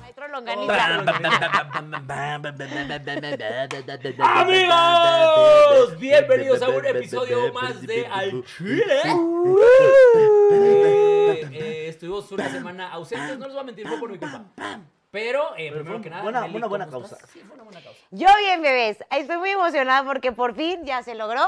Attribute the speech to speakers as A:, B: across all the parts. A: Maestro Longaniza.
B: Amigos, bienvenidos a un episodio más de Al Chile. Eh, eh, estuvimos una semana ausentes, no les voy a mentir, fue por mi culpa. Pero, eh,
C: fue
B: primero que nada,
C: buena- una
B: ¿cómo
C: buena
B: estás?
C: causa.
B: Sí, fue una buena causa.
A: Yo bien, bebés. Estoy muy emocionada porque por fin ya se logró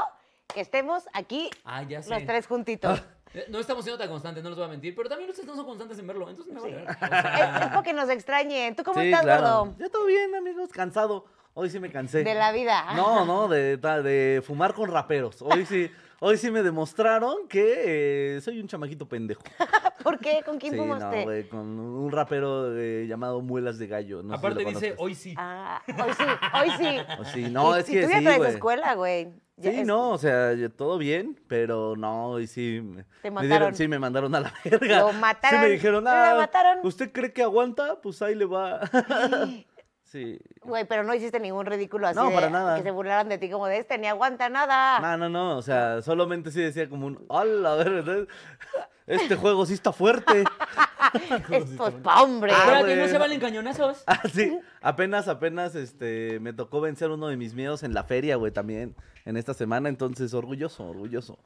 A: que estemos aquí
B: Ah, ya sé.
A: los tres juntitos.
B: Eh, No estamos siendo tan constantes, no les voy a mentir, pero también ustedes no son constantes en verlo, entonces me vale.
A: Sí.
B: O sea,
A: Es, es porque nos extrañen. ¿Tú cómo
C: Sí,
A: estás,
C: claro.
A: gordo?
C: Yo todo bien, amigos, cansado. Hoy sí me cansé.
A: De la vida.
C: No, no, de, ta- de fumar con raperos. Hoy sí, hoy sí me demostraron que eh, soy un chamaquito pendejo.
A: ¿Por qué? ¿Con quién
C: sí,
A: fumaste?
C: no, güey, con un rapero eh, llamado Muelas de Gallo. No sé si
B: Aparte
C: lo
B: dice,
C: conozcas.
B: hoy sí.
A: Ah, hoy sí, hoy sí.
C: Hoy sí, no,
A: Y-
C: es
A: si
C: que
A: tú ya
C: sí,
A: traes
C: güey.
A: escuela, güey. Ya
C: Sí,
A: es-
C: no, o sea, yo- todo bien, pero no, y sí. me-
A: Te
C: me dieron-
A: mataron.
C: sí, me mandaron a la verga.
A: Lo
C: Sí,
A: mataron,
C: me dijeron,
A: lo
C: ah,
A: mataron".
C: ¿usted cree que aguanta? Pues ahí le va. sí.
A: Güey, pero no hiciste ningún ridículo así
C: No,
A: de
C: para nada.
A: que se burlaran de ti como de este, ni aguanta nada.
C: No, no, no, o sea, solamente sí decía como un, hola, a ver, entonces, este juego sí está fuerte.
A: Esto es pa' hombre.
C: Ah,
B: Espérate,
C: güey.
B: no se valen cañonazos.
C: Ah, sí, apenas, apenas, este, me tocó vencer uno de mis miedos en la feria, güey, también, en esta semana, entonces, orgulloso, orgulloso.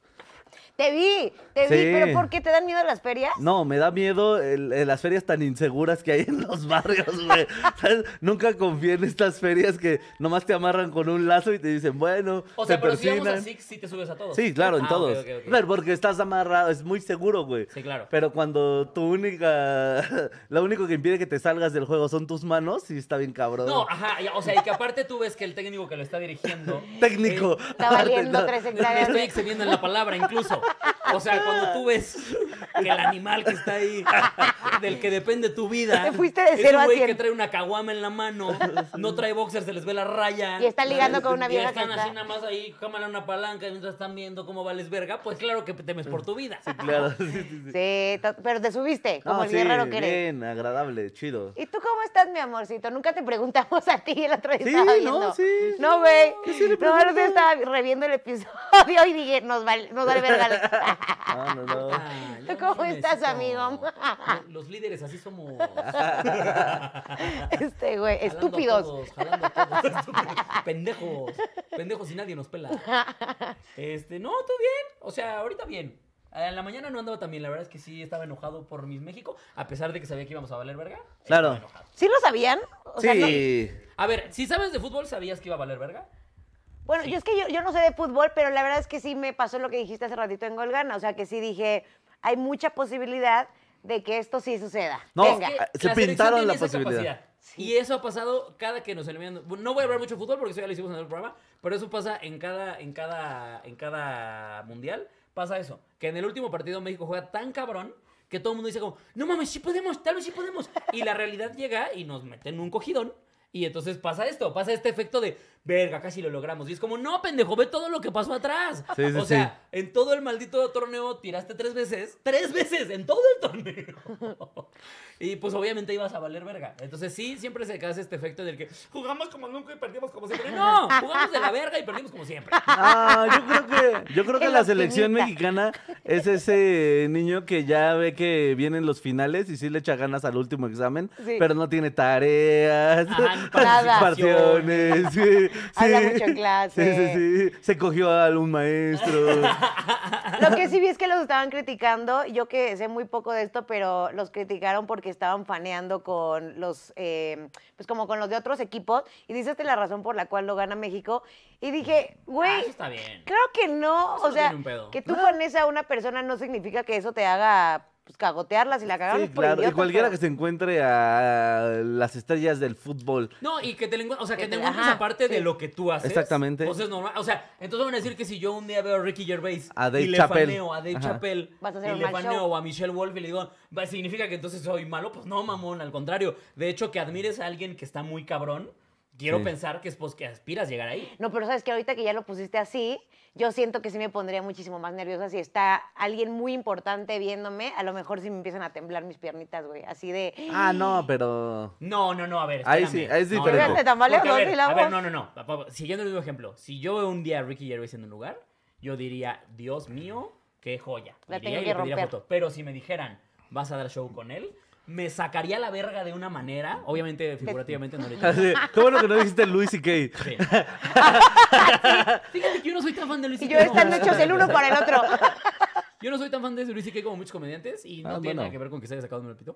A: Te vi, te
C: Sí.
A: vi, pero ¿por qué te dan miedo las ferias?
C: No, me da miedo el- el- las ferias tan inseguras que hay en los barrios, güey. ¿Sabes? Nunca confié en estas ferias que nomás te amarran con un lazo y te dicen, bueno,
B: O sea,
C: te
B: pero si vamos a
C: persignan.
B: Six, sí te subes a todos.
C: Sí, claro, en
B: Ah, ok,
C: todos.
B: ok, ok.
C: Pero porque estás amarrado, es muy seguro, güey.
B: Sí, claro.
C: Pero cuando tu única, lo único que impide que te salgas del juego son tus manos, sí está bien cabrón.
B: No, ajá, ya, o sea, y que aparte tú ves que el técnico que lo está dirigiendo.
C: Técnico.
A: Está
C: Aparte,
A: valiendo
C: no.
A: tres
B: Me
A: hectáreas.
B: estoy excediendo en la palabra incluso. O sea, cuando tú ves que el animal que está ahí, del que depende tu vida,
A: Te fuiste de
B: es
A: cero
B: un
A: a
B: güey
A: cien.
B: que trae una caguama en la mano, no trae boxers, se les ve la raya.
A: Y está ligando con una
B: Y
A: vieja que
B: están así
A: está.
B: nada más ahí, cámara una palanca, mientras están viendo cómo vales verga, pues claro que temes por tu vida.
C: Claro, sí, sí, sí.
A: Sí, to- pero te subiste, como
C: No,
A: el
C: sí,
A: guerrero que eres.
C: bien, agradable, chido.
A: ¿Y tú cómo estás, mi amorcito? Nunca te preguntamos a ti el otro día
C: Sí,
A: estaba
C: no,
A: viendo.
C: sí,
A: No,
C: sí.
A: güey.
C: Yo sí le
A: no, el otro
C: pregunté.
A: día estaba reviendo el episodio y dije, nos vale, nos vale verga.
C: No, no, no.
B: Ah,
A: ¿Tú
B: ya
A: cómo
B: no
A: estás,
B: necesito-
A: amigo?
B: Los líderes así somos.
A: Este, güey,
B: Jalando a
A: estúpidos.
B: todos, jalando a todos, estúpidos. Pendejos. Pendejos y nadie nos pela. Este, no, todo bien. O sea, ahorita bien. En la mañana no andaba tan bien. La verdad es que sí estaba enojado por mis México. A pesar de que sabía que íbamos a valer verga.
C: Claro.
B: estaba enojado.
A: ¿Sí lo sabían? O sea, no-
C: Sí.
B: A ver, si sabes de fútbol, ¿sabías que iba a valer verga?
A: Bueno, yo es que yo, yo no sé de fútbol, pero la verdad es que sí me pasó lo que dijiste hace ratito en Golgana. O sea, que sí dije, hay mucha posibilidad de que esto sí suceda.
C: No,
A: Venga.
C: es que-
B: Eh,
C: Ah, se
B: selección
C: pintaron
B: tiene
C: la
B: esa
C: posibilidad.
B: capacidad. Y eso ha pasado cada que nos eliminan. Bueno, No voy a hablar mucho de fútbol porque eso ya lo hicimos en el programa, pero eso pasa en cada, en cada, en cada mundial. Pasa eso, que en el último partido México juega tan cabrón que todo el mundo dice como, no mames, sí podemos, tal vez sí podemos. Y la realidad llega y nos meten un cogidón. Y entonces pasa esto, pasa este efecto de, verga, casi lo logramos. Y es como, no, pendejo, ve todo lo que pasó atrás.
C: Sí, sí,
B: o sea, en todo el maldito torneo tiraste tres veces, tres veces, en todo el torneo. Y pues obviamente ibas a valer verga. Entonces sí, siempre se hace este efecto del que jugamos como nunca y perdimos como siempre. No, jugamos de la verga y perdimos como siempre.
C: Ah, yo creo que, yo creo que
A: El
C: la selección
A: optimista.
C: mexicana es ese niño que ya ve que vienen los finales y sí le echa ganas al último examen,
A: Sí.
C: pero no tiene tareas,
B: Ajá, Ah, ni
C: participaciones, sí,
A: Habla
C: sí.
A: mucho en
C: Sí,
A: clase.
C: sí, sí. Se cogió a algún maestro.
A: Lo que sí vi es que los estaban criticando, yo que sé muy poco de esto, pero los criticaron porque estaban faneando con los, eh, pues como con los de otros equipos, y dices la razón por la cual lo gana México, y dije,
B: Ah,
A: güey,
B: eso está bien.
A: creo que no,
B: Eso
A: o
B: no
A: sea,
B: tiene un pedo.
A: que tú fanes a una persona no significa que eso te haga pues, cagotearla, si la cagaron
C: Sí,
A: es por
C: claro. Y
A: idiotas,
C: cualquiera
A: pero-
C: que se encuentre a las estrellas del fútbol.
B: No, y que te lenguas, o sea, que
A: Que
B: te
A: te-
B: lenguas
A: ajá,
B: aparte de
A: sí.
B: lo que tú haces.
C: Exactamente.
B: Entonces, normal, o sea, entonces van a decir que si yo un día veo a Ricky Gervais
C: A Dave
B: y le
C: Chappelle.
B: faneo a Dave
C: Ajá.
B: Chappelle
A: Vas a hacer
B: y
A: un
B: le
A: mal
B: faneo
A: show.
B: a Michelle Wolf y le digo, "Va, ¿significa que entonces soy malo? Pues no, mamón, al contrario. De hecho, que admires a alguien que está muy cabrón. Quiero
C: Sí.
B: pensar que es pues, que aspiras a llegar ahí.
A: No, pero sabes que ahorita que ya lo pusiste así, yo siento que sí me pondría muchísimo más nerviosa si está alguien muy importante viéndome. A lo mejor sí me empiezan a temblar mis piernitas, güey. Así de.
C: Ah, no, pero.
B: No, no, no, a ver.
C: Ahí
B: espérame.
C: sí, ahí sí,
B: No,
C: pero-
B: no, no.
C: Fíjate,
A: tambaleo,
B: Porque, a
A: ¿no?
B: ver,
A: Sí la
B: a ver,
A: hago.
B: no, no, no. Pa- pa- Siguiendo el mismo ejemplo, si yo veo un día a Ricky Gervais en un lugar, yo diría, Dios mío, qué joya.
A: La
B: Iría
A: tengo
B: y
A: que
B: le pediría
A: romper.
B: foto. Pero si me dijeran, vas a dar show con él, me sacaría la verga de una manera, obviamente figurativamente no le
C: Así, qué bueno que no dijiste Luis y Kate.
B: Sí. Fíjate que yo no soy tan fan de Luis
A: Y
B: C.K.
A: yo están
B: como-
A: hechos el uno para el otro.
B: Yo no soy tan fan de Luis C.K. como muchos comediantes y no
C: Ah,
B: tiene
C: bueno.
B: nada que ver con que se haya sacado un pito.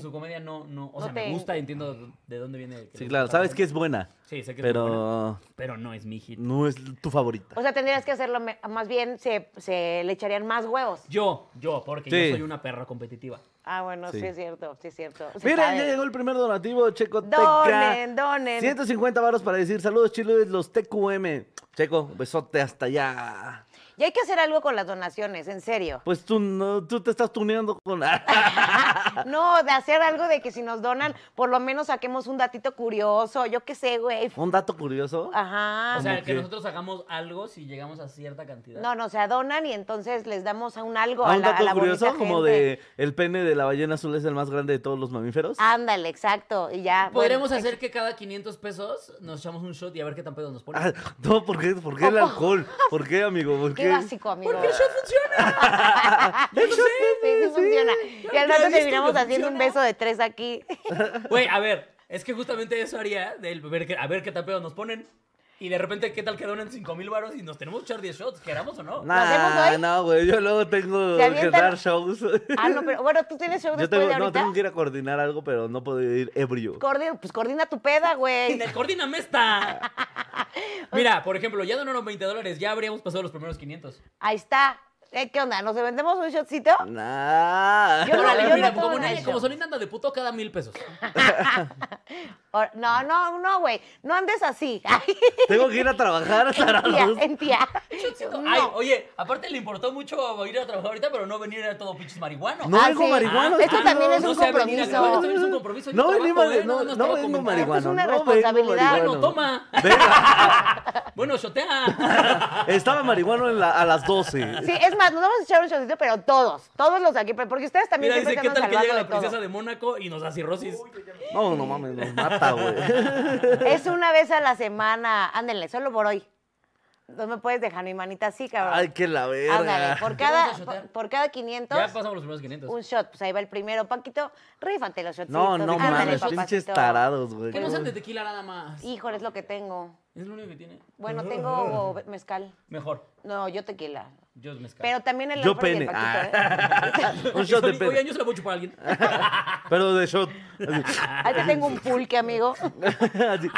B: Su comedia no, no, o
A: No
B: sea, me
A: te-
B: gusta, entiendo de dónde viene. que
C: Sí,
B: le
C: claro,
B: gusta
C: sabes
B: tanto.
C: que es buena,
B: Sí, sé que es muy buena,
C: pero
B: pero no es mi hit.
C: no es tu favorita.
A: O sea, tendrías que hacerlo. me- Más bien se, se le echarían más huevos.
B: Yo, yo, porque
C: Sí.
B: yo soy una perra competitiva.
A: Ah, bueno, sí.
C: Sí.
A: es cierto, Pues sí es cierto. Se
C: Miren,
A: sabe.
C: ya llegó el primer donativo, Checo
A: Donen,
C: Teca.
A: donen.
C: 150 varos para decir saludos, chiles, los TQM. Checo, besote hasta allá.
A: Y hay que hacer algo con las donaciones, en serio.
C: Pues tú, no, tú te estás tuneando con...
A: No, de hacer algo de que si nos donan, por lo menos saquemos un datito curioso, yo qué sé, güey.
C: Un dato curioso.
A: Ajá.
B: o sea,
C: ¿Cómo
B: que
C: qué?
B: nosotros hagamos algo si llegamos a cierta cantidad.
A: Ah. no, no, se adonan y entonces les damos a un algo
C: Ah,
A: a
C: un
A: la, a
C: dato
A: la bonita
C: curioso como
A: gente.
C: de el pene de la ballena azul es el más grande de todos los mamíferos.
A: Ándale, exacto, y ya.
B: Podríamos
A: bueno,
B: hacer que cada 500 pesos nos echamos un shot y a ver qué tan pedos nos ponen.
C: Ah, no, ¿por qué, ¿por qué el alcohol? ¿Por qué, amigo? ¿Por
A: Qué,
C: qué?
A: básico, amigo. Ah,
B: Porque el shot funciona.
A: Sí, sí funciona. Y al
B: Ya
A: rato
B: he visto
A: terminamos
B: que
A: haciendo un
B: funciona.
A: beso de tres aquí.
B: Güey, a ver, es que justamente eso haría del ver qué- a ver qué tan pedos nos ponen. Y de repente, ¿qué tal que donan 5 mil baros y nos tenemos que echar 10 shots, queramos o no?
A: ¿Lo hacemos
C: Nah,
A: hoy?
C: no, güey, yo luego tengo
A: ¿Se
C: que
A: avientan?
C: dar shows.
A: Ah, no, pero bueno, tú tienes show
C: Yo
A: después
C: tengo,
A: de
C: no,
A: ahorita.
C: tengo que ir a coordinar algo, pero no puedo ir ebrio.
A: Coordina- pues coordina tu peda, güey.
B: En el coordíname esta. Mira, por ejemplo, ya donaron 20 dólares, ya habríamos pasado los primeros 500.
A: Ahí está. Eh, ¿Qué onda? ¿Nos vendemos un shotcito?
C: Nah.
A: Yo no-
B: Órale,
A: yo no
B: mira,
A: puedo
B: como,
A: donar
B: una-
A: eso.
B: como Solín anda de puto cada mil pesos.
A: O- No, no, no, güey. No andes así. Ay,
C: Tengo que ir a trabajar,
A: tía,
C: tarados.
A: en tía.
B: Ay,
A: No.
B: oye, aparte le importó mucho ir a trabajar ahorita, pero no venir a todo pinches marihuano.
C: No
A: Ah,
C: vengo
A: sí.
C: marihuano.
A: Ah, esto
C: chido.
A: también es
B: no
A: un
B: sea venir a
A: compromiso.
B: grabar, esto es un compromiso. yo
C: No
B: trabajo,
C: vení
B: ¿eh?
C: mari- no,
B: no
C: no
B: estaba
C: vengo
B: comentando.
C: marihuano.
A: Esto es una
C: no vengo
A: responsabilidad.
C: marihuano.
B: Bueno, toma.
C: Venga.
B: Ah, Bueno, shotea.
C: Estaba marihuano en la- a las 12.
A: Sí, es más, nos vamos a echar un shotcito, pero todos, todos los de aquí, porque ustedes también
B: Mira, dice,
A: siempre
B: ¿qué
A: se andan
B: tal que
A: salvando
B: llega la
A: de
B: princesa
A: todo.
B: de Mónaco y nos da cirrosis?
C: No, no mames, nos mata, güey.
A: Es una vez a la semana. Ándenle, solo por hoy. No me puedes dejar mi manita así, cabrón.
C: Ay, que la verga.
A: Ándale, por
B: ¿Qué vamos
A: cada,
B: a shotear?
A: por, por cada
B: Ya
A: 500,
B: pasamos los primeros 500.
A: un shot. Pues ahí va el primero, Paquito. Rífate los shotsitos.
C: No, no
A: ándale,
C: mames,
A: papacito.
C: pinches tarados, güey.
B: Que no sean de tequila nada más.
A: Híjole, es lo que tengo.
B: Es lo único que tiene.
A: Bueno, tengo mezcal.
B: Mejor.
A: No, yo tequila.
B: Yo me escapo.
A: Pero también el
C: Yo
A: Alfred y el
C: pene.
A: Paquito, ¿eh?
C: Ah. Un
B: Y
C: shot de
B: Solín, Oigan,
C: pene.
B: yo se la voy a chupar a alguien.
A: Ah,
C: Pero de shot. Así.
A: ¿eh? Ahí te tengo un pulque, amigo.
C: Así.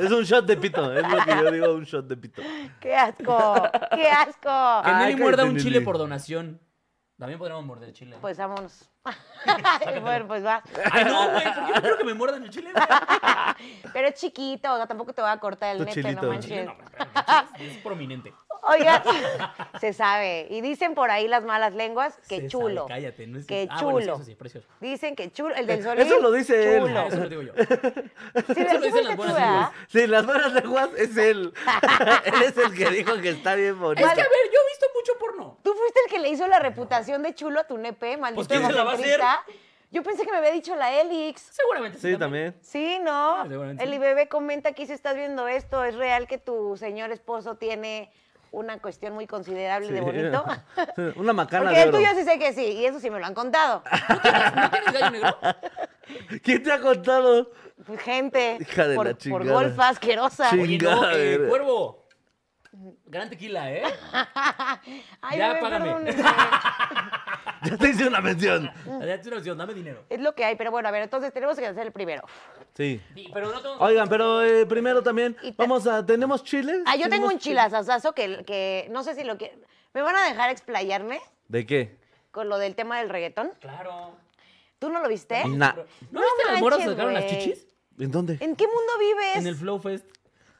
C: Es un shot de pito. Es lo que yo digo, un shot de pito.
A: ¡Qué asco! ¡Qué asco!
B: Que
C: Ay,
B: Nelly muerda
C: cállate,
B: un
C: Nelly.
B: chile por donación. También podríamos morder chile.
A: Pues vámonos. bueno, pues va.
B: Ay, no, güey, ¿por qué no quiero que me muerdan el chile? güey?
A: Pero es chiquito, o sea, tampoco te voy a cortar el
C: Tu
A: nete,
C: chilito.
A: no
B: El chile
A: manches.
B: no, pero el chile es es prominente.
A: Oiga, se sabe. Y dicen por ahí las malas lenguas que
B: Se
A: chulo.
B: sabe, cállate, no es
A: Que
B: ah,
A: chulo.
B: bueno, sí, eso sí, precioso.
A: Dicen que chulo, el del sol.
C: Eso lo dice él.
A: chulo.
B: Ah, eso lo digo yo. Eso
A: Sí,
B: lo
A: sí
B: dicen
A: fuiste
B: las
A: tú,
B: buenas
A: ¿verdad?
B: lenguas.
C: Sí, las buenas lenguas es él. él es el que dijo que está bien
B: Es que,
C: bonito.
B: a ver, yo he visto mucho porno.
A: Tú fuiste el que le hizo la reputación de chulo a tu nepe, maldito
B: Pues, ¿quién se la va a hacer?
A: egocentrista. Yo pensé que me había dicho la Elix.
B: Seguramente
C: Sí, también.
A: Sí, ¿no?
B: Ah, seguramente
A: el
B: sí.
A: IBB comenta aquí si estás viendo esto, ¿es real que tu señor esposo tiene una cuestión muy considerable de bonito?
C: Una macana
A: Porque
C: de
A: el
C: oro.
A: tuyo sí sé que sí, y eso sí me lo han contado.
B: ¿No tienes gallo negro?
C: ¿Quién te ha contado?
A: Pues, Gente,
C: Hija de
A: por,
C: la
A: por
C: chingada.
A: golfa asquerosa.
C: Sí.
B: Oye, no,
C: Chingada,
B: eh,
C: verga.
B: cuervo. Gran tequila, ¿eh?
A: Ay,
B: Ya,
A: bebé,
B: págame.
A: perdónenme.
C: Ya te hice una mención.
B: Date una opción, dame dinero.
A: Es lo que hay, pero bueno, a ver, entonces tenemos que hacer el primero.
C: Sí.
B: Sí, Pero no tengo...
C: Oigan, pero eh, primero también,
A: Y ta-
C: vamos a, ¿tenemos chiles?
A: Ah, yo tengo
C: ¿Tenemos
A: un chilazazazo que, que no sé si lo que... ¿Me van a dejar explayarme
C: chi- ¿De qué?
A: con lo del tema del reggaetón?
B: Claro.
A: ¿Tú no lo viste?
C: Nah.
B: ¿No,
A: No
B: viste las morras que
A: manches,
B: sacaron las
A: güey.
B: chichis?
C: ¿En dónde?
A: ¿Eh? ¿En qué mundo vives?
B: En el Flow Fest.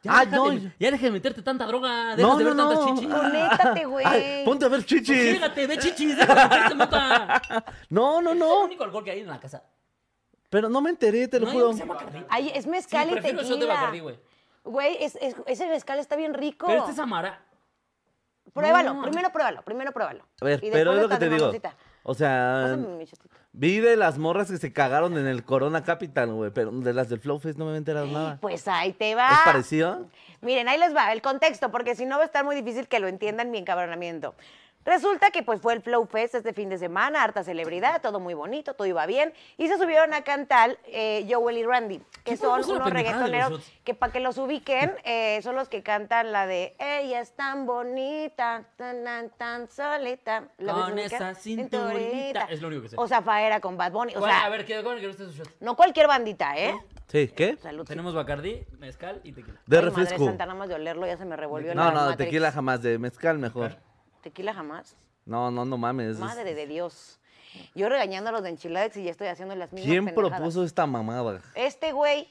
C: Ah,
B: deja
C: no,
B: de-
C: yo-
B: ya deja de meterte tanta droga, deja
C: No,
B: de ver
C: no,
B: tantas
C: no.
B: chichis. Pues
A: Conéctate, güey.
C: Ay, ponte a ver chichis.
B: Fíjate, ve chichis, deja de meterte mota.
C: No, no,
B: Es el
C: no.
B: único alcohol que hay en la casa.
C: Pero no me enteré, te lo
B: No hay
C: juro.
B: uno que se llama Bacardí.
A: Ay, es mezcal
B: Sí,
A: y
B: prefiero el shot de
A: tequila.
B: Bacardí, güey.
A: Güey, es- es- ese mezcal está bien rico.
B: Pero este es Amara.
A: Pruébalo,
B: No.
A: primero pruébalo, primero pruébalo.
C: A ver,
A: Y después
C: pero es lo que
A: hasta
C: te
A: de
C: digo.
A: mamoncita.
C: O sea,
A: Pásame mi shotcito.
C: vi de las morras que se cagaron en el Corona Capital, güey, pero de las del Flow Fest no me he enterado nada.
A: Pues ahí te va.
C: ¿Es parecido?
A: Miren, ahí les va el contexto, porque si no va a estar muy difícil que lo entiendan mi encabronamiento. Resulta que pues fue el Flow Fest este fin de semana, harta celebridad, todo muy bonito, todo iba bien, y se subieron a cantar eh, Joel y Randy, que
B: ¿Quién
A: son
B: propuso la
A: unos
B: pendejada de los
A: reggaetoneros
B: shots?
A: que para que los ubiquen eh, son los que cantan la de Ella es tan bonita, tan tan, tan solita, la
B: Con
A: ves ubicar?
B: esa cinturita. Es lo único que sé.
A: O Zafaera con Bad Bunny, o
B: ¿Cuál-
A: sea,
B: a ver, ¿qué cuál quiere usted su shot?
A: no cualquier bandita, ¿eh?
C: Sí, ¿qué?
A: Salud.
B: Tenemos Bacardí, mezcal y tequila.
C: De
A: Ay,
C: refresco.
A: Madre santa, nada más de olerlo ya se me revolvió la
C: no, no, de
A: Matrix.
C: tequila jamás, de mezcal mejor.
A: Tequila jamás.
C: No, no, no mames. es-
A: Madre de Dios. Yo regañando a los de Enchiladex y ya estoy haciendo las mismas
C: ¿Quién
A: pendejadas.
C: propuso esta mamada? Ah,
A: Este güey.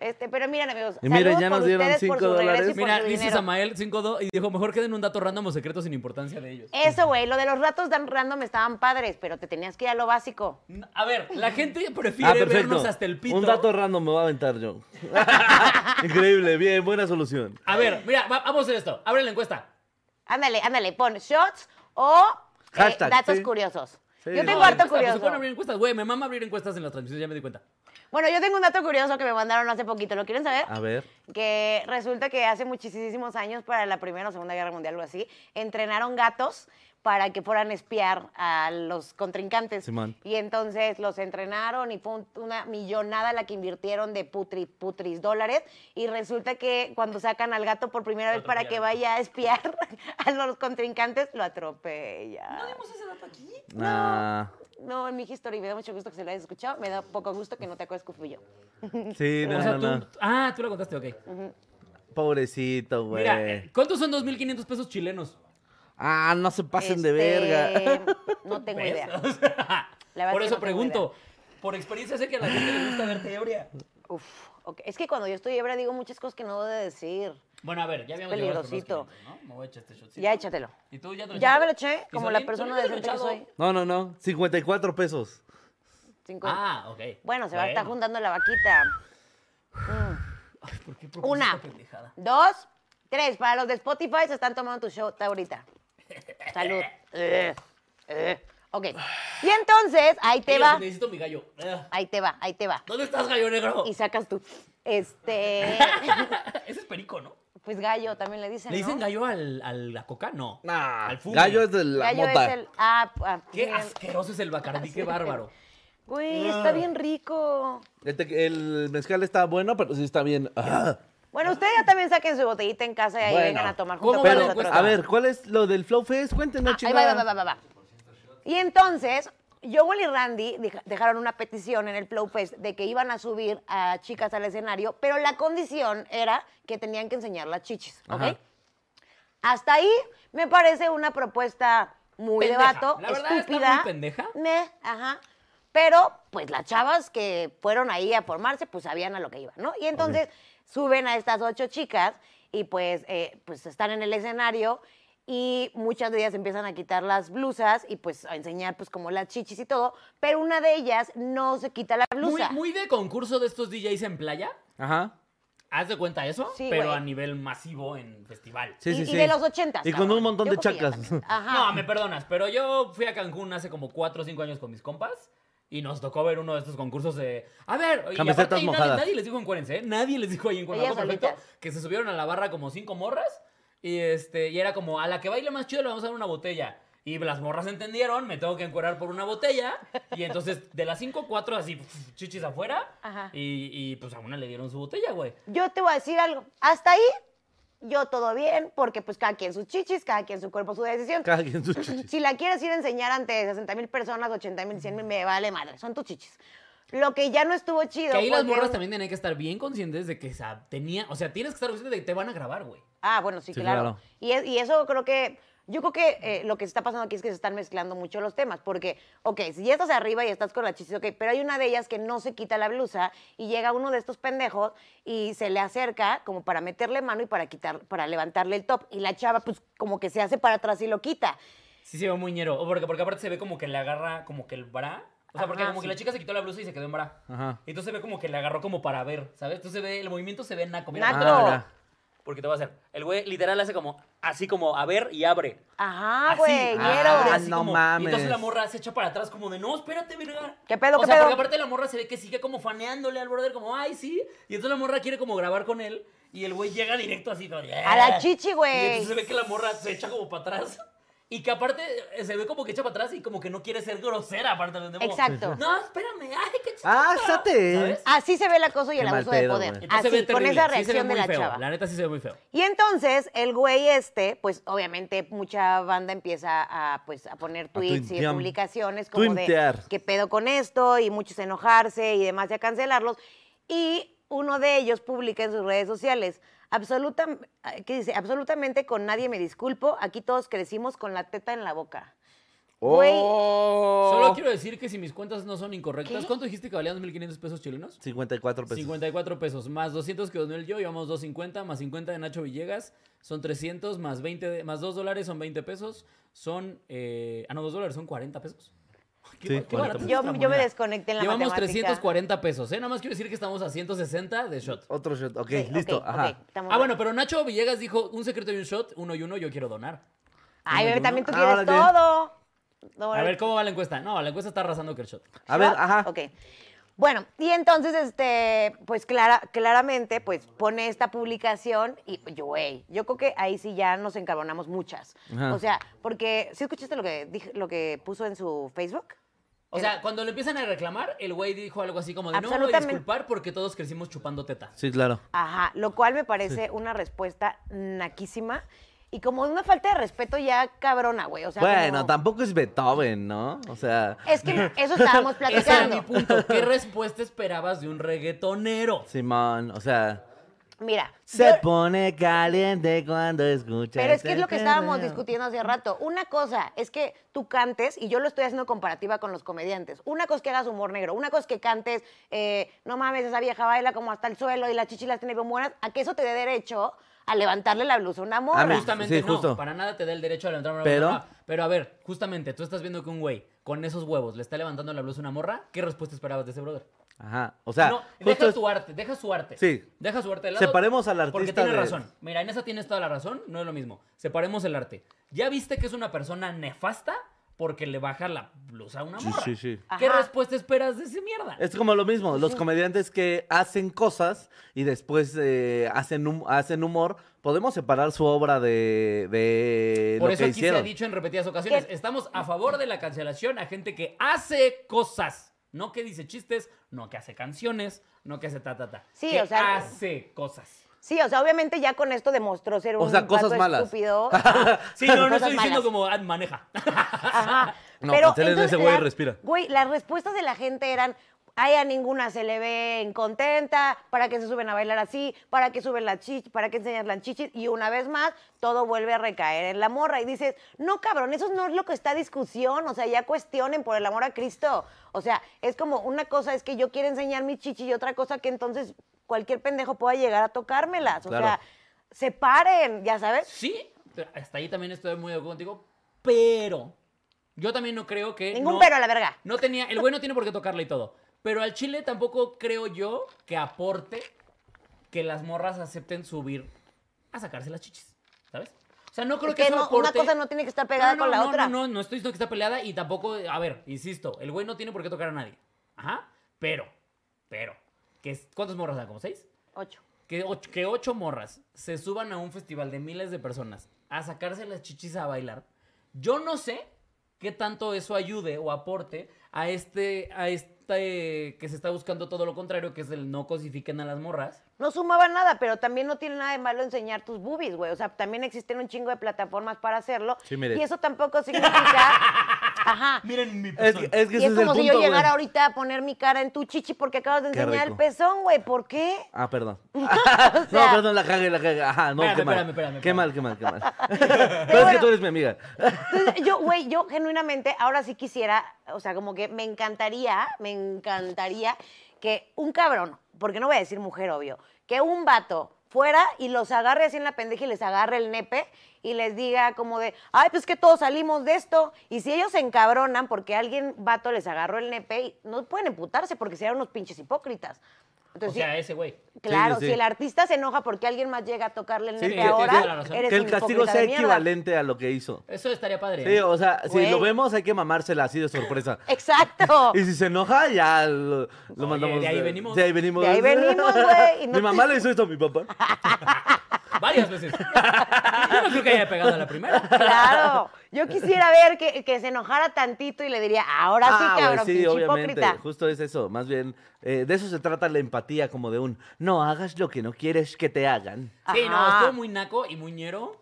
A: Este, pero miren, amigos.
C: Y miren,
A: saludos
C: ya
A: por
C: nos dieron
A: ustedes, por
C: cinco
A: su regreso
C: dólares.
A: y por
B: Mira,
A: su
B: dice
A: dinero.
B: Samael 5-2 y dijo, mejor queden un dato random o secreto sin importancia de ellos.
A: Eso, güey, lo de los ratos tan random estaban padres, pero te tenías que ir a lo básico.
B: A ver, la gente
C: Ah,
B: prefiere
C: perfecto.
B: vernos hasta el pito.
C: Un dato random me va a aventar yo. Increíble, bien, buena solución.
B: A ver, mira, va- vamos a hacer esto. Abre la encuesta.
A: Ándale, ándale, pon shots o eh,
C: Hashtag,
A: datos
C: sí.
A: curiosos.
C: Sí.
A: Yo tengo
B: No,
A: harto
B: encuesta, pues, se
A: curioso.
B: pueden abrir encuestas, güey. Me mama abrir encuestas en las transmisiones, ya me di cuenta.
A: Bueno, yo tengo un dato curioso que me mandaron hace poquito. ¿Lo quieren saber?
C: A ver.
A: que resulta que hace muchísimos años, para la Primera o Segunda Guerra Mundial, algo así, entrenaron gatos para que fueran a espiar a los contrincantes.
C: Simón.
A: Y entonces los entrenaron y fue un- una millonada la que invirtieron de putri, putris dólares. Y resulta que cuando sacan al gato por primera
B: Lo
A: vez para que
B: atropellaron.
A: vaya a espiar a los contrincantes, lo atropella.
C: Nah.
A: No, en mi historia, me da mucho gusto que se lo hayas escuchado. Me da poco gusto que no te acuerdes que fui yo.
C: Sí, no,
B: O sea,
C: no,
B: tú-
C: no.
B: Ah, tú la contaste, ok.
C: Pobrecito, güey.
B: Mira, eh, ¿cuántos son 2.500 pesos chilenos?
C: Ah, no se pasen de
A: Este,
C: verga.
A: No tengo
B: ¿Ves?
A: idea.
B: O sea,
A: La verdad
B: Por
A: es que no
B: eso
A: tengo
B: pregunto. Por experiencia sé que a la gente le gusta verte ebria.
A: Uf, ok. es que cuando yo estoy ebria digo muchas cosas que no debo de decir.
B: Bueno, a ver, ya habíamos llegado a los
A: peligrosito.
B: 500, ¿no? Me voy a echar este shotcito.
A: Ya échatelo.
B: ¿Y tú ya te
A: Ya
B: echaste?
A: me lo eché,
B: ¿Y
A: como la
B: Solín?
A: persona
B: ¿Tú ya te lo
A: decente que
B: echado?
A: soy.
C: No, no, no. 54 pesos.
A: Cinco.
B: Ah, ok.
A: bueno, se va a estar
B: Bueno.
A: juntando la vaquita.
B: Ay, ¿por qué propuse
A: Una,
B: esta pendejada?
A: dos, tres. Para los de Spotify se están tomando tu show ahorita. Salud. Eh, eh. Ok. Y entonces, ahí te
B: Ellos,
A: va.
B: Necesito mi gallo. Ah,
A: Ahí te va, ahí te va.
B: ¿Dónde estás, gallo negro?
A: Y sacas tú. Este.
B: Ese es perico, ¿no?
A: Pues gallo también le dicen.
B: ¿Le dicen
A: ¿no?
B: gallo al, a la coca? No.
C: Nah.
B: Al fume.
C: Gallo es de la
A: Gallo
C: mota.
A: es el. Ah, ah,
B: Qué
A: miren.
B: asqueroso es el bacardí, qué bárbaro.
A: Güey,
B: Ah.
A: está bien rico.
C: El, te- Este, el mezcal está bueno, pero sí está bien. Ah.
A: Bueno, ustedes ya también saquen su botellita en casa y ahí
C: Bueno,
A: vengan a tomar
B: ¿cómo
A: junto
B: va
A: con
B: la
C: Pero,
A: nosotros.
B: encuesta?
C: a ver, ¿cuál es lo del Flow Fest?
A: Ah,
C: Cuéntenos,
A: ahí
C: chingada.
A: va, va, va, va, va. Y entonces, Joel y Randy deja- dejaron una petición en el Flow Fest de que iban a subir a chicas al escenario, pero la condición era que tenían que enseñar las chichis, ¿ok?
C: Ajá.
A: Hasta ahí me parece una propuesta muy
B: Pendeja.
A: de vato,
B: La verdad, está
A: estúpida.
B: muy pendeja.
A: Meh, ajá. Pero, pues las chavas que fueron ahí a formarse, pues sabían a lo que iban, ¿no? Y entonces suben a estas ocho chicas y pues, eh, pues están en el escenario y muchas de ellas empiezan a quitar las blusas y pues a enseñar pues como las chichis y todo, pero una de ellas no se quita la
B: Muy,
A: blusa.
B: muy de concurso de estos DJs en playa.
C: Ajá.
B: ¿Haz de cuenta eso?
A: Sí,
B: pero
A: güey.
B: a nivel masivo en festival.
C: Sí,
A: y,
C: sí,
A: y
C: sí.
A: de los ochentas.
C: Y con
A: cabrón.
C: un montón
A: Yo
C: de
A: creo que ya
C: chacas.
A: también. Ajá.
B: No, me perdonas, pero yo fui a Cancún hace como 4 o 5 años con mis compas y nos tocó ver uno de estos concursos de... A ver, y
C: Camisetas
B: aparte ahí nadie,
C: mojadas.
B: nadie les dijo en Cuérense, ¿eh? nadie les dijo ahí en Cuérense,
A: Ellas
B: algo perfecto,
A: solitas.
B: que se subieron a la barra como cinco morras y, este, y era como, a la que baile más chido le vamos a dar una botella. Y las morras entendieron, me tengo que encuerar por una botella. Y entonces, de las 5, 4 así, pf, chichis afuera.
A: Ajá.
B: Y, y, pues a una le dieron su botella, güey.
A: Yo te voy a decir algo. Hasta ahí, yo todo bien, porque pues cada quien sus chichis, cada quien su cuerpo, su decisión.
C: Cada quien sus chichis.
A: Si la quieres ir a enseñar ante 60 mil personas, 80 mil, 100 mil, me vale madre, son tus chichis. Lo que ya no estuvo chido.
B: Que ahí las
A: porque-
B: morras también tienen que estar bien conscientes de que sa- tenía, o sea, tienes que estar consciente de que te van a grabar, güey.
A: Ah, bueno, sí,
C: Sí,
A: claro.
C: claro.
A: Y, es- y eso creo que, yo creo que eh, lo que está pasando aquí es que se están mezclando mucho los temas, porque, ok, si ya estás arriba y estás con la chichis, ok, pero hay una de ellas que no se quita la blusa y llega uno de estos pendejos y se le acerca como para meterle mano y para quitar, para levantarle el top. Y la chava, pues, como que se hace para atrás y lo quita.
B: Sí se ve muy ñero. O porque, porque aparte se ve como que le agarra como que el bra O sea, porque
A: Ajá,
B: como que
A: sí.
B: la chica se quitó la blusa y se quedó en bra.
C: Ajá.
B: Entonces se ve como que le agarró como para ver, ¿sabes? Entonces se ve, el movimiento se ve naco. mira.
A: Naco.
C: Ah,
B: Porque te va a hacer. El güey literal hace como, así como, a ver y abre.
A: Ajá,
B: Así,
A: Ah, güey,
B: abre,
A: quiero.
C: Ah,
B: así
C: no
B: como- Y entonces
C: mames.
B: la morra se echa para atrás como de, no, espérate, verga.
A: ¿Qué pedo,
B: O
A: qué
B: sea,
A: pedo?
B: porque aparte la morra se ve que sigue como faneándole al brother, como, ay, sí. Y entonces la morra quiere como grabar con él. Y el güey llega directo así, como, "Yeah".
A: A la chichi,
B: Y
A: güey.
B: entonces se ve que la morra se echa como para atrás. Y que aparte eh, se ve como que echa para atrás y como que no quiere ser grosera, aparte. ¿no? Como,
A: Exacto.
B: No, espérame, ay, qué chido.
C: Ah, sate.
B: ¿Sabes?
A: Así se ve el acoso y el
C: Qué mal
A: abuso de
C: pedo,
A: poder.
C: güey.
B: Entonces se
A: Así,
B: ve
A: con esa
B: terrible, sí se ve
A: reacción de
B: muy
A: la
B: feo,
A: chava.
B: La neta sí se ve muy feo.
A: Y entonces el güey este, pues obviamente mucha banda empieza a, pues, a poner tweets y
C: tuitear.
A: publicaciones como
C: Tuintear.
A: de qué pedo con esto y muchos enojarse y demás y a cancelarlos. Y uno de ellos publica en sus redes sociales, absoluta, ¿qué dice? absolutamente con nadie me disculpo, aquí todos crecimos con la teta en la boca. Güey.
C: Oh.
B: Solo quiero decir que si mis cuentas no son incorrectas,
A: ¿Qué?
B: ¿cuánto dijiste que valían 2.500 pesos chilenos?
C: 54 pesos.
B: 54 pesos, más 200 que donó el yo, llevamos 250, más 50 de Nacho Villegas, son 300, más 20, de- más 2 dólares son 20 pesos, son, eh, ah no, 2 dólares son 40 pesos. Qué
C: Sí,
B: ba- qué
C: 40
B: barata
C: pesos.
B: es
A: Yo-
B: nuestra
A: yo me
B: moneda.
A: desconecté en la
B: Llevamos
A: matemática.
B: 340 pesos, ¿eh? Nada más quiero decir que estamos a 160 de shot.
C: Otro shot. Ok,
A: Sí,
C: listo.
A: ok,
C: Ajá.
A: ok, estamos
B: Ah,
A: bien.
B: bueno, pero Nacho Villegas dijo, un secreto y un shot, uno y uno, yo quiero donar.
A: Ay, bebé, también tú
C: Ah,
A: quieres
C: ahora bien.
A: todo. No,
B: A ver, ¿cómo va la encuesta? No, la encuesta está arrasando que el shot.
C: A ver,
A: ¿Yo?
C: ajá.
A: Ok. Bueno, y entonces, este, pues clara, claramente, pues pone esta publicación y, yo, güey, yo creo que ahí sí ya nos encabronamos muchas.
C: Ajá.
A: O sea, porque, ¿sí escuchaste lo que, dije, lo que puso en su Facebook?
B: O sea, cuando le empiezan a reclamar, el güey dijo algo así como de, no me voy a
A: Absolutamente.
B: disculpar porque todos crecimos chupando teta.
C: Sí, claro.
A: Ajá, lo cual me parece una respuesta naquísima y como una falta de respeto ya Eh. cabrona, güey. O sea,
C: bueno,
A: como-
C: tampoco es Beethoven, ¿no? O sea.
A: Es que eso estábamos
B: Ese era mi
A: platicando.
B: punto. ¿Qué respuesta esperabas de un reggaetonero?
C: Simón, o sea.
A: Mira.
C: Se
A: yo-
C: pone caliente cuando escucha.
A: Pero es que es
C: este
A: lo que estábamos
C: perreo.
A: discutiendo hace rato. Una cosa es que tú cantes, y yo lo estoy haciendo comparativa con los comediantes. Una cosa es que hagas humor negro, una cosa es que cantes, eh, no mames, esa vieja baila como hasta el suelo y las chichilas tiene bien buenas, a que eso te dé derecho a levantarle la blusa a una morra.
C: A mí,
B: Justamente
C: sí,
B: no,
C: justo.
B: para nada te da el derecho a levantar una
C: Pero-
B: morra. Pero a ver, justamente, tú estás viendo que un güey con esos huevos le está levantando la blusa a una morra. ¿Qué respuesta esperabas de ese brother?
C: Ajá. O sea.
B: no,
C: justo
B: deja
C: es-
B: su arte, deja su arte.
C: Sí.
B: Deja su arte de lado.
C: Separemos al artista
B: Porque tiene
C: de-
B: razón. Mira, en esa tienes toda la razón, no es lo mismo. Separemos el arte. ¿Ya viste que es una persona nefasta? Porque le baja la blusa a una
C: Sí,
B: morra.
C: sí, sí.
B: ¿Qué
A: Ajá.
B: respuesta esperas de ese mierda?
C: Es como lo mismo, los comediantes que hacen cosas y después eh, hacen, hum- hacen humor, podemos separar su obra de, de
B: Por
C: lo
B: eso
C: que
B: aquí se
C: hicieron.
B: ha dicho en repetidas ocasiones,
A: ¿Qué?
B: estamos a favor de la cancelación a gente que hace cosas, no que dice chistes, no que hace canciones, no que hace ta ta ta.
A: Sí,
B: que
A: o sea,
B: hace cosas.
A: Sí, o sea, obviamente ya con esto demostró ser un
C: O sea, cosas
A: vato
C: malas.
A: estúpido.
B: Sí, no, no
A: Cosas
B: estoy diciendo
A: malas.
B: como "Ah, maneja.
A: Ajá.
C: No,
A: Pero
C: cancelen
A: entonces
C: ese güey y
A: la-
C: respira.
A: Güey, las respuestas de la gente eran, ay, a ninguna se le ve incontenta, ¿para qué se suben a bailar así? ¿Para qué suben las chichis? ¿Para qué enseñan las chichis? Y una vez más, todo vuelve a recaer en la morra. Y dices, no, cabrón, eso no es lo que está a discusión. O sea, ya cuestionen por el amor a Cristo. O sea, es como una cosa es que yo quiero enseñar mi chichi y otra cosa que entonces cualquier pendejo pueda llegar a tocármelas. O
C: Claro.
A: sea, separen, ya sabes.
B: sí, hasta ahí también estoy muy de acuerdo contigo, pero yo también no creo que
A: Ningún
B: no-
A: pero a la verga.
B: No tenía, el güey no tiene por qué tocarla y todo. Pero al chile tampoco creo yo que aporte que las morras acepten subir a sacarse las chichis, ¿sabes? O sea, no creo
A: Es
B: que,
A: que
B: eso
A: no- una
B: aporte-
A: cosa no tiene que estar pegada con la
B: no,
A: otra.
B: No, no, no, estoy diciendo que está peleada y tampoco, a ver, insisto, el güey no tiene por qué tocar a nadie. Ajá, pero, pero, que, es- ¿cuántas morras dan? ¿Como seis?
A: Ocho.
B: Que ocho, que ocho morras se suban a un festival de miles de personas a sacarse las chichis a bailar. Yo no sé qué tanto eso ayude o aporte a este, a este que se está buscando todo lo contrario, que es el no cosifiquen a las morras.
A: No sumaba nada, pero también no tiene nada de malo enseñar tus boobies, güey. O sea, también existen un chingo de plataformas para hacerlo.
C: Sí, mire.
A: Y eso tampoco significa. Ajá.
B: Miren mi
C: Es, es que
A: y
C: ese
A: es
C: es, el
A: como
C: punto,
A: si yo
C: güey.
A: llegara ahorita a poner mi cara en tu chichi porque acabas de
C: Qué
A: enseñar el
C: rico.
A: pezón, güey. ¿Por qué?
C: Ah, perdón.
A: sea-
C: No, perdón, la cagué, la cagué. Ajá, no,
B: Espérame,
C: qué mal.
B: espérame, espérame,
C: Qué
B: espérame.
C: mal, qué mal, qué mal. Pero es que
A: bueno.
C: tú eres mi amiga.
A: Entonces, yo, güey, yo genuinamente ahora sí quisiera, o sea, como que me encantaría, me encantaría que un cabrón, porque no voy a decir mujer, obvio, que un vato fuera y los agarre así en la pendeja y les agarre el nepe y les diga como de, ay, pues que todos salimos de esto. Y si ellos se encabronan porque alguien vato les agarró el nepe, y no pueden emputarse porque serían unos pinches hipócritas.
B: O
A: Entonces,
B: sea,
A: sí,
B: ese güey.
A: claro,
C: Sí,
A: si
C: sí, sí.
A: el artista se enoja porque alguien más llega a tocarle el
C: Sí,
A: nepe
C: que-
B: que-
A: ahora,
B: que-
A: eres
C: que el
A: un
C: castigo
A: hipócrita
C: sea
A: de mierda.
C: equivalente a lo que hizo.
B: Eso estaría padre. ¿eh?
C: Sí, o sea, si
A: Güey.
C: lo vemos hay que mamársela así de sorpresa.
A: Exacto.
C: Y si se enoja, ya lo, lo
B: Oye,
C: mandamos.
B: de ahí venimos.
C: De ahí venimos.
A: De ahí venimos, güey, y no
C: Mi
A: te-
C: mamá le hizo esto a mi papá.
B: Varias veces. Yo no creo que haya pegado a la primera.
A: Claro, yo quisiera ver que, que se enojara tantito y le diría, ahora sí,
C: Ah, güey,
A: cabrón, pinche hipócrita.
C: Justo es eso. Más bien, eh, de eso se trata la empatía, como de un no hagas lo que no quieres que te hagan.
B: Sí, no,
A: Ajá.
B: estuvo muy naco y muy ñero.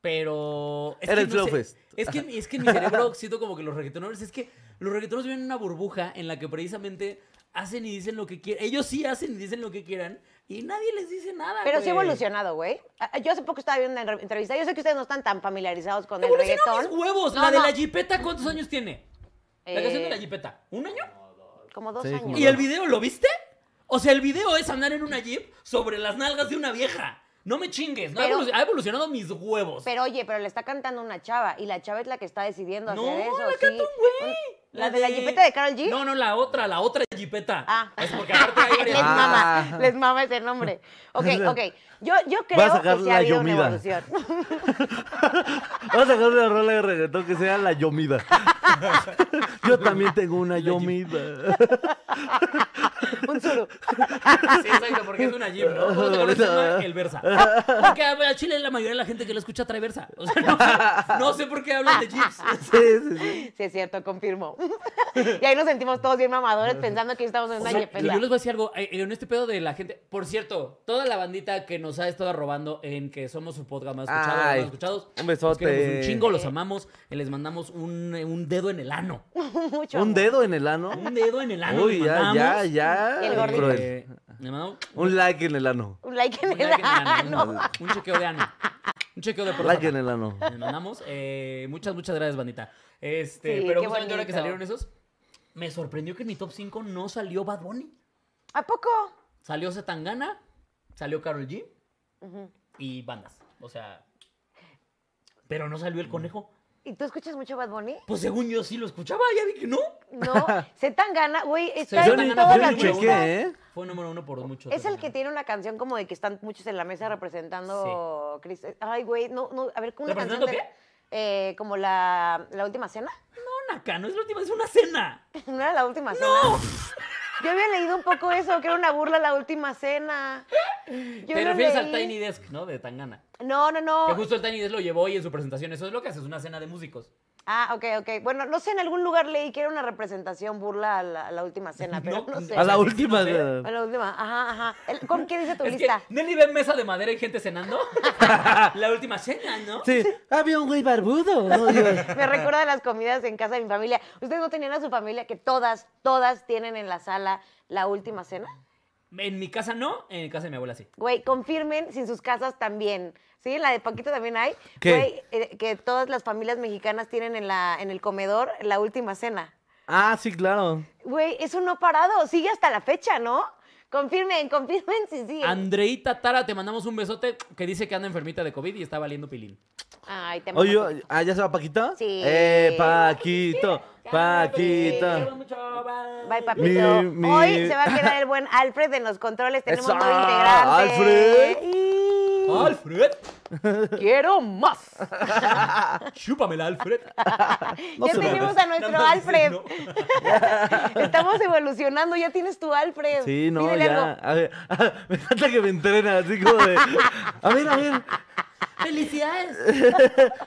B: Pero. es
C: Era
B: que
C: el
B: no sé-
C: Flowfest.
B: Es que, es que en mi cerebro siento como que los reggaetoneros. Es que los reggaetoneros viven en una burbuja en la que precisamente hacen y dicen lo que quieran. Ellos sí hacen y dicen lo que quieran. Y nadie les dice nada.
A: Pero sí ha
B: güey.
A: evolucionado, güey. Ah, ah, Yo hace poco estaba viendo una enre- entrevista. Yo sé que ustedes no están tan familiarizados con el
B: Evolucionaron
A: reggaetón.
B: mis huevos.
A: No,
B: la de
A: no,
B: la jipeta, ¿cuántos años tiene? La
A: Eh.
B: canción de la jipeta. ¿Un año?
A: Como dos
C: Sí, como
A: años.
B: ¿Y el video lo viste? O sea, el video es andar en una jeep sobre las nalgas de una vieja. No me chingues. no ha
A: Pero-
B: evolu- ha evolucionado mis huevos.
A: Pero oye, pero le está cantando una chava y la chava es la que está decidiendo
B: No,
A: hacer eso.
B: la
A: sí.
B: canta un güey.
A: Un- ¿La de la jipeta de Carol G?
B: No, no, la otra, la otra jipeta.
A: Ah.
B: Es porque aparte hay
A: Les
B: varias.
C: Ah.
A: mama, les mama ese nombre. Ok, ok. Yo, yo creo
C: Voy a sacar
A: que sí
C: la
A: ha habido una
C: Yomida.
A: evolución.
C: Vamos a sacar una rola de reggaetón que sea la yomida. Yo también tengo una yomida.
A: Un suru.
B: Sí, exacto, porque es una jeep, ¿no? Vamos a sacar una que se llama El Versa. Porque a a Chile la mayoría de la gente que lo escucha trae Versa. O sea, no sé, no sé por qué hablan de jeeps.
C: Sí, sí, sí.
A: Sí, es cierto, confirmo. y ahí nos sentimos todos bien mamadores pensando que estamos en
B: O
A: una
B: sea,
A: yepeta.
B: yo les voy a decir algo, eh, en este pedo de la gente, por cierto, toda la bandita que nos ha estado robando en que somos su podcast más escuchado, los
C: Ay,
B: más escuchados,
C: un
B: los
C: besote.
B: queremos un chingo, los amamos, y les mandamos un, eh, un dedo en el ano,
A: Mucho
C: Un
A: amor.
C: dedo en el ano.
B: un dedo en el ano,
C: Uy,
B: les
C: ya,
B: mandamos,
C: ya, ya.
A: Y el gordito.
C: cruel.
B: Eh, le mandamos
C: Un like en el ano.
A: Un like en
B: un,
A: el
B: like en el ano,
A: ano.
B: un- un chequeo de ano, un chequeo de próstata.
C: Like en el ano.
B: Les mandamos. eh, muchas, muchas gracias, bandita. Este,
A: Sí,
B: pero
A: qué
B: justamente ahora
A: bonito.
B: que salieron esos, me sorprendió que en mi top 5 no salió Bad Bunny.
A: ¿A poco?
B: Salió Zetangana, salió Carol G y bandas. O sea. Pero no salió el conejo.
A: ¿Y tú escuchas mucho Bad Bunny?
B: Pues según yo sí lo escuchaba, ya vi que no.
A: No, se tan gana, güey, está
B: Sí,
C: Yo
A: en
C: ni,
B: Zetangana
A: todas
B: fue
C: yo
A: las
C: ni
B: el número
A: listas.
C: chequé, ¿eh?
B: Fue número uno por mucho.
A: Es el que
B: Zetangana.
A: tiene una canción como de que están muchos en la mesa representando Cris- Ay, güey, no, no, a ver, ¿cómo una canción
B: ¿Representando
A: de- eh, como la, la última cena.
B: No, Naka, no es la última, es una cena.
A: ¿No era la última cena? Yo había leído un poco eso, que era una burla la última cena. Yo
B: Te
A: lo
B: refieres al
A: leí.
B: Tiny Desk, ¿no? De Tangana.
A: No, no,
B: Que
A: no.
B: justo el Tiny Desk lo llevó y en su presentación. Eso es lo que haces, una cena de músicos.
A: Ah, ok, ok. Bueno, no sé, en algún lugar leí que era una representación burla a la, a la última cena, pero no,
B: No,
A: sé.
C: A la
B: Sí,
C: última.
B: sí,
C: eh,
A: A la última, ajá, ajá. El- ¿Con qué dice tu
B: Es que
A: lista?
B: Nelly ve mesa de madera y gente cenando. la última cena, ¿no?
C: Sí, había un güey barbudo. ¿no? Yo-
A: Me recuerda a las comidas en casa de mi familia. ¿Ustedes no tenían a su familia que todas, todas tienen en la sala la última cena?
B: En mi casa no, en casa de mi abuela sí.
A: Güey, confirmen si en sus casas también. ¿Sí? En la de Paquito también hay.
C: ¿Qué?
A: Güey, eh, que todas las familias mexicanas tienen en, la, en el comedor la última cena.
C: Ah, sí, claro.
A: Güey, eso no ha parado. Sigue hasta la fecha, ¿no? Confirmen, confirmen si sí.
B: Andreita Tara, te mandamos un besote que dice que anda enfermita de COVID y está valiendo pilín.
A: Ay, te amo.
C: Oye, oye, ah, ¿ya se va Paquita?
A: Sí.
C: Eh, Paquito, Paquito.
A: Bye,
B: Bye,
A: papito.
C: Mi- mi-
A: Hoy se va a quedar el buen Alfred en los controles. Tenemos
C: Eso, ah,
A: nuevo integrante.
C: Alfred.
A: Y-
B: Alfred,
A: Quiero más.
B: chúpamela, Alfred.
C: No
A: ya
C: se lo
A: tenemos
C: des.
A: a nuestro
B: Nada más
A: Alfred.
B: no.
A: Estamos evolucionando. Ya tienes tu Alfred.
C: Sí, no,
A: Pídele
C: ya.
A: algo.
C: A ver, me encanta que me entrena, así como de. A ver, a ver,
B: ¡Felicidades!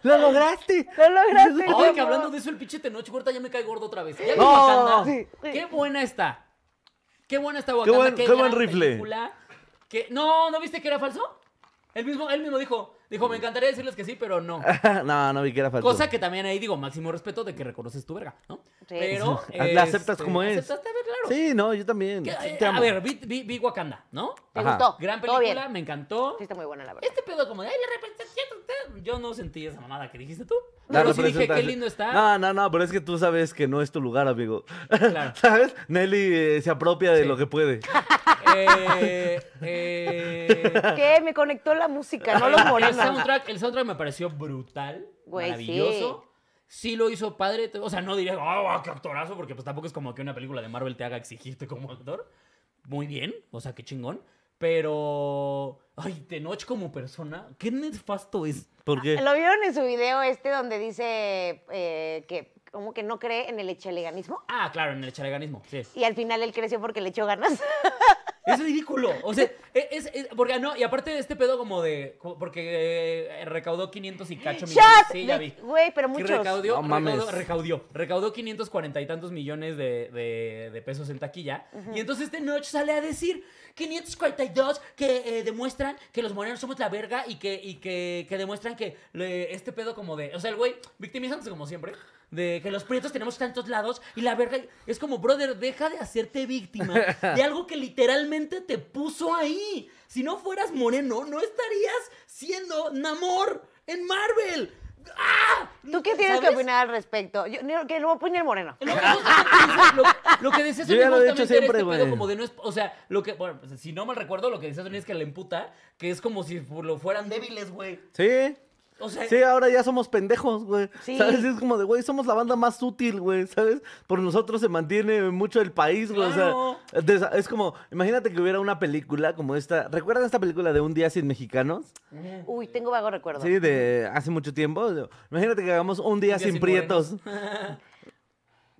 C: lo lograste.
A: Lo lograste. mi
B: Ay,
A: amor.
B: que hablando de eso, el pinche Tenoch Huerta ya me cae gordo otra vez. Ya vi
C: No.
B: Wakanda.
C: Sí,
A: sí.
B: Qué buena está. Qué buena está
C: Qué
B: Wakanda.
C: buen- qué buen
B: gran
C: rifle.
B: película. Qué- No, ¿no viste que era falso? Él mismo, él mismo dijo, Dijo, me encantaría decirles que sí, pero no.
C: no, Ah, no vi que era falso.
B: Cosa que también ahí digo, máximo respeto de que reconoces tu verga, ¿no? Pero. este,
C: La aceptas como es.
B: Aceptaste, a ver, claro.
C: Sí, no, yo también.
B: Que,
C: Sí,
B: eh,
C: te
B: a
C: amo.
B: ver, vi, vi- vi Wakanda, ¿no?
A: ¿Te
C: Ajá.
A: gustó?
B: Gran
A: Todo bien.
B: película, me encantó.
A: Sí, está muy buena, la verdad.
B: Este pedo como de, ay, la representación, usted". Yo no sentí esa mamada que dijiste tú.
C: La
B: Pero sí dije, qué
C: representación.
B: lindo está.
C: No, no, no, pero es que tú sabes que no es tu lugar, amigo.
B: Claro.
C: ¿Sabes? Nelly eh, se apropia de
B: Sí.
C: lo que puede.
B: Eh, eh,
A: ¿Qué? Me conectó la música, no los
B: el- el,
A: morenos.
B: soundtrack, el soundtrack me pareció brutal,
A: Güey,
B: maravilloso. Sí lo hizo padre, te- o sea, no diría, "Ah, qué actorazo", porque pues tampoco es como que una película de Marvel te haga exigirte como actor. Muy bien, o sea, qué chingón, pero ay, Tenoch como persona, qué nefasto es.
C: ¿Por qué?
A: ¿Lo vieron en su video este donde dice eh, que como que no cree en el echeleganismo?
B: Ah, claro, en el chaleganismo, sí.
A: Y al final él creció porque le echó ganas.
B: Es ridículo. O sea, e, es, es- porque no, y aparte de este pedo como de. como- Porque eh, recaudó 500 y cacho millones.
A: ¡Chat!
B: Sí, ya vi.
A: Güey, pero
B: Que
A: muchos.
B: recaudió,
C: No mames.
B: recaudó, recaudió, recaudó 540 y tantos millones de, de- de pesos en taquilla. Y entonces este Noche sale a decir 542 que eh, demuestran que los morenos somos la verga y que, y que, que demuestran que le- este pedo como de... O sea, el güey victimizándose como siempre. De que los prietos tenemos tantos lados y la verga es como, brother, deja de hacerte víctima de algo que literalmente te puso ahí. Si no fueras moreno, no estarías siendo Namor en Marvel. ¡Ah!
A: ¿Tú qué tienes que
B: ¿Sabes?
A: opinar al respecto? Yo, no, que no opine el moreno.
B: Lo que, justamente dice- lo, lo que decía
C: Yo ya
B: Sonia
C: lo he
B: justamente
C: dicho
B: era
C: siempre,
B: este pedo
C: güey.
B: como de no es, o sea, lo que, bueno, pues, si no mal recuerdo, lo que decía Sonia es que le emputa, que es como si fu- lo fueran débiles, güey.
C: Sí.
B: O sea,
C: Sí, ahora ya somos pendejos, güey.
A: Sí.
C: ¿Sabes? Es como de, güey, somos la banda más útil, güey, ¿sabes? Por nosotros se mantiene mucho el país, güey. o sea,
B: Claro.
C: des- es como, imagínate que hubiera una película como esta. ¿Recuerdan esta película de Un Día Sin Mexicanos?
A: Uy, tengo vago recuerdo.
C: Sí, de hace mucho tiempo. Imagínate que hagamos Un Día,
B: Un día
C: sin,
B: sin
C: Prietos.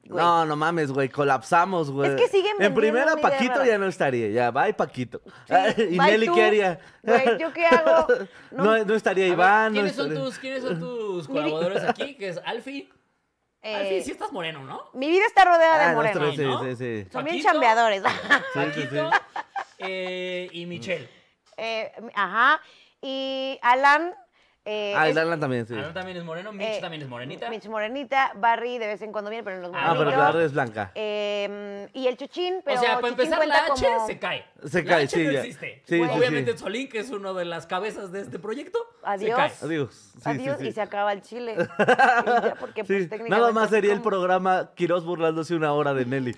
A: Güey.
C: No, no mames, güey, colapsamos, güey.
A: Es que siguen
C: En
A: vendiendo
C: primera,
A: una idea
C: Paquito
A: rara.
C: ya no estaría, ya, bye, Paquito. Ah, y
A: bye
C: Nelly,
A: tú.
C: ¿qué haría?
A: Güey, ¿yo qué hago?
C: No,
A: No.
C: no, estaría
B: a ver,
C: Iván, este, no
B: ¿quiénes, son
C: estaría-
B: tus, ¿quiénes son tus colaboradores aquí? Que es Alfie.
A: Eh,
B: Alfie, sí estás moreno, ¿no?
A: Mi vida está rodeada
C: Ah,
A: de morenos.
C: nosotros, sí,
B: ¿no?
C: sí, sí.
A: Son bien
B: Paquito.
A: chambeadores.
C: Sí, sí, sí.
B: Paquito eh,
C: Mm,
B: y Michelle.
A: Eh, ajá. Y Alan. eh,
C: Ah,
A: es-
C: el Alan también, sí.
B: Alan también es moreno, Mitch
A: eh,
B: también es morenita.
A: Mitch Morenita. Barry de vez en cuando viene, pero en los
B: Ah,
C: Ah,
A: morenitos.
C: pero la red es blanca.
A: Eh, y el Chuchín, pero
B: o sea, para
A: Chuchín
B: empezar, la
A: cuenta
B: H
A: como-
B: se cae.
C: Se
B: la
C: cae,
B: H
C: sí,
B: no
C: ya.
B: existe.
C: Sí, sí,
B: Obviamente
C: sí.
B: Solín, que es uno de las cabezas de este proyecto,
A: Adiós.
B: se cae.
C: Adiós. Sí, sí,
A: Adiós,
C: sí.
A: y se acaba el chile. Y ya, porque,
C: Sí,
A: pues, técnicamente
C: Nada más sería el
A: ¿cómo?
C: programa Quirós burlándose una hora de Nelly.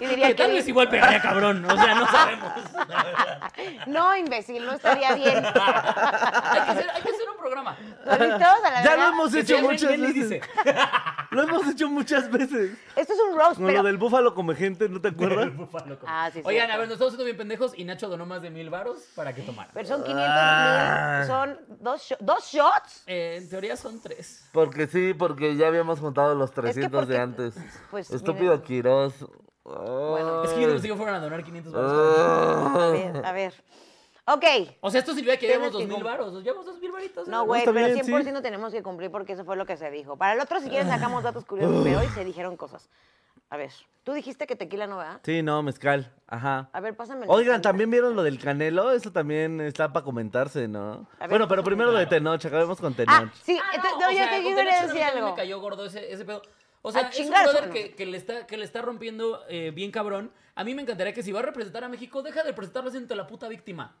A: Y diría
B: que
A: que,
B: tal vez igual pegaría cabrón, o sea, no sabemos. la verdad.
A: no, imbécil, no estaría bien.
B: hay, que hacer, hay que hacer un programa.
A: Solitos, a la
C: Ya lo
A: verga.
C: hemos
B: Que
C: hecho
B: sea
C: muchas
B: Nelly
C: veces.
B: dice.
C: Lo hemos hecho muchas veces.
A: Esto es un roast,
C: Con
A: pero
C: lo del búfalo come gente, ¿no te acuerdas?
B: El búfalo come.
A: Ah, sí,
B: Oigan,
A: cierto.
B: a ver, nos estamos haciendo bien pendejos y Nacho donó más de mil varos para que tomara.
A: pero son 500
C: Ah.
A: mil, son dos, sho- dos shots.
B: Eh, en teoría son tres.
C: Porque sí, porque ya habíamos juntado los
A: que
C: 300 de
A: porque-
C: antes.
A: pues,
C: Estúpido
A: miren.
C: Quirós.
A: Bueno.
B: Es que yo no pensé que fueran a donar 500 varos.
A: A
C: Ah.
A: ver, a ver. Ok.
B: O sea, esto sirvió de que llevamos dos
A: Tienes que
B: mil
A: com-
B: varos. Nos llevamos dos mil varitos.
A: No, güey,
C: está
A: pero
C: bien, sí. Ah.
A: 100% tenemos que cumplir porque eso fue lo que se dijo. Para el otro, si quieren, sacamos datos curiosos, pero hoy se dijeron cosas. A ver, tú dijiste que tequila no va.
C: Sí, no, mezcal. Ajá.
A: A ver, pásame. el
C: Oigan,
A: tequila.
C: ¿también vieron lo del Canelo? Eso también está para comentarse, ¿no?
A: A ver,
C: Bueno, pero
A: pues,
C: primero lo de Tenoch, acabemos con
A: Ah,
C: Tenoch.
A: sí,
B: Ah,
A: ento-
B: no,
A: no,
B: o
A: yo
B: sea,
A: te
B: con
A: quiero
B: Tenoch
A: decir
B: también me
A: algo.
B: cayó gordo ese, ese pedo. O sea,
A: A
B: es un
A: chingar a su
B: brother
A: madre.
B: que, que le está, que le está rompiendo eh, bien cabrón. A mí me encantaría que si va a representar a México, deja de representarlo siendo la puta víctima.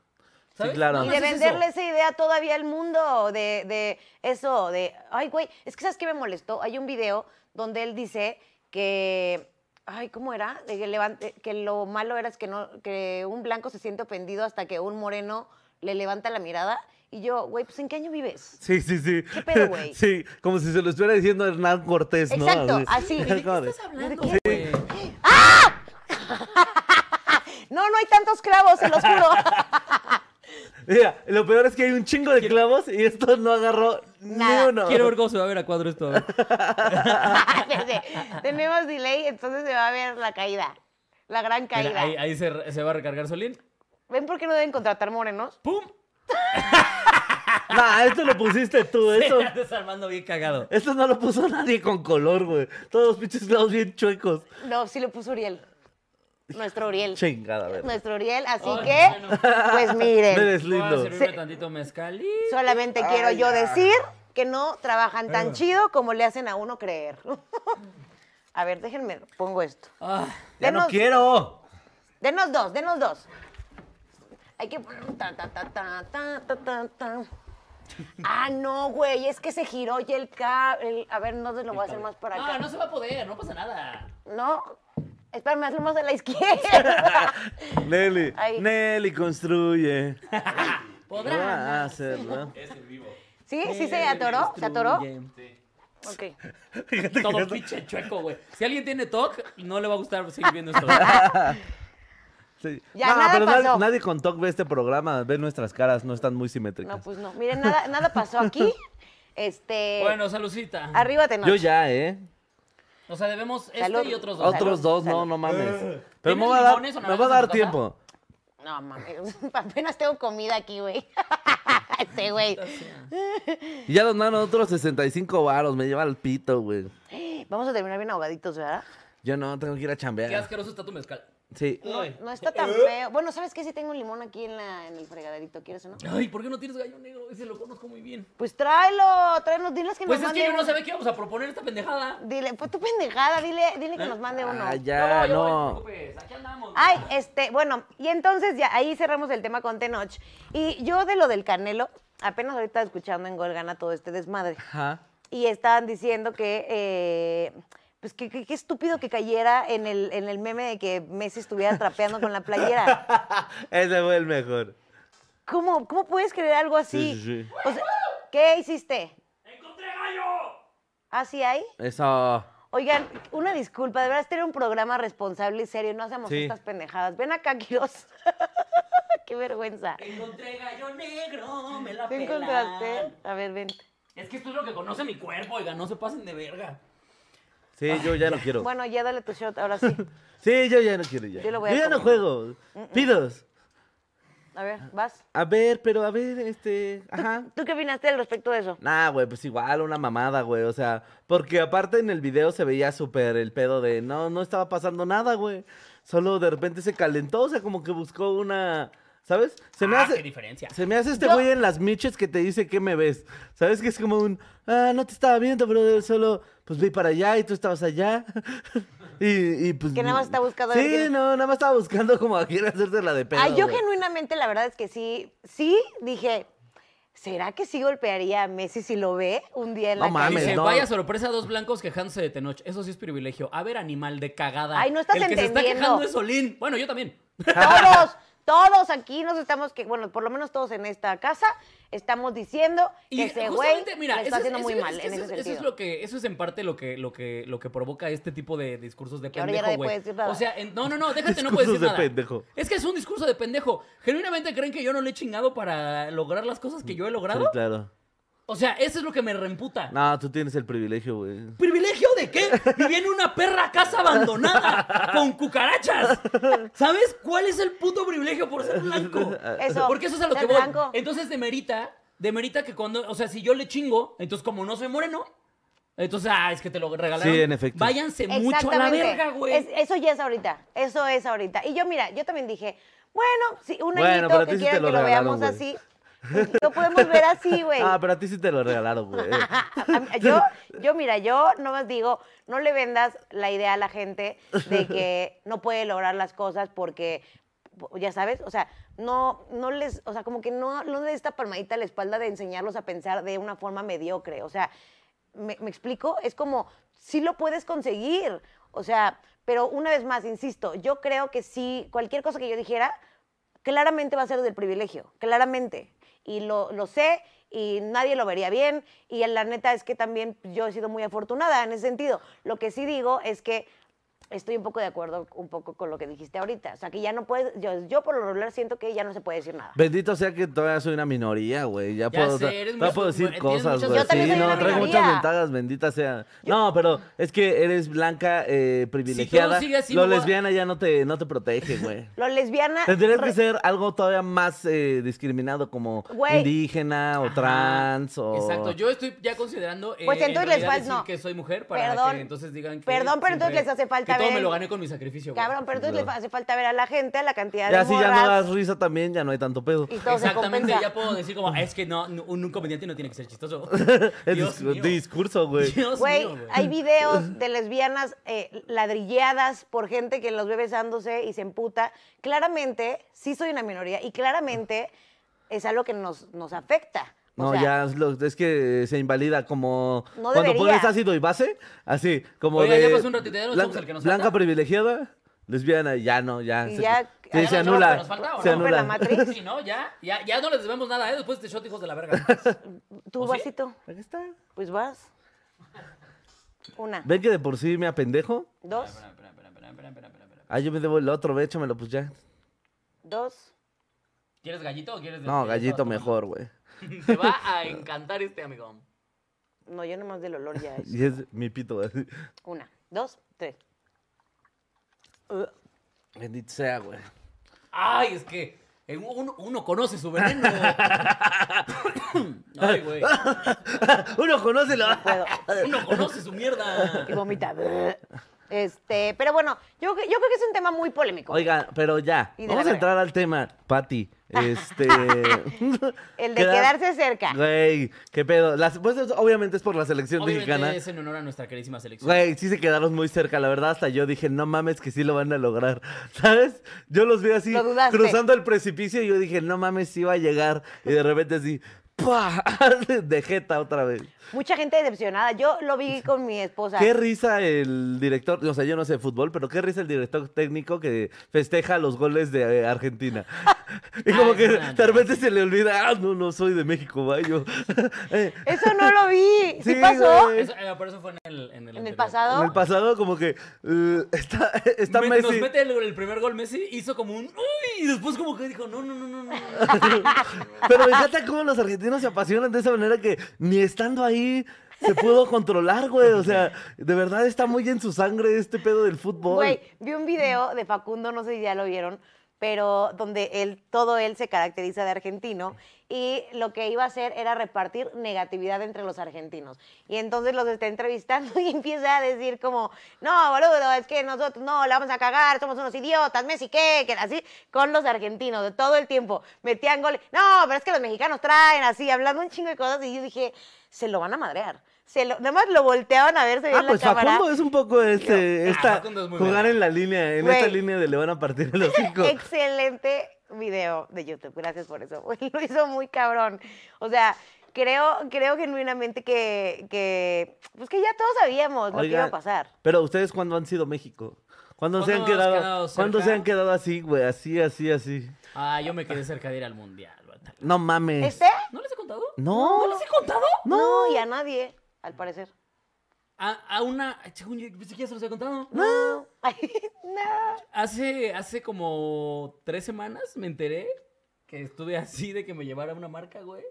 B: ¿Sabes?
C: claro.
B: Nada
A: Y
B: más
A: de
B: es eso.
A: venderle esa idea todavía al mundo, de, de eso, de, ay, güey, es que ¿sabes qué me molestó? Hay un video donde él dice que, ay, ¿cómo era? De que, levante- que lo malo era es que, no, que un blanco se siente ofendido hasta que un moreno le levanta la mirada. Y yo, güey, pues ¿en qué año vives?
C: Sí, sí, sí.
A: ¿Qué pedo, güey?
C: Sí, como si se lo estuviera diciendo Hernán Cortés, ¿no?
A: Exacto, así.
B: ¿Y ¿De qué
C: Como de-
B: estás hablando,
A: ¿De
B: güey?
A: No, no hay tantos clavos, se los juro.
C: Mira, lo peor es que hay un chingo de clavos y esto no agarró
A: Nada.
C: ni uno.
B: Quiero ver cómo se va a ver a cuadro esto. a ver.
A: Espérate, Tenemos delay, entonces se va a ver la caída, la gran caída.
B: Mira, ahí ahí se, se va a recargar Solín.
A: ¿Ven por qué no deben contratar morenos?
B: ¡Pum!
C: Nah, esto lo pusiste tú,
B: Eso.
C: esto.
B: Estás armando bien cagado.
C: Esto no lo puso nadie con color, güey. Todos los pinches clavos bien chuecos.
A: No, sí lo puso Uriel. nuestro Uriel.
C: Chingada, verga.
A: Nuestro Uriel, así
B: Ay,
A: que,
B: bueno.
A: pues miren.
C: Me
B: Voy a
C: deslindo.
B: servirme
A: Sí.
B: tantito mezcal y...
A: Solamente
D: Ay,
A: quiero yo
D: ya.
A: decir que no trabajan tan
D: Eh.
A: chido como le hacen a uno creer. a ver, déjenme, pongo esto.
B: Ah,
C: Ya no
A: Denos-
C: quiero.
A: Denos dos, denos dos. Hay que poner ta, ta, ta, ta, ta, ta, ta, ta. Ah, no, güey, es que se giró y el cable. A ver, no se lo voy a hacer más para
B: ah,
A: acá.
B: no se va a poder, no pasa nada.
A: No, espérame, hazlo más a la izquierda.
C: Nelly.
A: Ay.
C: Nelly construye.
B: Podrá.
C: Va a hacerlo.
A: ¿Sí? ¿Sí se atoró? ¿Se atoró? Ok.
B: Todo pinche chueco, güey. Si alguien tiene TOC, no le va a gustar seguir viendo esto.
C: Sí.
A: Ya,
C: no,
A: nada
C: pero na-
A: pasó.
C: nadie con TOC ve este programa, ve nuestras caras, no están muy simétricas.
A: No, pues no. Miren, nada, nada pasó aquí. Este.
B: Bueno, saludcita.
A: arriba te
C: Yo ya, ¿eh?
B: O sea, debemos este
A: Salud.
B: y otros dos.
A: Pues, Salud.
C: Otros dos, no,
A: salud.
C: no mames. Pero me
B: ¿Tienes
C: va a dar,
B: limones o
C: me va a
B: naranjas en
C: dar
B: tu
C: tiempo.
A: No, mames. Apenas tengo comida aquí, güey. este, güey.
C: Y ya los nanos otros 65 varos, me lleva al pito, güey.
A: Vamos a terminar bien ahogaditos, ¿verdad?
C: Yo no, tengo que ir a
B: Qué
C: chambear.
B: asqueroso está tu mezcal.
C: Sí.
A: No,
B: Ay.
A: no está tan feo. Bueno, ¿sabes qué? Sí tengo un limón aquí en, la, en el fregaderito. ¿Quieres o no?
B: Ay, ¿por qué no tienes gallo negro? Ese lo conozco muy bien.
A: Pues tráelo, tráenos, diles que
B: Pues
A: nos
B: es que yo
A: manden.
B: no sabía que íbamos a proponer esta pendejada.
A: Dile, pues tu pendejada, dile, dile
B: Eh,
A: que nos mande uno.
C: Ah, ya,
B: yo
C: no.
B: No te preocupes, aquí andamos.
A: Ay, este, bueno, y entonces ya ahí cerramos el tema con Tenoch. Y yo de lo del Canelo, apenas ahorita escuchando en Gol Gana todo este desmadre.
C: Ajá.
A: y estaban diciendo que, eh, pues que, que- que estúpido que cayera en el, en el meme de que Messi estuviera trapeando con la playera.
C: Ese fue el mejor.
A: ¿Cómo, cómo puedes creer algo así?
C: Sí, sí, sí.
A: O sea, ¿Qué hiciste?
B: ¡Encontré gallo!
A: ¿Ah, sí hay?
C: Eso.
A: Oigan, una disculpa, de verdad, este era un programa responsable y serio, no hacemos
C: Sí.
A: estas pendejadas. Ven acá, Quiroz. Qué vergüenza.
B: Encontré gallo negro, me la
A: ¿Te
B: pelan.
A: encontraste? A ver, ven.
B: Es que esto es lo que conoce mi cuerpo, oiga, no se pasen de verga.
C: Sí, yo ya no quiero.
A: Bueno, ya dale tu shot, ahora sí.
C: Sí, yo ya no quiero ya.
A: Yo
C: Yo,
A: lo voy a
C: ya no
A: comer. Mm,
C: juego. Pidos.
A: A ver, vas.
C: A ver, pero a ver, este. Ajá.
A: ¿Tú qué opinaste al respecto de eso?
C: Nah, güey, pues igual, una mamada, güey. O sea, porque aparte en el video se veía súper el pedo de no, no estaba pasando nada, güey. Solo de repente se calentó, o sea, como que buscó una. ¿Sabes? Se me
B: Ah,
C: hace.
B: qué diferencia.
C: Se me hace este
A: Yo-
C: güey en las miches que te dice que me ves. ¿Sabes? Que es como un. Ah, no te estaba viendo, brother. Solo. Pues vi para allá y tú estabas allá. y, y, pues.
A: Que nada más está buscando a ver
C: Sí,
A: quién es.
C: no, nada más estaba buscando como a quién hacerse la de pedo.
A: Ah, yo
C: güey.
A: genuinamente, la verdad es que sí, sí, dije, ¿será que sí golpearía a Messi si lo ve un día en
C: No
A: la calle?
C: mames,
B: Dice,
C: no.
B: vaya sorpresa, dos blancos quejándose de Tenoch. Eso sí es privilegio. A ver, animal de cagada.
A: Ay, no estás
B: El que se está
A: entendiendo.
B: quejando es Solín. Bueno, yo también.
A: Todos, todos aquí nos estamos, que, bueno, por lo menos todos en esta casa, estamos diciendo que ese güey
B: justamente,
A: le está
B: eso es-
A: haciendo
B: eso
A: muy
B: es-
A: mal
B: es que
A: en ese
B: eso es- Eso
A: sentido.
B: es, lo que, eso es en parte lo que, lo que, lo que provoca este tipo de discursos de
A: Que ahora ya
B: pendejo,
A: no puedes
B: güey.
A: decir nada.
B: O sea, en- no, no, no, déjate, no puedes
C: Discursos
B: decir
C: de
B: nada.
C: pendejo.
B: Es que es un discurso de pendejo. ¿Genuinamente creen que yo no le he chingado para lograr las cosas que yo he
C: Mm, Sí,
B: logrado?
C: claro.
B: O sea, eso es lo que me reemputa.
C: No, tú tienes el privilegio, güey.
B: ¿Privilegio de qué? Viví en una perra casa abandonada con cucarachas. ¿Sabes cuál es el puto privilegio por ser blanco?
A: Eso,
B: Porque eso es a lo
A: ser
B: que voy.
A: blanco.
B: Entonces demerita, demerita que cuando, o sea, si yo le chingo, entonces como no soy moreno, entonces, ah, es que te lo regalaron.
C: Sí, en efecto.
B: Váyanse mucho a la verga, güey.
A: Es- eso ya es ahorita, eso es ahorita. Y yo, mira, yo también dije, bueno, si un
C: Bueno,
A: añito
C: pero a ti
A: que
C: sí
A: quieran
C: te lo
A: que lo veamos
C: regalaron, güey.
A: así, pues, lo podemos ver así, güey.
C: Ah, pero a ti sí te lo regalaron, güey.
A: A mí- Yo, yo, mira, yo nomás digo, no le vendas la idea a la gente de que no puede lograr las cosas porque, ya sabes, o sea, no, no les, o sea, como que no, no les esta palmadita a la espalda de enseñarlos a pensar de una forma mediocre. O sea, ¿me, me explico? Es como, sí lo puedes conseguir. O sea, pero una vez más, insisto, yo creo que sí, cualquier cosa que yo dijera, claramente va a ser del privilegio, claramente. Y lo, lo sé y nadie lo vería bien. Y la neta es que también yo he sido muy afortunada en ese sentido. Lo que sí digo es que estoy un poco de acuerdo un poco con lo que dijiste ahorita. O sea, que ya no puedes, yo, yo por lo regular siento que ya no se puede decir nada.
C: Bendito sea que todavía soy una minoría, güey. Ya,
B: Ya
C: puedo,
B: sé, eres
C: todavía
B: muy
C: puedo
B: sub-
C: decir
B: tienes
C: cosas,
B: muchas-
C: güey.
A: Yo también
C: Sí,
A: soy
C: no,
A: una
C: traes
A: minoría.
C: muchas ventajas, bendita sea. No, pero es que eres blanca eh, privilegiada.
B: sigues así,
C: lo
B: me voy a-
C: lesbiana ya no te, no te protege, güey.
A: Lo lesbiana...
C: Tendrías que
A: re-
C: ser algo todavía más eh, discriminado como
A: Güey.
C: indígena o trans o...
B: Exacto, yo estoy ya considerando. eh,
A: Pues entonces
B: en
A: les
B: realidad
A: fal-
B: decir
A: no.
B: que soy mujer para
A: Perdón.
B: que entonces digan que.
A: Perdón, pero entonces
B: siempre-
A: les hace falta
B: que todo
A: ver,
B: me lo gané con mi sacrificio, güey.
A: Cabrón, pero entonces le
C: Claro.
A: hace falta ver a la gente, a la cantidad de
C: Ya si ya
A: morras,
C: no das risa también, ya no hay tanto pedo.
A: y todo se
B: Exactamente,
A: compensa.
B: ya puedo decir como, "Ah, es que no, no, un, un comediante no tiene que ser chistoso.
C: Es
B: Dios
C: dis-
B: mío.
C: discurso, güey.
B: Dios
A: Güey,
B: mío, güey.
A: hay videos de lesbianas eh, ladrilladas por gente que los ve besándose y se emputa. Claramente, sí soy una minoría y claramente es algo que nos, nos afecta. O
C: No,
A: sea,
C: ya es lo- es que se invalida como
A: No
C: cuando
A: debería.
C: pones ácido y base, así como
B: Oiga,
C: de
B: ya pasó un ratito, ya nos vamos al que nos
C: blanca
B: falta.
C: privilegiada, lesbiana, ya no, ya.
A: Y
C: se,
A: ya- ya
C: sí, se
A: nos vamos
C: anula,
A: al que nos falta, ¿o
C: se
A: no? Rompe la
C: anula.
A: matriz. Beatriz.
B: Sí, ¿no? Ya, ya, ya no les debemos nada, ¿eh? Después de este shot, hijos de la verga.
A: tú,
B: ¿o sí?
A: vasito,
C: Aquí está.
A: pues vas. Una,
C: ¿Ven que de por sí me apendejo?
A: dos,
B: Espera, espera, espera, espera, espera, espera, espera, espera.
C: Ah, yo me debo el otro, ve, échamelo, pues ya.
A: dos.
B: ¿Quieres gallito o quieres... de-
C: No,
B: de-
C: gallito mejor, güey.
B: Te va a encantar este amigo.
A: No, yo nomás del olor ya es.
C: Y es mi pito, así.
A: Una, dos, tres. Uh,
C: Bendito sea, güey.
B: Ay, es que eh, uno, uno conoce su veneno. Ay, güey.
C: Uno conoce la...
A: puedo.
B: Uno conoce su mierda.
A: Y vomita. Este, pero bueno, yo, cre- yo creo que es un tema muy polémico.
C: Oigan, pero ya,
A: Y de la
C: vamos a
A: verga.
C: entrar al tema, Pati. Este.
A: El de
C: Quedar-
A: quedarse cerca.
C: Güey, qué pedo. Las, pues, es- obviamente es por la selección
B: Obviamente
C: mexicana.
B: es en honor a nuestra queridísima selección.
C: Güey, sí se quedaron muy cerca, la verdad, hasta yo dije, no mames que sí lo van a lograr, ¿sabes? Yo los vi así,
A: Lo dudaste.
C: cruzando el precipicio y yo dije, no mames, sí va a llegar, y de repente así, ¡pah! de jeta otra vez.
A: Mucha gente decepcionada. Yo lo vi con mi esposa.
C: Qué risa el director, o sea, yo no sé de fútbol, pero qué risa el director técnico que festeja los goles de eh, Argentina. y como
B: Ah,
C: que
B: no, no,
C: de repente se le olvida, ah, no, no soy de México, vaya. Eh,
A: Eso no lo vi. ¿Sí,
C: Sí,
A: pasó?
C: güey.
B: Eso, eh, por eso fue en el, en el,
A: En el
B: anterior.
A: pasado.
C: En el pasado como que eh, está, está
B: Me-
C: Messi.
B: Nos mete el, el primer gol Messi, hizo como un uy, y después como que dijo, no, no, no, no, no.
C: Pero me encanta cómo los argentinos se apasionan de esa manera que ni estando ahí se pudo controlar, güey. O sea, de verdad está muy en su sangre este pedo del fútbol.
A: Güey, vi un video de Facundo, no sé si ya lo vieron, pero donde él, todo él se caracteriza de argentino y lo que iba a hacer era repartir negatividad entre los argentinos. Y entonces los está entrevistando y empieza a decir como, no, boludo, es que nosotros no, la vamos a cagar, somos unos idiotas, Messi, ¿qué? Que así con los argentinos, de todo el tiempo. Metían goles, no, pero es que los mexicanos traen así, hablando un chingo de cosas y yo dije, se lo van a madrear. Se lo, nada más lo volteaban a ver, se veía
C: Ah,
A: en la
C: pues
A: cámara.
C: Facundo es un poco este,
B: Ah,
C: esta,
B: Facundo es muy
C: jugar
B: bueno.
C: en la línea, en
A: Güey.
C: esta línea de le van a partir los hocico.
A: Excelente video de YouTube. Gracias por eso. güey. Lo hizo muy cabrón. O sea, creo, creo genuinamente que, que pues que ya todos sabíamos lo que iba
C: Oigan,
A: a pasar.
C: Pero ustedes cuándo han sido México? ¿Cuándo,
B: ¿Cuándo
C: se han
B: hemos
C: quedado,
B: quedado
C: ¿Cuándo se
B: cerca?
C: han quedado así, güey? Así, así, así.
B: Ah, yo me quedé cerca de ir al mundial. bata.
C: No mames.
A: ¿Este?
B: ¿No les he contado?
C: eh, No.
B: ¿No les he contado?
A: No. y a nadie, al parecer.
B: A, a una. Según yo, pensé que ya se los he contado.
A: No. Ay, no.
B: Hace, hace como tres semanas me enteré que estuve así de que me llevara una marca, güey.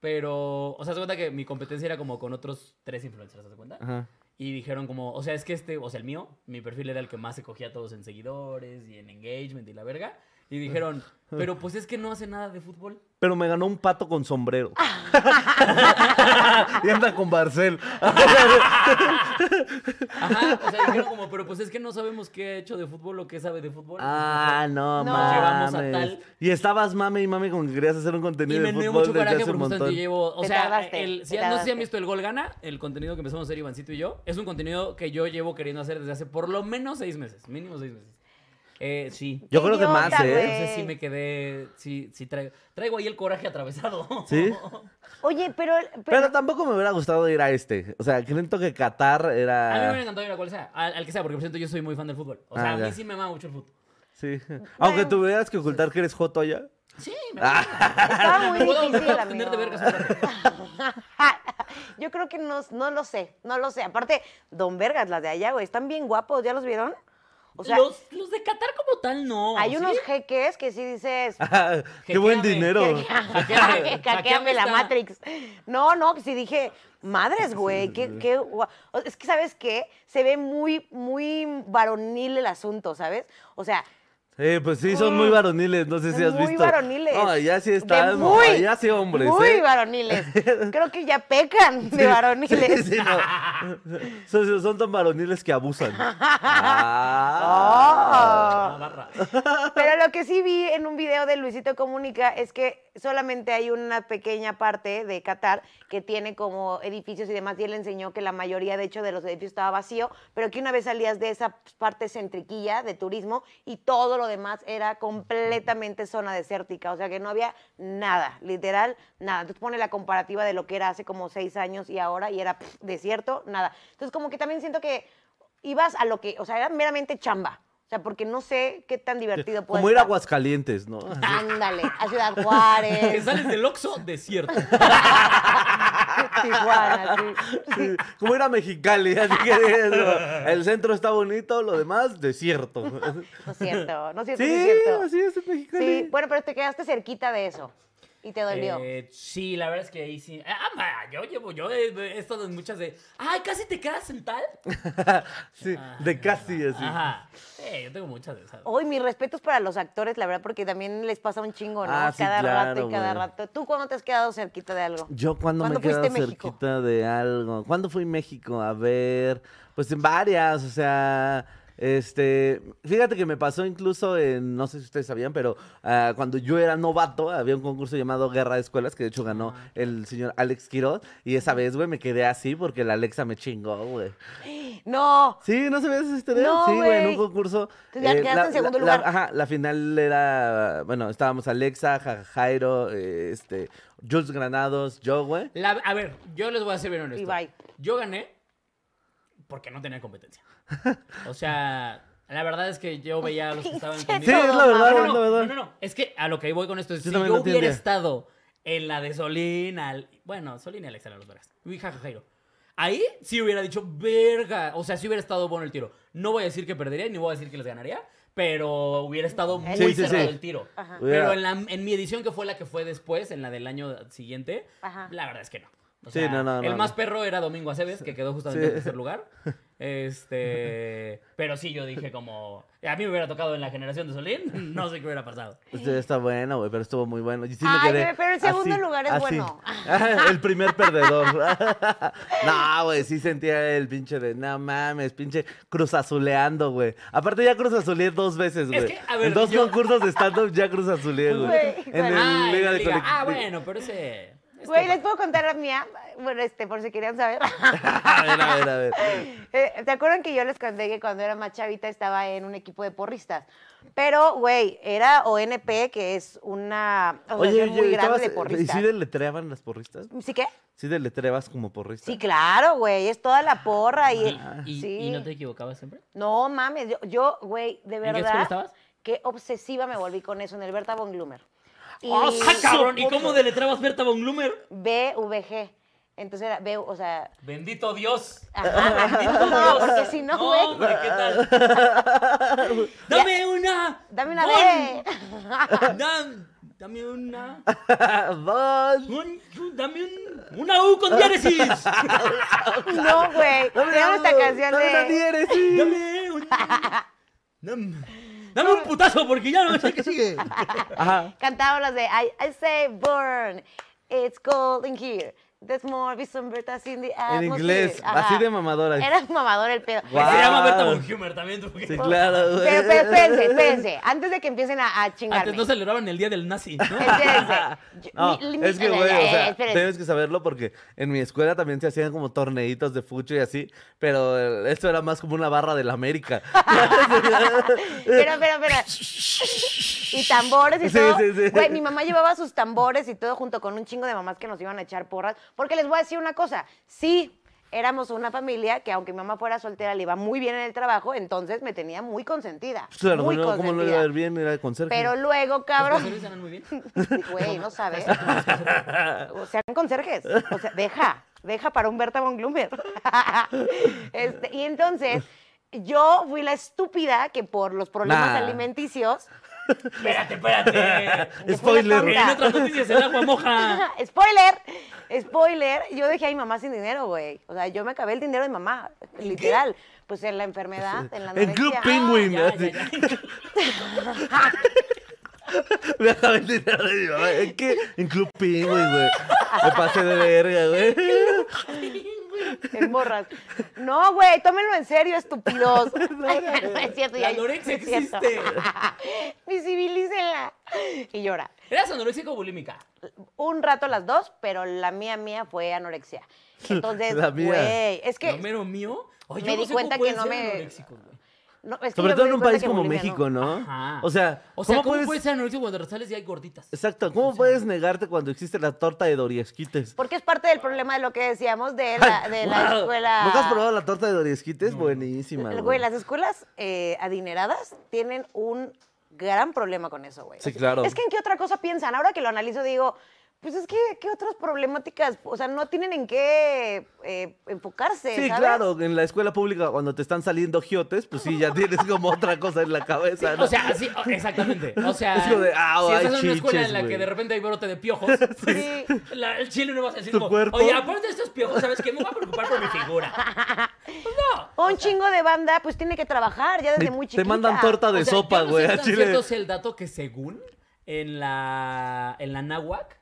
B: Pero, o sea, se cuenta que mi competencia era como con otros tres influencers, ¿se cuenta?
C: Ajá.
B: Y dijeron como, o sea, es que este, o sea, el mío, mi perfil era el que más se cogía a todos en seguidores y en engagement y la verga. Y dijeron, pero pues es que no hace nada de fútbol.
C: Pero me ganó un pato con sombrero.
A: Ah.
C: y anda con Barcel.
B: Ajá, o sea, dijeron como, pero pues es que no sabemos qué ha hecho de fútbol o qué sabe de fútbol.
C: Ah, no,
A: No.
B: Llevamos a
C: mames.
B: tal-
C: Y estabas mame y mame con que querías hacer un
B: Y
C: contenido
B: me
C: de
B: dio
C: fútbol
B: mucho
C: desde
B: coraje
C: hace
B: porque
C: un
B: justamente
C: montón.
B: yo llevo. O
A: Te
B: sea,
A: tardaste,
B: el, si
A: te
B: han- no sé si
A: tardaste.
B: han visto el Gol Gana, el contenido que empezamos a hacer Ivancito y yo, es un contenido que yo llevo queriendo hacer desde hace por lo menos seis meses, mínimo seis meses. Eh, sí.
C: Yo creo que más,
A: Idiota,
C: ¿eh?
A: güey.
B: Entonces sí me quedé. Sí, sí traigo. Traigo ahí el coraje atravesado.
C: ¿Sí?
A: Oye, pero, pero,
C: Pero tampoco me hubiera gustado ir a este. O sea, creo que Qatar
B: A mí me hubiera
C: era.
B: encantado ir a cual sea, al, al que sea, porque por cierto yo soy muy fan del fútbol. O sea,
C: Ah,
B: a
C: ya.
B: mí sí me mama mucho el fútbol.
C: Sí. Aunque tuvieras que ocultar que eres Joto allá.
B: Sí, me
C: Ah.
A: estaba muy
B: me puedo, me
A: difícil,
B: puedo abstener de
A: amigo.
B: vergas un rato.
A: Yo creo que no, no lo sé, no lo sé. Aparte, Don Vergas, las de allá, güey, están bien guapos, ¿ya los vieron? O sea,
B: los, los de Qatar como tal no.
A: hay
B: ¿sí?
A: unos jeques que sí dices,
C: Ah, Qué buen
B: Jequeame.
C: dinero.
B: Hackeame,
A: Caqueame
B: hackeame
A: la
B: esta.
A: Matrix. No, no, que sí dije, madres, güey, qué, qué gua- o- Es que, ¿sabes qué? Se ve muy, muy varonil el asunto, ¿sabes? O sea,
C: Eh, pues sí, son muy varoniles, no sé si has
A: Muy
C: visto.
A: varoniles.
C: No, allá sí
A: De
C: están,
A: muy,
C: allá sí hombres,
A: Muy
C: ¿eh?
A: varoniles. Creo que ya pecan de varoniles.
C: Sí, sí, no. son, son tan varoniles que abusan.
A: Oh,
B: Ah,
C: Ah.
B: barra.
A: Pero lo que sí vi en un video de Luisito Comunica es que solamente hay una pequeña parte de Qatar que tiene como edificios y demás. Y él enseñó que la mayoría, de hecho, de los edificios estaba vacío, pero que una vez salías de esa parte centriquilla de turismo y todo lo demás era completamente zona desértica. O sea que no había nada, literal, nada. Entonces pone la comparativa de lo que era hace como seis años y ahora y era pff, desierto, nada. Entonces como que también siento que ibas a lo que, o sea, era meramente chamba. O sea, porque no sé qué tan divertido puede
C: Como ir a
A: estar.
C: Aguascalientes, ¿no?
A: Ándale, a Ciudad
B: Que
A: Juárez,
B: sales del Oxxo desierto.
A: Tijuana, sí.
C: Sí, Como ir a Mexicali, así que eso. el centro está bonito, lo demás, desierto.
A: No es cierto, no es cierto, no es
C: Sí,
A: cierto.
C: así es en Mexicali.
A: Sí, bueno, pero te quedaste cerquita de eso y te dolió.
B: Eh, sí, la verdad es que ahí sí. Ah, ma, yo llevo, yo he, he estado en muchas de. ¡Ay, casi te quedas en tal!
C: Sí, de casi así.
B: Ah, Ajá. Sí, yo tengo muchas de esas.
A: Hoy mis respetos para los actores, la verdad, porque también les pasa un chingo, ¿no?
C: Ah, sí,
A: cada rato
C: claro,
A: y cada
C: güey.
A: rato. ¿Tú cuándo te has quedado cerquita de algo?
C: Yo cuando me
A: ¿Cuándo
C: he quedado
A: fuiste a México?
C: cerquita de algo. ¿Cuándo fui a México? A ver, pues en varias, o sea, este, fíjate que me pasó incluso en, no sé si ustedes sabían, pero ah, cuando yo era novato, había un concurso llamado Guerra de Escuelas, que de hecho ganó el señor Alex Quiroz, y esa vez, güey, me quedé así porque la Alexa me chingó, güey.
A: No,
C: Sí, no se veía ese video.
A: No,
C: sí, güey, en
A: güey.
C: un concurso. eh,
A: Tú ya quedaste en segundo lugar.
C: la- ajá, la final era, bueno, estábamos Alexa, Ja- Jairo, eh, este, Jules Granados, yo, güey.
B: La- a ver, yo les voy a ser bien honesto.
A: Y bye.
B: Yo gané porque no tenía competencia. O sea, la verdad es que yo veía a los que estaban
A: Pinche
B: conmigo.
C: Sí, es la
A: No,
C: verdad,
B: no,
C: es
B: no,
C: la
B: no,
C: verdad.
B: no, no. Es que a lo que voy con esto es, si yo
C: también
B: hubiera
C: lo entendía.
B: estado en la de Solín, al- bueno, Solín y Alexa eran los vergas. Y jaja, Jairo. Ahí sí hubiera dicho, verga. O sea, sí hubiera estado bueno el tiro. No voy a decir que perdería, ni voy a decir que les ganaría, pero hubiera estado muy
A: Sí, sí,
B: cerca
A: sí.
B: del tiro.
A: Ajá.
B: Pero
C: Hubiera-
B: en, la- en mi edición, que fue la que fue después, en la del año siguiente,
A: Ajá.
B: la verdad es que no. O
C: Sí,
B: sea,
C: no, no,
B: el
C: no,
B: más
C: no.
B: perro era Domingo Aceves, que quedó justamente
C: Sí.
B: en tercer lugar. Este, pero sí, yo dije como, a mí me hubiera tocado en la generación de Solín, no sé qué hubiera pasado.
C: Este, está bueno, güey, pero estuvo muy bueno. Y sí me
A: Eh. Ay,
C: quedé
A: güey, pero el segundo
C: así,
A: lugar es
C: así.
A: bueno.
C: el primer perdedor. no, güey, sí sentía el pinche de, no mames, pinche cruzazuleando, güey. Aparte ya cruzazuleé dos veces, güey.
B: que, a ver,
C: en dos
B: yo-
C: concursos de stand-up ya cruzazuleé, güey.
A: Güey,
C: En el
A: bueno.
B: Ah,
C: Liga
B: y
C: de
B: liga.
C: Colect-
B: Ah, bueno, pero ese...
C: Este,
B: es
A: Güey,
B: tema.
A: les puedo contar la mía. Bueno, este, por si querían saber.
C: A ver, a ver, a ver.
A: Eh, ¿Te acuerdan que yo les conté que cuando era más chavita estaba en un equipo de porristas? Pero, güey, era ONP, que es una
C: Oye,
A: asociación
C: oye,
A: muy grande
C: estabas-
A: de
C: ¿y
A: porristas.
C: sí deletreaban las porristas?
A: ¿Sí qué?
C: ¿Sí deletreabas como porrista?
A: Sí, claro, güey, es toda la porra. Y,
B: ¿Y,
A: sí.
B: y no te equivocabas siempre?
A: No mames, yo- yo, güey, de
B: qué
A: verdad.
B: escuela estabas?
A: Qué obsesiva me volví con eso, en el Berta von Gloomer. Y
C: ¡Oh,
B: ¡Ah, cabrón! ¿Y cómo deletreabas Berta von Gloomer?
A: BVG. Entonces era, B, o sea.
B: ¡Bendito Dios!
A: Ajá,
B: ¡Bendito
A: no,
B: Dios!
A: porque si no, güey.
B: hombre, ¿qué tal? ¡Dame una!
A: Dame una
B: Bon.
A: B.
B: Dam- dame una.
C: Vas.
B: un- un- dame un, una U con diéresis.
A: No, güey.
C: Dame
A: Tenemos
C: una-
A: esta canción
C: dame una
A: de.
C: diéresis.
B: Dame un. dam- dame un putazo porque ya no sé qué sigue.
C: Ajá.
A: Cantaba las de I, I say burn, it's cold in here. There's more Bertas in the atmosphere.
C: En inglés, así de mamadora.
A: Era mamador el pedo.
C: Guau.
B: Se llama Berta von Humer también. tú, porque-
C: Sí, claro, güey.
A: Pero, pero espérense, espérense. Antes de que empiecen a, a chingarme.
B: Antes no celebraban el día del nazi, ¿no?
A: Espérense. Yo-
C: Ah, No,
A: mi- mi-
C: es que,
A: eh,
C: güey, o
A: eh,
C: sea,
A: espérense.
C: tienes que saberlo porque en mi escuela también se hacían como torneitos de fucho y así, pero eh, esto era más como una barra del América.
A: Espera, espera, espera. Y tambores y
C: Sí,
A: todo.
C: sí, sí.
A: Güey, mi mamá llevaba sus tambores y todo junto con un chingo de mamás que nos iban a echar porras. Porque les voy a decir una cosa. Sí, éramos una familia que aunque mi mamá fuera soltera le iba muy bien en el trabajo, entonces me tenía muy consentida.
C: Pues Claro,
A: muy
C: no, ¿cómo no
A: consentida.
C: iba a ver bien? Era el conserje.
A: Pero luego,
B: Los
A: cabrón.
B: conserjes eran muy bien.
A: Güey, no sabes. O sean conserjes. O sea, deja, deja para un Berta von Gloomer. Este, y entonces, yo fui la estúpida que por los problemas
C: Nah.
A: alimenticios
B: Espérate, espérate.
C: Spoiler.
A: fue una
B: En
A: tonta.
B: otras noticias, el agua moja.
A: Spoiler, spoiler, yo dejé a mi mamá sin dinero, güey. O sea, yo me acabé el dinero de mi mamá, literal. Pues en la enfermedad, en la
C: En Club
A: anorexia.
C: Penguin.
B: ya,
C: así.
B: ya,
C: Me acabé el dinero de mi mamá. ¿En qué? En Club Penguin, güey. Me pasé de verga, güey.
A: En borras. No, güey, tómenlo en serio, estúpidos. no es cierto.
B: La
A: ya-
B: anorexia
A: no es cierto.
B: existe.
A: Visibilícenla. Y llora.
B: ¿Eras anorexico o bulímica?
A: Un rato las dos, pero la mía mía fue anorexia. Entonces,
C: La mía.
A: güey, es que...
B: ¿No mero mío? Ay, yo
A: Me
B: no
A: di
B: sé
A: cuenta
B: cómo
A: que
B: pueden
A: no
B: ser
A: me-
B: anoréxicos, güey.
A: no, es que
C: Sobre
A: yo
C: todo
A: me
C: en
A: di
C: un
A: cuenta
C: país
A: que
C: como
A: bulimia no.
C: México, ¿no?
B: Ajá.
C: O sea,
B: O sea, ¿cómo,
C: puedes...
B: puedes ser anoréxico cuando sales y hay gorditas?
C: Exacto, ¿cómo puedes negarte cuando existe la torta de Doriesquites?
A: Porque es parte del problema de lo que decíamos de la, de la
C: Wow.
A: escuela.
C: ¿Nunca has probado la torta de Doriesquites? Buenísima,
A: Güey,
C: güey.
A: las escuelas eh, adineradas tienen un gran problema con eso, güey.
C: Sí,
A: O sea,
C: claro.
A: Es que en qué otra cosa piensan. Ahora que lo analizo, digo, pues es que, ¿qué otras problemáticas? O sea, no tienen en qué eh, enfocarse.
C: Sí,
A: ¿sabes?
C: claro, en la escuela pública cuando te están saliendo giotes, pues sí, ya tienes como otra cosa en la cabeza, ¿no?
B: O sea, sí, o- exactamente. O sea,
C: Es como de, ah,
B: si
C: hay
B: estás en una escuela
C: chiches,
B: en la
C: güey.
B: que de repente hay brote de piojos, pues,
A: Sí.
B: la- el chile no vas a decir,
C: Tu
B: como,
C: cuerpo.
B: oye, aparte de estos piojos, ¿sabes qué? Me voy a preocupar por mi figura. Pues no.
A: Un chingo de banda, pues tiene que trabajar ya desde
C: Y
A: muy chiquita.
C: te mandan torta de
B: O sea,
C: sopa,
B: yo no sé
C: güey,
B: qué
C: a
B: tan
C: Chile.
B: cierto es el dato que según en la, en la náhuac,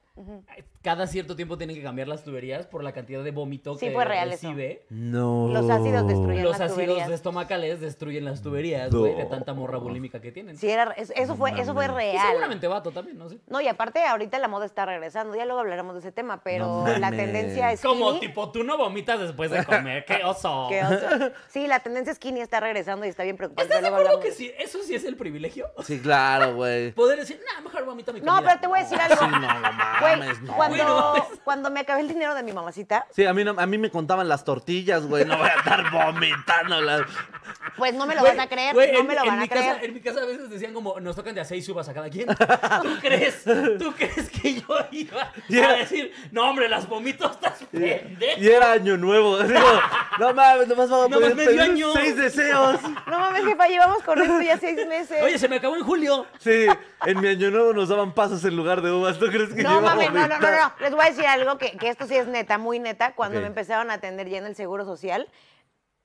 B: cada cierto tiempo tienen que cambiar las tuberías por la cantidad de vómito
A: Sí,
B: que
A: fue real eso.
B: recibe.
C: No.
A: Los ácidos destruyen.
B: Los
A: las
B: ácidos
A: tuberías.
B: estomacales destruyen las tuberías, güey, de
C: No.
B: tanta morra bulímica que tienen.
A: Sí, era, eso, eso fue, eso fue
B: Y
A: real.
B: seguramente vato también, no sé.
A: No, y aparte ahorita la moda está regresando, ya luego hablaremos de ese tema, pero
C: No
A: la
C: mames.
A: tendencia es
B: Como tipo, tú no vomitas después de comer, qué oso.
A: Qué oso. Sí, la tendencia skinny está regresando y está bien preocupante.
B: ¿Estás de
A: Luego
B: acuerdo
A: hablamos
B: que
A: de-
B: sí, eso sí es el privilegio?
C: Sí, claro, güey.
B: Poder decir, nah, mejor vomito mi
A: No,
B: comida".
A: pero te voy a decir algo.
C: Sí, no, no
A: Güey,
C: mames, no,
A: cuando,
C: güey, no
A: cuando me acabé el dinero de mi mamacita,
C: Sí, a mí, no- a mí me contaban las tortillas, güey. No voy a estar vomitando las...
A: pues no me lo
B: Güey,
A: van a creer,
B: güey,
A: no
B: en-
A: me lo
B: en
A: van a
B: mi casa-
A: creer.
B: en mi casa a veces decían como, nos tocan de a seis uvas a cada quien. ¿Tú crees? ¿Tú crees que yo iba
C: Yeah.
B: a decir, no, hombre, las vomito, estás pendejo?
C: Y era año nuevo. Digo, no mames, nomás vamos a
B: Nomás
C: poder
B: medio
C: pedir
B: año.
C: seis deseos.
A: No mames, jefa, llevamos con esto ya seis meses.
B: Oye, se me acabó en julio.
C: Sí, en mi año nuevo nos daban pasos en lugar de uvas. ¿Tú crees que yo
A: no
C: iba a
A: mames, no, no, no,
C: vomitar?
A: no. Les voy a decir algo que, que esto sí es neta, muy neta. Cuando
C: Ok.
A: me empezaron a atender ya en el Seguro Social,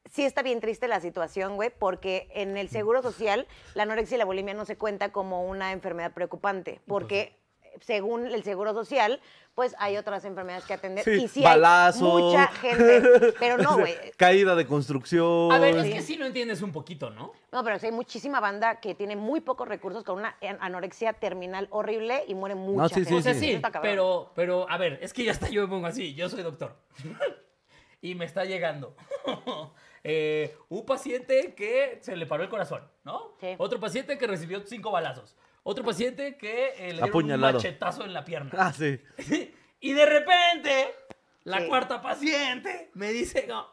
A: sí está bien triste la situación, güey, porque en el Seguro Social la anorexia y la bulimia no se cuenta como una enfermedad
C: Pues
A: preocupante, porque según el Seguro Social, pues hay otras enfermedades que atender.
C: Sí,
A: y sí
C: balazos.
A: hay mucha gente, pero no, güey.
C: Caída de construcción.
B: A ver, es que sí lo entiendes un poquito, ¿no?
A: No, pero sí hay muchísima banda que tiene muy pocos recursos con una an- anorexia terminal horrible y muere mucha
C: sí, sí,
A: gente.
B: O sea,
C: sí.
A: Eso
B: sí,
A: está cabrón.
B: pero, pero, a ver, es que ya hasta yo me pongo así, yo soy doctor. y me está llegando. Eh, un paciente que se le paró el corazón, ¿no?
A: Sí.
B: Otro paciente que recibió cinco balazos. Otro paciente que eh, le dieron
C: Apuñalado.
B: un machetazo en la pierna.
C: Ah, sí.
B: y de repente, la
A: Sí.
B: cuarta paciente me dice, no,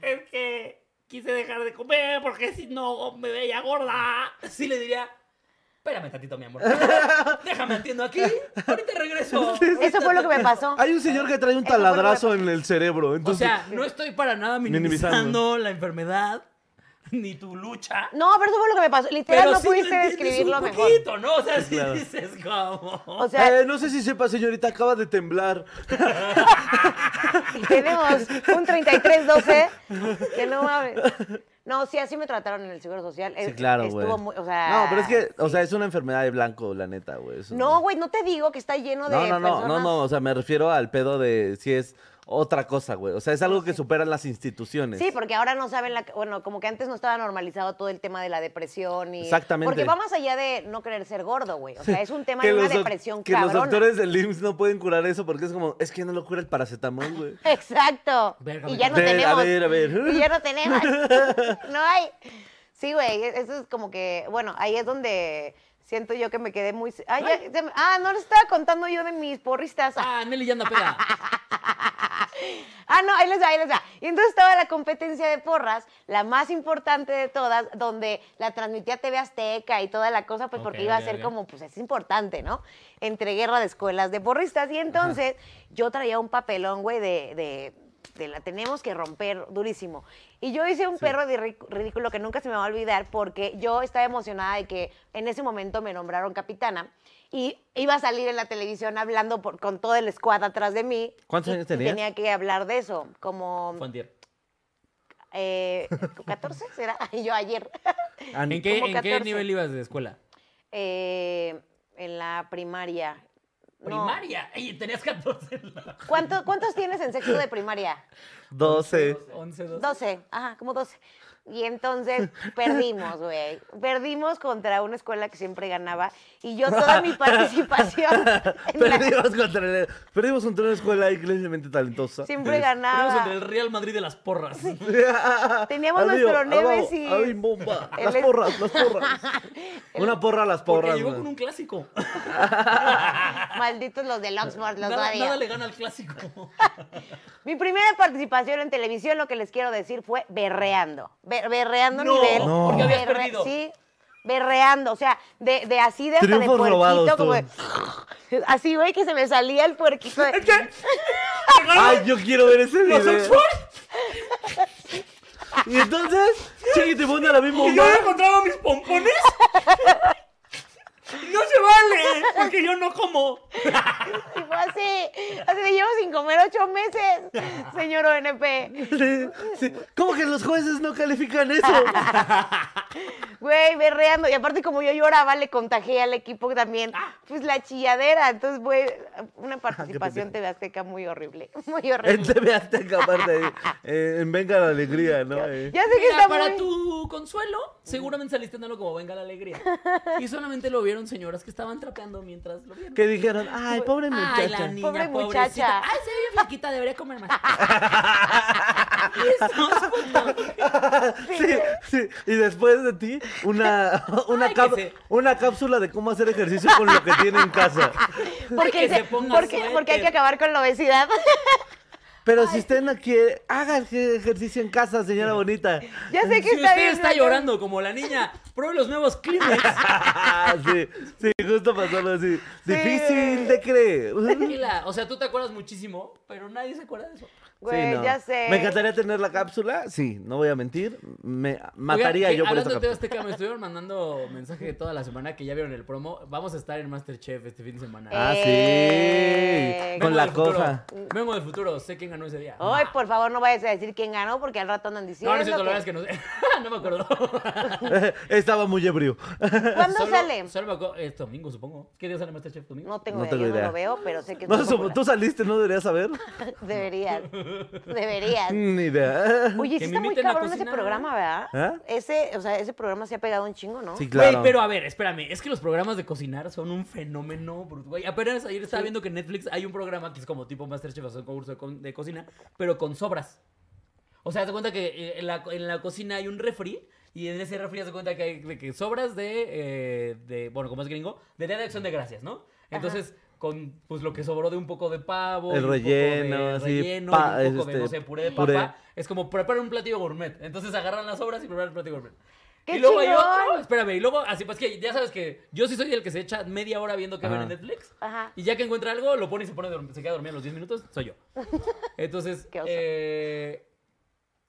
B: es que quise dejar de comer porque si no me veía gorda. Sí le diría, espérame tantito, mi amor. Déjame atiendo aquí, ahorita regreso.
A: Eso fue lo que me pasó.
C: Hay un señor que trae un
A: Eso fue lo que
C: taladrazo
A: me
C: en el cerebro.
B: O
C: Entonces,
B: sea, no estoy para nada minimizando
C: Minimizando.
B: la enfermedad ni tu lucha.
A: No, pero eso fue lo que me pasó. Literal,
B: Pero
A: no
B: sí lo
A: pudiste
B: entiendes
A: describirlo
B: un
A: mejor.
B: poquito, ¿no? O sea, sí
C: claro.
B: dices como...
A: O sea,
C: Eh, no sé si sepa, señorita, acaba de temblar.
A: y tenemos un 3312 que no mames. No, sí, así me trataron en el Seguro Social.
C: Sí,
A: Eh,
C: claro, güey.
A: Estuvo muy, o sea...
C: no, pero es que, o sea, es una enfermedad de blanco, la neta, güey. eso
A: No, güey, no te digo que está lleno de
C: No, no, no,
A: personas.
C: no, no, o sea, me refiero al pedo de si es otra cosa, güey. O sea, es algo que superan las instituciones.
A: Sí, porque ahora no saben, la, bueno, como que antes no estaba normalizado todo el tema de la depresión y...
C: Exactamente.
A: Porque va más allá de no querer ser gordo, güey. O sea, es un tema de una
C: los doc-
A: depresión
C: que los
A: cabrona.
C: doctores del IMSS no pueden curar eso porque es como, es que no lo cura el paracetamol, güey.
A: Exacto.
B: Verga,
A: y
B: me
A: ya no
C: Ver, a
A: tenemos.
C: ver, a ver.
A: Y ya no tenemos. no hay. Sí, güey, e- eso es como que, bueno, ahí es donde siento yo que me quedé muy... Ah, ya- se me- ah, no les estaba contando yo de mis porristas. Ah,
B: Ah, Nelly ya anda peda.
A: no, ahí les va, ahí les va. Y entonces estaba la competencia de porras, la más importante de todas, donde la transmitía TV Azteca y toda la cosa, pues
B: Ok,
A: porque iba a
B: ok,
A: ser
B: ok.
A: como, pues es importante, ¿no? Entre guerra de escuelas de porristas. Y entonces yo traía un papelón, güey, de... de este, la tenemos que romper durísimo. Y yo hice un perro de ric- ridículo que nunca se me va a olvidar porque yo estaba emocionada de que en ese momento me nombraron capitana y iba a salir en la televisión hablando por- con todo el squad atrás de mí.
C: ¿Cuántos
A: Y-
C: años
A: y
C: tenías?
A: Tenía que hablar de eso, como
B: Fue antier.
A: eh, 14 será, y yo ayer.
C: Ah,
B: ¿En qué,
A: Como
B: ¿En qué
A: 14.
B: nivel ibas de escuela?
A: Eh, en la primaria. No.
B: Primaria. Ey, tenías 14. en la-
A: ¿Cuánto- ¿Cuántos tienes en sexto de primaria?
C: 12.
B: 11, 12.
A: 12, ajá, como 12. Y entonces perdimos, güey. Perdimos contra una escuela que siempre ganaba. Y yo toda mi participación en la-
C: Perdimos contra, el- perdimos contra una escuela increíblemente talentosa. Este,
A: siempre
B: Fuimos
A: ganaba.
B: entre el Real Madrid de las porras.
A: Teníamos nuestro Nemesis.
C: Ay, bomba.
A: El
C: Las
A: es-
C: porras, las porras. Una porra a las
B: Porque
C: porras.
B: llegó con
C: güey.
B: un clásico.
A: Malditos los del Oxford, los
B: nada,
A: odio.
B: nada le gana al clásico.
A: Mi primera participación en televisión, lo que les quiero decir, fue berreando. Be- berreando
B: No,
A: nivel.
C: No. porque
B: habías
A: Berre-
B: perdido.
A: Sí, berreando. O sea, de, de así de hasta de
C: Triunfos robados,
A: puerquito, como
C: tú.
A: de- así, güey, que se me salía el puerquito. de-
C: Ay, yo quiero ver ese video. Y entonces, Chiquitibunda la misma
D: Y yo no encontraba mis pompones. No se vale, porque yo no como.
A: Y fue así. Así de llevo sin comer ocho meses, señor ONP.
C: Sí, sí. ¿Cómo que los jueces no califican eso?
A: Güey, berreando. Y aparte, como yo lloraba, le contagié al equipo también.
B: Ah.
A: Pues la chilladera. Entonces, güey, una participación TV Azteca muy horrible. Muy
C: En
A: horrible.
C: TV Azteca, aparte, eh, en Venga la Alegría, ¿no? Eh,
A: Ya sé que
B: Mira,
A: está
B: para
A: muy...
B: tu consuelo, seguramente saliste andando como venga la alegría. Y solamente lo vieron señoras que estaban trapeando mientras lo vieron.
C: Que dijeron, ay, pobre
B: Ay, la
C: muchacha.
B: niña,
A: Pobre
B: pobrecita.
A: muchacha.
B: Ay, se ve flaquita, debería comer más. Estos putos.
C: Sí, sí. Y después de ti, una, una,
B: Ay, que
C: cap-
B: se-
C: una cápsula de cómo hacer ejercicio con lo que tiene en casa.
A: Porque,
B: que
A: se-
B: se ponga
A: porque, porque hay que
B: suéter.
A: acabar con la obesidad.
C: Pero si usted no quiere, haga eje- ejercicio en casa, señora bonita.
A: ya sé que
B: Si
A: está
B: usted
A: bien.
B: está
A: ¿no?
B: llorando como la niña, pruebe los nuevos Kleenex.
C: sí, sí, justo pasó algo así. Difícil de creer.
B: Tranquila, O sea, tú te acuerdas muchísimo, pero nadie se acuerda de eso.
A: Güey,
C: Sí, no.
A: ya sé.
C: Me encantaría tener la cápsula, sí, no voy a mentir. Me mataría
B: Oigan, que
C: yo por esa
B: Hablando de
C: cápsula.
B: Azteca, me estuvieron mandando mensaje toda la semana que ya vieron el promo. Vamos a estar en Masterchef este fin de semana.
A: Ah,
C: Ah,
A: Eh,
C: sí. Con
B: Vengo
C: la
B: del futuro.
C: coja.
B: Vengo del futuro, sé quién ganó ese día.
A: Ay, por favor, no vayas a decir quién ganó porque al rato andan
B: no,
A: diciendo.
B: no es cierto, la
A: que-
B: verdad es que no sé. no me acuerdo.
C: Estaba muy ebrio.
A: ¿Cuándo
B: Solo-
A: sale?
B: Solo me acuerdo. Es domingo, supongo. ¿Qué día sale Masterchef? ¿Domingo?
A: No tengo
C: No
A: idea,
C: tengo
A: yo no
C: idea.
A: lo veo, pero sé que es
C: No,
A: muy
C: supo-
A: popular.
C: tú saliste, ¿no deberías saber?
A: Deberías. Deberías.
C: Ni idea.
A: Oye,
B: Mm,
A: sí
B: Que me
A: está muy
B: inviten a
A: cabrón ese
B: cocinar.
A: programa, ¿verdad?
C: ¿Ah?
A: Ese, o sea, ese programa se ha pegado un chingo, ¿no?
C: Sí,
B: Güey,
C: claro.
B: pero a ver, espérame, es que los programas de cocinar son un fenómeno, brut- güey. Apenas ayer estaba viendo que en Netflix hay un programa que es como tipo Masterchef, o sea, un concurso de, co- de cocina, pero con sobras. O sea, te cuenta que eh, en la, en la cocina hay un refri y en ese refri te cuenta que hay de que sobras de, eh, de, bueno, como es gringo, de Día de Acción de Gracias, ¿no? Entonces, con pues lo que sobró de un poco de pavo, y
C: El
B: un poco
C: relleno,
B: de
C: así,
B: relleno,
C: pa-
B: y un poco de,
C: este,
B: no sé, puré de papa,
C: puré.
B: es como preparar un platillo gourmet. Entonces agarran las sobras y preparan el platillo gourmet.
A: ¡Qué
B: y luego hay
A: chingón!
B: otro, espérame, y luego, así pues que ya sabes que yo sí soy el que se echa media hora viendo que ven
C: Ajá.
B: en Netflix.
A: Ajá.
B: Y ya que encuentra algo, lo pone y se, pone, a dorm- se queda dormido a los 10 minutos, soy yo. Entonces,
A: Qué oso.
B: eh,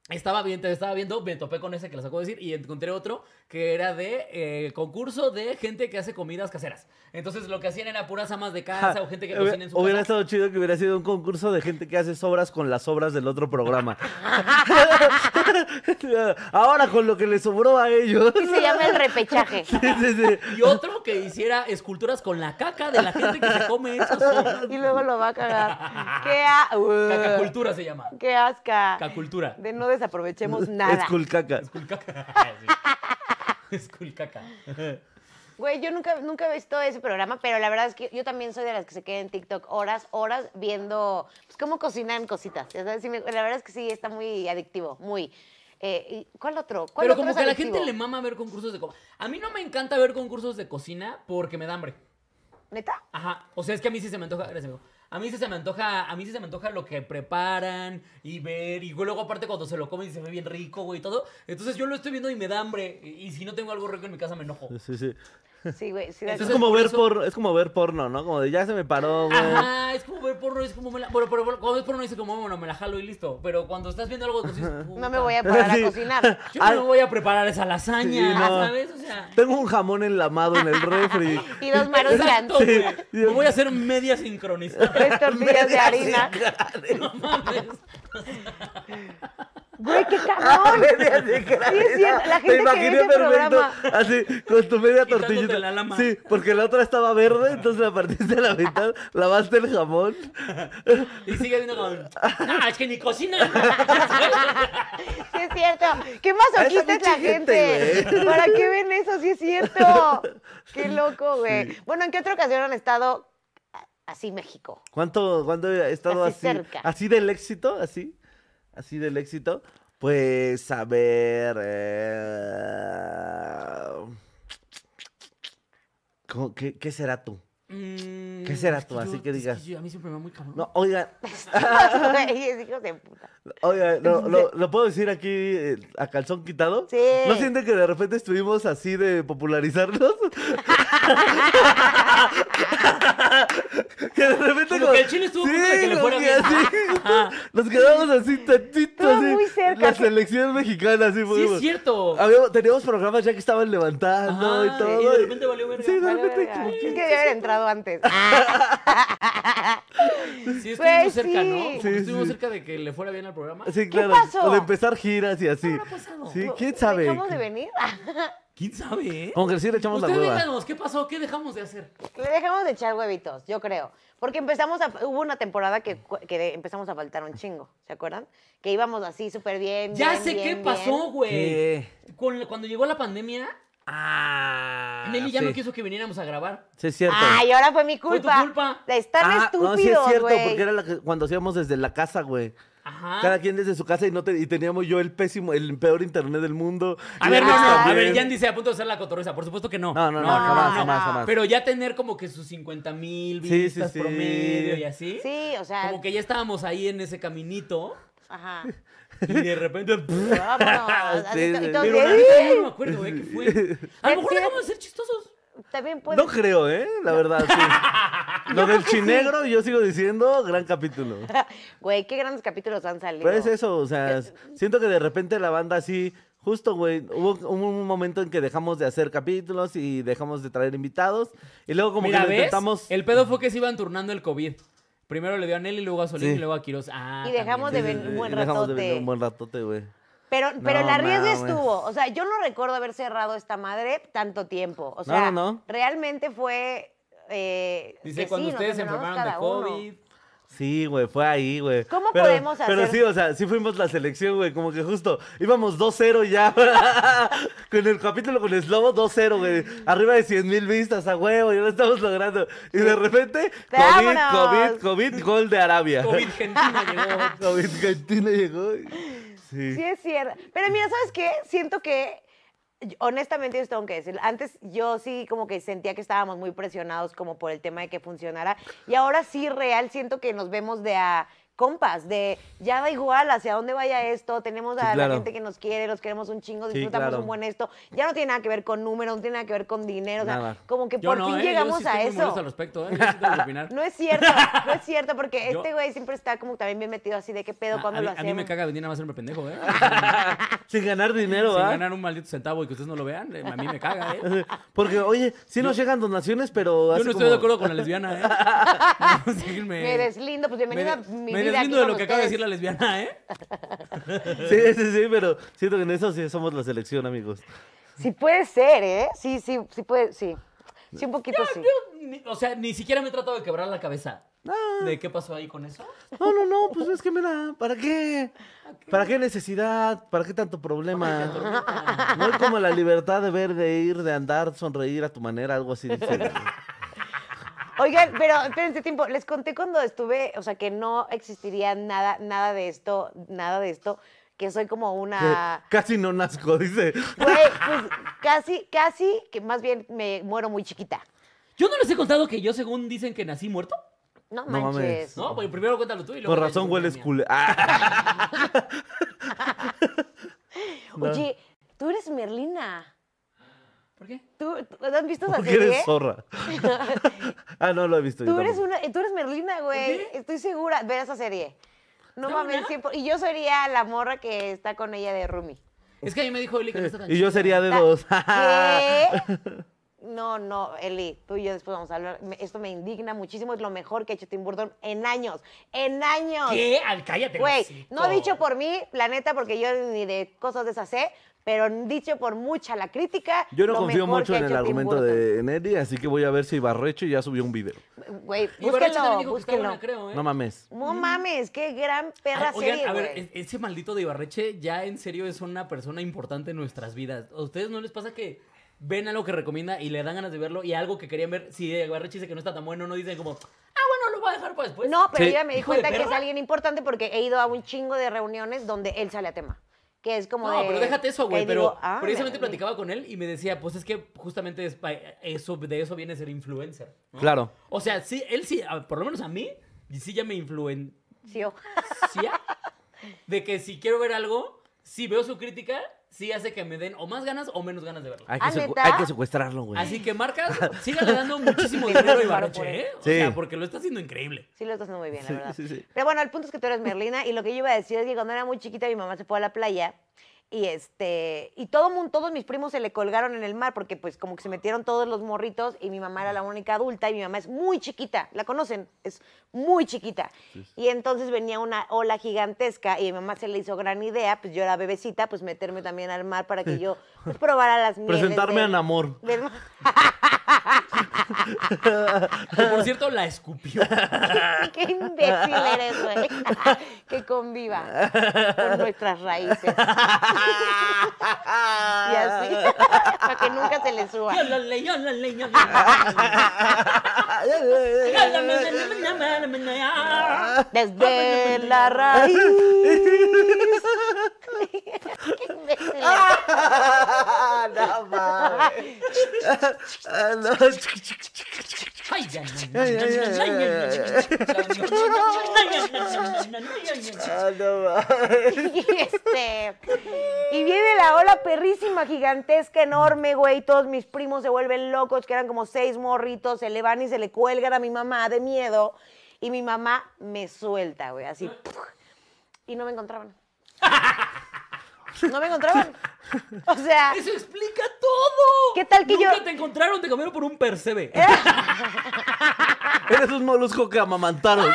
B: estaba, viendo, estaba viendo, me topé con ese que les acabo de decir y encontré otro que era de eh, concurso de gente que hace comidas caseras. Entonces, lo que hacían era puras amas de casa o gente que
C: Hubiera-
B: cocina en su
C: Hubiera
B: casa.
C: estado chido que hubiera sido un concurso de gente que hace sobras con las obras del otro programa. Ahora con lo que le sobró a ellos.
A: Y se llama el repechaje.
C: Sí, sí, sí.
B: Y otro que hiciera esculturas con la caca de la gente que se come esas sobras.
A: y luego lo va a cagar. ¡Qué, a- Uy,
B: Cacacultura se llama.
A: qué asca!
B: Cacultura.
A: De no desaprovechemos nada.
C: Esculcaca.
B: Esculcaca. Ah, Sí. Esculcaca.
A: Güey, yo nunca, nunca he visto ese programa, pero la verdad es que yo también soy de las que se quedan en TikTok horas, horas viendo pues, cómo cocinan cositas. ya sabes, sí me- la verdad es que sí, está muy adictivo, muy. Eh, ¿y ¿Cuál otro? ¿Cuál
B: Pero
A: otro
B: como
A: es
B: que a la
A: adictivo?
B: gente le mama ver concursos de cocina. A mí no me encanta ver concursos de cocina porque me da hambre.
A: ¿Neta?
B: Ajá. O sea, es que a mí sí se me antoja. gracias, amigo. A mí sí se me antoja, a mí sí se me antoja lo que preparan y ver. Y luego aparte cuando se lo comen y se ve bien rico, güey, y todo. Entonces yo lo estoy viendo y me da hambre. Y, y si no tengo algo rico en mi casa me enojo.
C: Sí, sí.
A: Sí, güey. sí, de
C: Es
B: Entonces,
A: acuerdo.
C: como
B: por
C: ver
B: eso-
C: por, es como ver porno, ¿no? Como de ya se me paró, güey.
B: Ajá, es como ver porno, es como me la... Bueno, pero cuando ves porno dices como, bueno, me la jalo y listo. Pero cuando estás viendo algo, dices,
A: no me voy a Ah. parar
C: Sí.
A: a cocinar.
B: Yo no
C: Ay.
B: me voy a preparar esa lasaña,
C: Sí, no.
B: ¿sabes? O sea...
C: Tengo un jamón enlamado en el refri.
A: Y dos maruchan.
B: Exacto, güey.
C: Sí.
B: Me voy a hacer media sincronizada.
A: Tres tortillas de harina.
B: No mames.
A: Güey, qué cabrón.
C: Media de
A: Sí, es cierto, la
C: Te
A: gente que ve
C: imaginé
A: ese programa.
C: Así, con tu media
B: Quitándote
C: tortillita.
B: la lama.
C: Sí, porque la otra estaba verde, entonces la partiste a la mitad, lavaste el jamón.
B: Y sigue viendo con... Ah, es que ni cocina.
A: Sí, es cierto. Qué masoquista
C: Esa
A: es la
C: pinche
A: gente.
C: gente, güey.
A: ¿Para qué ven eso? Sí, es cierto. Qué loco, güey. Bueno, ¿en qué otra ocasión han estado a- así México?
C: ¿Cuánto, cuánto he estado
A: Así
C: así?
A: cerca.
C: Así del éxito, así. Así del éxito. Pues a ver. eh, ¿cómo- qué, qué será tú?
B: ¿Qué
C: será tú? Así que digas.
B: a mí siempre me va muy cabrón.
C: No, oigan,
A: Güeyes, hijos de puta.
C: oigan, lo, lo- lo puedo decir aquí eh, a calzón quitado?
A: Sí.
C: ¿No siente que de repente estuvimos así de popularizarnos? que de repente
B: Como que el chile estuvo a punto de que le
C: como
B: fuera
C: que
B: bien.
C: así.
B: Ajá.
C: Nos quedamos así tantito.
A: Estaba
C: así,
A: muy cerca,
C: La
A: que-
C: selección mexicana, así
B: Sí,
C: fuimos.
B: es cierto.
C: Habíamos- teníamos programas ya que estaban levantando
B: Ajá,
C: y todo.
B: y de repente valió verga.
C: Sí, de
A: Vale,
C: repente.
A: verga.
C: como que-
A: Es que debe haber entrado antes.
B: Sí, estuvimos
A: Güey, pues
B: cerca,
A: sí.
B: ¿no? Como que
C: Sí,
B: estuvimos
C: sí.
B: cerca de que le fuera bien al programa.
C: Sí, claro.
A: pasó?
C: O de empezar giras y así.
B: habrá pasado?
C: Sí, quién sabe.
A: Ah, ¿Dejamos de venir?
B: ¿Quién sabe? eh?
C: Como que sí le echamos la
B: Ustedes
C: hueva.
B: díganos, ¿qué pasó? ¿Qué dejamos de hacer?
A: Le dejamos de echar huevitos, yo creo. Porque empezamos a. Hubo una temporada que, cu- que de- empezamos a faltar un chingo, ¿se acuerdan? Que íbamos así súper bien.
B: Ya
A: bien,
B: sé
A: bien,
B: qué
A: bien.
B: pasó, güey.
C: ¿Qué?
B: Con la- Cuando llegó la pandemia,
C: Ah.
B: Nelly ya
C: sí.
B: no quiso que viniéramos a grabar.
C: Sí, es cierto.
A: Ay, ahora fue mi
B: Fue tu
A: culpa.
B: culpa.
A: De estar
C: Ah,
A: estúpidos,
C: No, sí es cierto,
A: güey.
C: porque era la que- cuando hacíamos desde la casa, güey.
B: Ajá.
C: Cada quien desde su casa y no te- y teníamos yo el pésimo, el peor internet del mundo.
B: A
C: Y
B: ver, no,
C: Alex
B: no, a
C: también.
B: ver, Yandy se a punto de hacer la cotorreza, por supuesto que no.
C: No, no, no,
A: No,
C: jamás,
A: no,
C: jamás,
A: no.
C: jamás.
B: Pero ya tener como que sus 50 mil
C: Sí, sí,
B: vistas
C: sí.
B: promedio y así.
A: Sí, o sea.
B: Como que ya estábamos ahí en ese caminito
A: Ajá.
B: y de repente...
A: Vámonos. así
C: Sí,
A: to- y
C: sí.
A: todos
B: Pero
A: de-
B: la neta, ya no me acuerdo, güey, qué fue. A lo mejor
A: Sí.
B: dejamos de ser chistosos.
A: También puede.
C: No creo, ¿eh? La verdad, sí. Lo del chinegro, yo sigo diciendo, gran capítulo.
A: Güey, qué grandes capítulos han salido.
C: Pero Pues es eso, o sea, s- siento que de repente la banda así, justo, güey, hubo, hubo un momento en que dejamos de hacer capítulos y dejamos de traer invitados. Y luego como
B: Mira,
C: que lo
B: ¿ves?
C: intentamos...
B: El pedo fue que se iban turnando el COVID. Primero le dio a Nelly, luego a Solín
C: Sí.
B: y luego a Quiroz. Ah,
A: Y dejamos
B: también.
A: de
C: Sí,
A: ven-
C: sí,
A: un
C: sí,
A: buen
C: dejamos de
A: ratote.
C: venir un buen ratote, güey.
A: Pero, pero el
C: No
A: arriesgue
C: mames.
A: estuvo. O sea, yo no recuerdo haber cerrado esta madre tanto tiempo. O sea,
C: no, no.
A: realmente fue. eh,
B: Dice,
A: que
B: cuando
A: sí, nos
B: ustedes se
A: enfermamos
B: enfermaron de
A: cada uno.
B: COVID.
C: Sí, güey, fue ahí, güey.
A: ¿Cómo podemos
C: Pero
A: hacer-
C: sí, o sea, sí fuimos la selección, güey, como que justo íbamos 2-0 ya. con el capítulo con Slobo 2-0, güey. Arriba de 100 mil vistas a huevo, ya lo estamos logrando. Y de repente, COVID,
A: ¡Vámonos!
C: COVID, COVID, gol de Arabia.
B: COVID Argentina llegó.
C: COVID Argentina llegó. y- Sí.
A: Sí, es cierto. Pero mira, ¿sabes qué? Siento que, yo- honestamente, yo tengo que decir, antes yo sí como que sentía que estábamos muy presionados como por el tema de que funcionara. Y ahora sí, real, siento que nos vemos de a compas, de ya da igual hacia dónde vaya esto, tenemos
C: Sí,
A: a
C: claro.
A: la gente que nos quiere, los queremos un chingo,
C: Sí,
A: disfrutamos
C: claro.
A: un buen esto. Ya no tiene nada que ver con números, no tiene nada que ver con dinero. o sea,
C: Nada.
A: como que
B: Yo
A: por
B: no,
A: fin
B: ¿eh? Yo
A: llegamos
B: sí
A: a
B: estoy muy
A: eso.
B: molesto al respecto, ¿eh? Yo sí tengo que opinar.
A: No es cierto, no es cierto, porque
B: Yo-
A: este güey siempre está como también bien metido así de qué pedo,
B: a,
A: cuando
B: Ah, a
A: lo
B: mí- a
A: hacemos.
B: mí me caga venir nada más a hacerme pendejo, ¿eh?
C: Sin ganar dinero,
B: Sin
C: ¿ah?
B: ganar un maldito centavo y que ustedes no lo vean, eh, a mí me caga, ¿eh?
C: Porque, oye, sí nos llegan donaciones, pero.
B: Yo
C: hace
B: no estoy
C: como-
B: de acuerdo con la lesbiana, ¿eh? No, sí, me,
A: Me deslindo, pues
B: me de-
A: bienvenido a mi
B: me
A: vida
B: deslindo
A: aquí
B: de
A: con
B: lo que acaba de
A: ustedes.
B: decir la lesbiana, ¿eh?
C: Sí, sí, sí, pero siento que en eso sí somos la selección, amigos.
A: Sí puede ser, ¿eh? Sí, sí, sí puede, sí. Sí, un poquito sí.
B: Yo ni- o sea, ni siquiera me he tratado de quebrar la cabeza.
C: Ah.
B: ¿De qué pasó ahí con eso?
C: No, no, no, pues es que mira, ¿para qué? ¿Para qué necesidad? ¿Para qué tanto problema? No es como la libertad de ver, de ir, de andar, sonreír a tu manera, algo así. dice.
A: Oigan, pero espérense tiempo. Les conté cuando estuve, o sea, que no existiría nada, nada de esto, nada de esto, que soy como una.
C: Que Casi no nazco, dice.
A: Güey, pues casi, casi, que más bien me muero muy chiquita.
B: Yo no les he contado que yo, según dicen que nací muerto.
A: No
C: No mames.
A: manches.
B: No, pues primero cuéntalo tú y luego.
C: Con razón hueles
B: culo.
C: culé. Ah,
A: Oye, tú eres Merlina.
B: ¿Por qué?
A: ¿Tú, tú- ¿han visto esa
C: Porque
A: serie?
C: eres zorra. ah, no lo he visto. yo
A: Tú eres,
C: tampoco.
A: una, tú eres Merlina, güey. Estoy segura. Ver esa serie. No
B: ¿No,
A: mames,
B: no?
A: tiempo. Y yo sería la morra que está con ella de Rumi.
B: Es que a mí me dijo Eli que no está tan
C: Y yo
B: chida.
C: sería de dos.
A: ¿Qué? No, no, Eli, tú y yo después vamos a hablar. Me- Esto me indigna muchísimo. Es lo mejor que ha hecho Tim Burton en años. ¡En años!
B: ¿Qué? Al, cállate.
A: Güey,
B: hocico.
A: no dicho pues, por mí, la neta, porque yo ni de cosas de esas sé, pero dicho por mucha la crítica.
C: Yo no
A: lo
C: confío
A: mejor
C: mucho
A: que ha
C: en el
A: hecho Tim
C: argumento de Nelly, así que voy a ver si Barrecho ya subió un video.
A: Burton. Güey,
B: Y Baracho
A: búsquenlo,
B: también dijo que está
A: búsquenlo.
B: buena, creo, ¿eh?
C: No mames.
A: No mames, qué gran perra
B: Ay, oigan,
A: serie,
B: a ver,
A: güey.
B: e- ese maldito de Ibarreche ya en serio es una persona importante en nuestras vidas. ¿A ustedes no les pasa que ven algo que recomienda y le dan ganas de verlo y algo que querían ver? Si de Ibarreche dice que no está tan bueno, no dicen como, ah, bueno, lo voy a dejar para después.
A: No, pero
C: Sí.
A: yo ya me di
B: Pues, Hijo de
A: cuenta que es
B: perra.
A: alguien importante porque he ido a un chingo de reuniones donde él sale a tema. Que es como
B: No,
A: de.
B: pero déjate eso,
A: que
B: güey. Pero
A: digo, ah,
B: precisamente
A: me-
B: platicaba con él y me decía, pues es que justamente es pa- eso, de eso viene ser influencer.
A: ¿Eh?
B: ¿no?
C: Claro.
B: O sea, sí, él sí, a- por lo menos a mí, y sí ya me influencia
A: Sí, oh.
B: de que si quiero ver algo, si veo su crítica, sí hace que me den o más ganas o menos ganas de verlo.
C: Hay
A: ¿Ah,
C: que, secu-
A: neta?
C: hay que secuestrarlo, güey.
B: Así que marcas, síganle dando muchísimo dinero a Ibarreche, ¿eh? O
C: Sí.
B: sea, porque lo está haciendo increíble.
A: Sí, lo estás haciendo muy bien, la
C: Sí,
A: verdad.
C: sí, sí.
A: Pero bueno, el punto es que tú eres Merlina y lo que yo iba a decir es que cuando era muy chiquita mi mamá se fue a la playa y este y todo mundo, todos mis primos se le colgaron en el mar porque pues como que se metieron todos los morritos y mi mamá era la única adulta y mi mamá es muy chiquita, la conocen, es muy chiquita. Y entonces venía una ola gigantesca y a mi mamá se le hizo gran idea, pues yo era bebecita, pues meterme también al mar para que yo pues, probara las mieles
C: Presentarme a
A: del-
C: Namor.
A: del mar.
B: Que, por cierto, la escupió.
A: Qué imbécil eres, güey. que conviva con nuestras raíces. y así. Para que nunca se le suba.
B: Yólale, yólale, yólale.
A: Desde la raíz. Qué imbécil eres.
C: no mames. Ah, no.
B: Ay, ya, ya, ya, ya, ya, ya, ya.
C: Ah, no mames.
A: Y este. Y viene la ola perrísima, gigantesca, enorme, güey. Todos mis primos se vuelven locos, que eran como seis morritos, se le van y se le cuelgan a mi mamá de miedo. Y mi mamá me suelta, güey, así. ¡puf! Y no me encontraban. No me encontraban. O sea,
B: Eso explica todo.
A: ¿Qué tal que
B: Nunca
A: yo-
B: te encontraron, te comieron por un percebe.
C: Eres un molusco que amamantaron.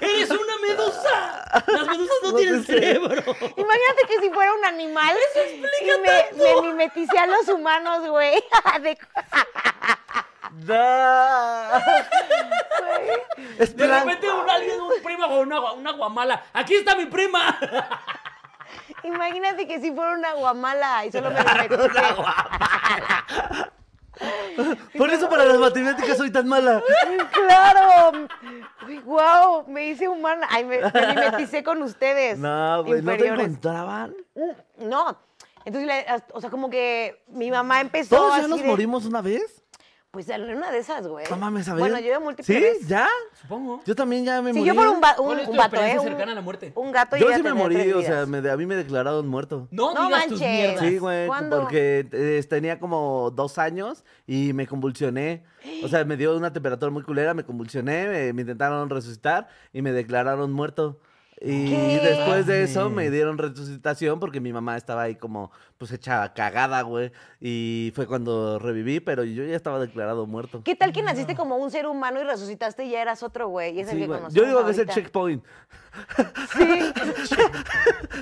B: Eres una medusa. Las medusas no,
C: No
B: tienen
C: te sé.
B: cerebro.
A: imagínate que si fuera un animal. y me, me mimeticé a los humanos, güey. De-
C: No. Es
B: De
C: plan-
B: repente un alguien, un primo o una, gua- una guamala. Aquí está mi prima.
A: Imagínate que si fuera una guamala y solo me mimeticé.
C: Por eso para las matemáticas soy tan mala.
A: ¡Claro! Uy, wow, me hice humana. Ay, me, me mimeticé con ustedes.
C: No, güey, no te
A: inferiores.
C: encontraban.
A: Mm, No. Entonces, la- o sea, como que mi mamá empezó
C: ¿Todos ya
A: así
C: nos
A: de-
C: morimos una vez?
A: Pues en una de esas, güey.
C: No mames, a ver.
A: Bueno, yo de múltiples
C: ¿Sí?
A: veces.
C: ¿Ya?
B: Supongo.
C: Yo también ya me
A: Si
C: morí.
A: yo fuera un, va- un-
B: ¿Cuál es tu
A: un vato, ¿eh?
B: experiencia
A: Un-
B: cercana a la muerte?
A: Un gato
C: Yo
A: ya
C: sí me
A: tendría
C: morí,
A: tres
C: o sea,
A: vidas.
C: me- a mí me declararon muerto.
B: No,
A: No
B: digas tus
A: manches.
B: mierdas.
C: Sí, güey,
A: ¿Cuándo?
C: porque eh, tenía como dos años y me convulsioné. O sea, me dio una temperatura muy culera, me convulsioné, eh, me, me intentaron resucitar y me declararon muerto. Y
A: ¿Qué?
C: después de eso me dieron resucitación porque mi mamá estaba ahí como pues hecha cagada, güey. Y fue cuando reviví, pero yo ya estaba declarado muerto.
A: ¿Qué tal que naciste como un ser humano y resucitaste y ya eras otro, güey? Y es el
C: Sí,
A: que
C: güey.
A: conocemos
C: Yo digo que es el
A: ahorita.
C: checkpoint.
A: Sí.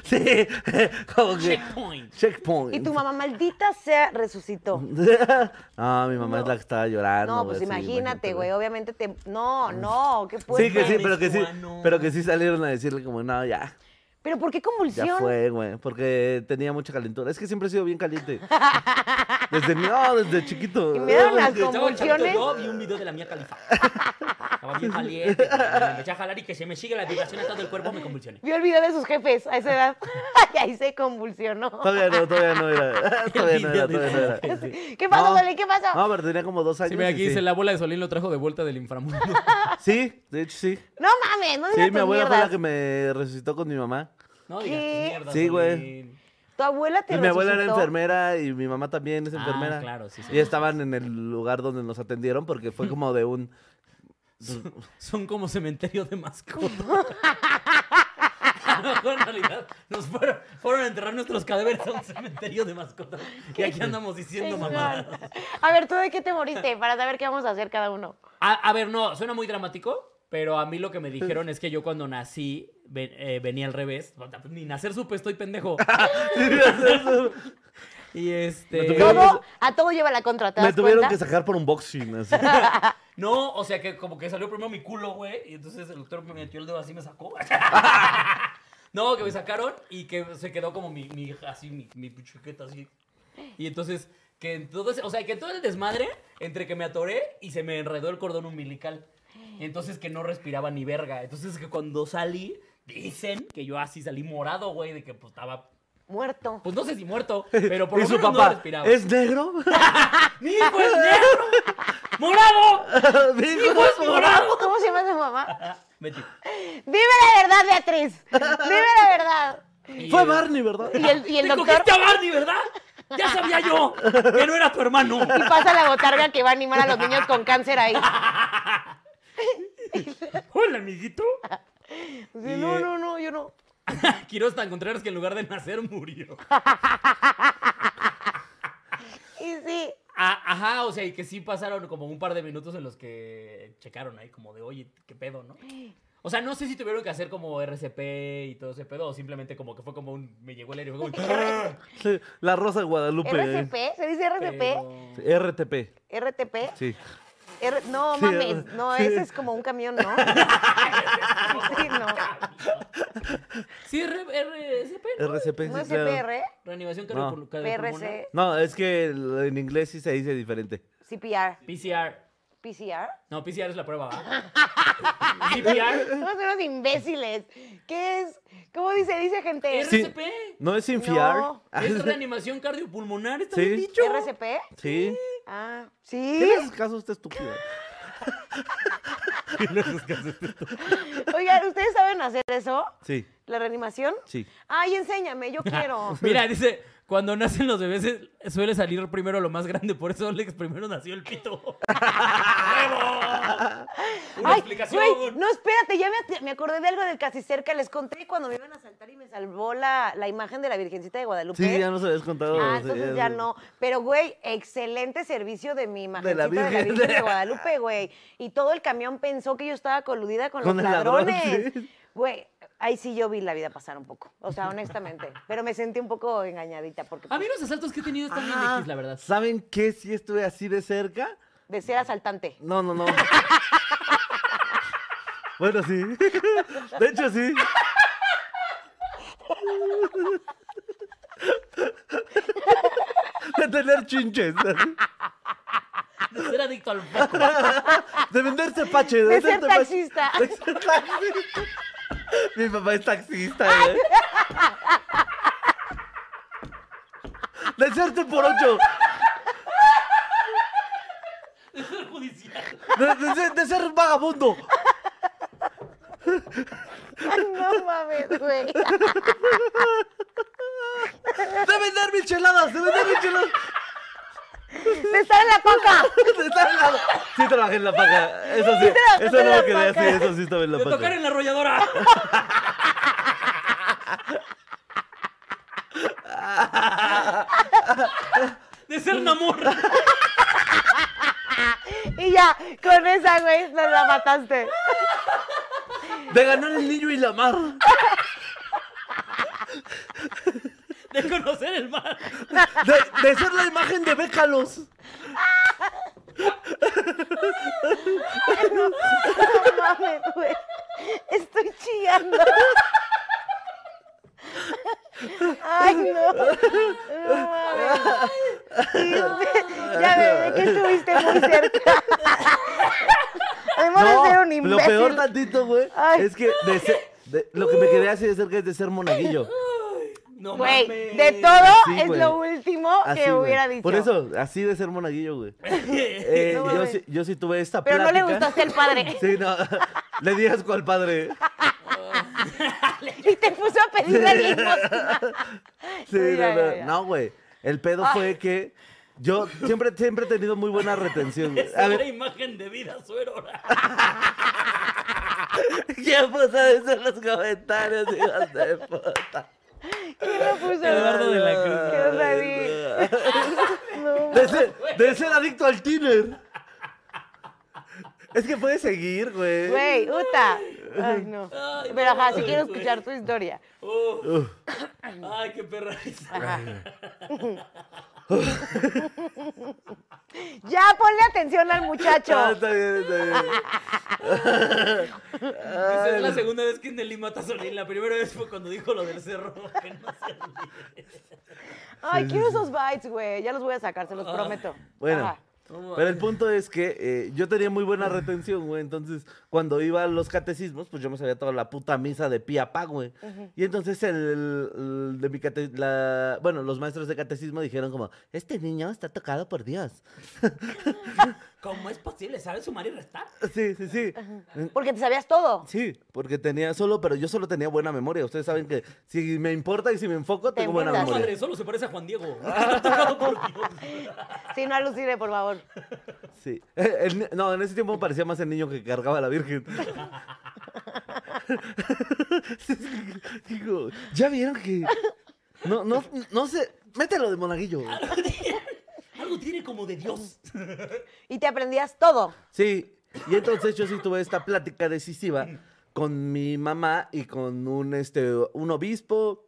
C: Sí, como que
B: Checkpoint.
C: checkpoint.
A: Y tu mamá maldita sea resucitó.
C: no, Ah, mi mamá es la que estaba llorando.
A: No, pues
C: güey, sí,
A: imagínate, güey. Obviamente te. No, no, ¿qué puede
C: sí, que sí,
B: mames,
C: pero que
A: "Ah,
C: sí,
B: Juano.
C: pero que sí salieron a decirle como, no, ya,
A: Pero ¿por qué convulsión?
C: ya fue, güey, porque tenía mucha calentura. Es que siempre he sido bien caliente. Desde, no, desde chiquito.
A: Y me dieron
C: Ay,
A: las
C: que-
B: Estaba el chavito
A: ¿Convulsiones?
B: yo vi un video de la mía califa. Estaba bien caliente. Me empecé a jalar y que se me sigue la vibración a todo el cuerpo, me convulsioné.
A: Vio el video de sus jefes a esa edad. y ahí se convulsionó.
C: Todavía no, todavía no era, todavía no era,
B: El video de
C: todavía no era.
B: la-
A: ¿Qué pasó,
C: No.
A: Dolly? ¿Qué pasó?
C: No, pero tenía como dos años.
B: Sí, mira,
C: y
B: aquí
C: sí.
B: dice, la bola de Solín lo trajo de vuelta del inframundo.
C: Sí, de hecho sí.
A: No mames, no
C: Sí,
A: digas
C: mi
A: tus
C: abuela fue la
A: mierdas.
C: que me resucitó con mi mamá.
B: No digas tus
A: ¿Qué?
B: mierdas,
C: Sí, güey.
B: Solín.
A: Tu abuela te
C: Mi abuela era
A: resucitó.
C: enfermera y mi mamá también es
B: Ah,
C: enfermera.
B: claro, sí, sí.
C: Y estaban en el lugar donde nos atendieron porque fue como de un...
B: Son como cementerio de mascotas. A lo mejor en realidad nos fueron, fueron a enterrar nuestros cadáveres a un cementerio de mascotas. Y aquí andamos diciendo
A: Chingón.
B: mamadas.
A: A ver, ¿tú de qué te moriste? Para saber qué vamos a hacer cada uno.
B: A, a ver, no, suena muy dramático, pero a mí lo que me dijeron es que yo cuando nací ve- eh, venía al revés. Ni nacer supe, estoy pendejo. y este...
C: Me tuvieron-
A: Todo, a todo lleva la contra, ¿te
C: Me
A: das
C: tuvieron
A: cuenta?
C: que sacar por un boxing. así.
B: No, o sea que como que salió primero mi culo, güey. Y entonces el doctor me metió el dedo así y me sacó. no, que me sacaron y que se quedó como mi, mi así, mi, mi chiqueta así. Y entonces, que entonces, o sea, que todo el desmadre entre que me atoré y se me enredó el cordón umbilical. Y entonces que no respiraba ni verga. Entonces que cuando salí, dicen que yo así salí morado, güey, de que pues estaba.
A: Muerto.
B: Pues no sé si muerto, pero por
C: y
B: lo
C: su
B: menos no
C: papá,
B: respiraba.
C: ¿es negro?
B: ¡Mi hijo es negro! ¡Morado!
C: Mi
B: ¡Mi hijo es morado!
A: ¿Cómo se llama tu mamá?
B: Metí.
A: Dime la verdad, Beatriz. Dime la verdad.
B: Y-
C: Fue Barney, ¿verdad?
A: Y el, y el
B: ¡Te
A: doctor
B: cogiste a Barney, ¿verdad? Ya sabía yo que no era tu hermano.
A: y pasa la botarga que va a animar a los niños con cáncer ahí.
D: Hola, amiguito.
A: Pues Sí, no, no, no, yo no.
B: Quiero tan Contreras que en lugar de nacer murió.
A: Y sí.
B: A- Ah, ajá, o sea, y que sí pasaron como un par de minutos en los que checaron ahí como de, oye, qué pedo, ¿no? O sea, no sé si tuvieron que hacer como RCP y todo ese pedo, o simplemente como que fue como un... Me llegó el aire y fue como... "Ah",
C: Sí, La Rosa de Guadalupe.
A: RCP, ¿se dice RCP?
B: pero-
C: Sí, RTP,
A: RTP.
C: sí.
A: R- no
C: Sí,
A: mames,
C: R-
A: no,
C: sí.
A: ese es como un camión, ¿no? sí, no.
B: Sí, R- RCP, ¿no?
C: RCP, sí,
A: ¿No es
C: claro.
A: CPR?
B: Reanimación
C: No.
B: cardiopul- cardiopulmonar.
A: PRC,
C: No, es que el- en inglés sí se dice diferente.
A: CPR,
B: PCR.
A: PCR.
B: No, PCR es la prueba, ¿va? CPR.
A: Somos unos imbéciles. ¿Qué es? ¿Cómo dice? Dice gente.
C: Sí.
B: RCP.
C: ¿No es Ah, infiar?
A: No,
B: Es reanimación cardiopulmonar, está
C: Sí.
B: bien dicho.
A: ¿RCP?
C: Sí.
A: Ah,
C: ¿Qué
A: sí.
C: le haces caso a esta estúpida?
A: Oigan, ¿ustedes saben hacer eso?
C: Sí,
A: ¿La reanimación?
C: sí.
A: Ay, enséñame, yo quiero.
B: Ah, Mira, dice, cuando nacen los bebés eh, suele salir primero lo más grande, por eso Alex primero nació el pito. ¡Huevo! Una
A: Ay,
B: explicación.
A: güey, no, espérate, ya me, at- me acordé de algo del casi cerca. Les conté cuando me iban a saltar y me salvó la, la imagen de la Virgencita de Guadalupe.
C: Sí, ya nos habías contado.
A: Ah,
C: sí,
A: entonces ya no. Pero, güey, excelente servicio de mi imagen de la
C: Virgen.
A: Virgen de Guadalupe, güey. Y todo el camión pensó que yo estaba coludida con,
C: Con
A: los
C: el ladrón,
A: ladrones.
C: sí.
A: Güey, ahí sí yo vi la vida pasar un poco. O sea, honestamente. Pero me sentí un poco engañadita porque
B: A
A: pues,
B: mí los asaltos que he tenido están bien
C: Ah,
B: X, la verdad.
C: ¿Saben qué? Si estuve así de cerca.
A: de ser asaltante.
C: No, no, no. bueno, sí. De hecho, sí. De tener chinches.
B: De ser adicto al foco.
C: De vender cepache.
A: De ser
C: vender cepache.
A: taxista.
C: De ser taxista. Mi papá es taxista, ¿eh? güey. De serte por ocho.
B: De ser judicial.
C: De, de ser- de ser vagabundo.
A: Ay, no mames, güey.
C: De vender micheladas. De vender micheladas.
A: De estar en la paca.
C: De estar en la- Sí trabajé en la paca. Eso sí.
A: trabajaste
C: Eso
A: en
C: no
A: la
C: lo quedé así.
A: paca.
C: Eso sí estaba en la
B: De tocar
C: paca.
B: en la arrolladora. De ser Namor.
A: Y ya, con esa, güey, nos la mataste.
C: De ganar el niño y la mar.
B: De conocer el mar.
C: De, de ser la imagen de Bécalos.
A: No mames, güey. Estoy chillando. Ay, no. No mames. Sí, ya me ve que estuviste muy cerca. Hemos de ser un
C: lo
A: imbécil.
C: peor tantito, güey,
A: Ay.
C: es que de ser- de- lo que me quedé así de cerca es de ser monaguillo.
B: No
A: Güey,
B: mames.
A: de todo
C: Sí,
A: es
C: güey.
A: lo último
C: Así,
A: que
C: güey.
A: Oh, hubiera dicho.
C: Por eso, así de ser monaguillo, güey. Eh,
A: No
C: yo,
A: mames.
C: sí, yo sí tuve esta
A: Pero no le
C: plática.
A: gustaste al padre.
C: Sí, no. Le di asco al padre.
A: y te puso a pedir la limosna.
C: Sí,
A: Sí, ya,
C: no, no,
A: ya, ya.
C: no, güey. El pedo fue que yo siempre, siempre he tenido muy buena retención. güey.
B: Esa
C: A
B: era
C: ver,
B: imagen de vida suerora.
C: ¿quién puso eso en los comentarios, hijos de puta?
A: ¿Quién lo puso?
B: Eduardo de la Cruz.
A: Qué horrible. No.
C: De ser, de ser adicto al Tinder. Es que puedes seguir, güey.
A: Güey, Uta. Ay, no.
B: Ay,
A: Pero ajá,
B: no,
A: sí quiero
B: güey.
A: escuchar tu historia.
B: Uf. Ay, qué perra.
C: Ah.
A: Ajá. ya, ponle atención al
C: Ah,
A: muchacho.
C: está bien, está bien.
B: Esa es la segunda vez que Nelly mata a Solín. La primera vez fue cuando dijo lo del cerro. Que no se olvide.
A: Ay, quiero esos bites, güey. Ya los voy a sacar, se los prometo.
C: Ah, Bueno.
A: Ajá.
B: No
C: Pero el punto es que eh, yo tenía muy buena retención, güey. Entonces, cuando iba a los catecismos, pues yo me sabía toda la puta misa de pie a pa, güey. Y entonces el, el de mi cate- la- bueno, los maestros de catecismo dijeron como, este niño está tocado por Dios.
B: ¿Cómo es posible? ¿Sabes sumar y restar?
C: Sí, sí, sí.
A: Porque te sabías todo.
C: Sí, porque tenía solo, pero yo solo tenía buena memoria. Ustedes saben que si me importa y si me enfoco,
A: Te
C: tengo buena
A: envuelvas.
C: memoria.
B: Madre, solo se parece a Juan Diego. Está tocado por Dios.
A: Sí, no alucine, por favor.
C: Sí. El ni- no, en ese tiempo parecía más el niño que cargaba a la Virgen. Digo, ya vieron que. No, no, no sé. Mételo de monaguillo.
B: Algo tiene- Algo tiene como de Dios.
A: Y te aprendías todo.
C: Sí. Y entonces yo sí tuve esta plática decisiva con mi mamá y con un este un obispo,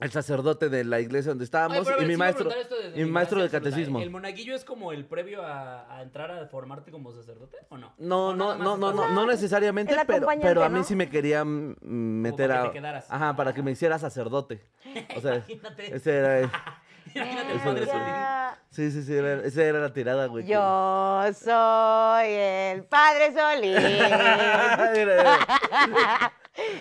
C: el sacerdote de la iglesia donde
B: Ay,
C: estábamos
B: pero a
C: y
B: ver,
C: mi
B: sí voy a
C: maestro,
B: preguntar esto desde
C: y mi
B: mi
C: maestro de
B: ignorancia absoluta.
C: catecismo.
B: ¿El monaguillo es como el previo a, a entrar a formarte como sacerdote o no?
C: No,
B: ¿O
C: no,
B: nada más
C: no, no,
B: estás-
C: no, no necesariamente,
A: el
C: pero,
A: acompañante,
C: pero a mí
A: ¿no?
C: sí me querían mm, meter
B: para que
C: a.
B: te quedaras.
C: Ajá, para que me hiciera sacerdote. O sea,
B: Imagínate.
C: ese era. eh,
B: Imagínate el
C: Eso
B: padre
C: es.
B: Solín.
A: Ya.
C: Sí, sí, sí, era- esa era la tirada, güey. que-
A: Eh, Yo soy el padre Solín.
C: Era- era-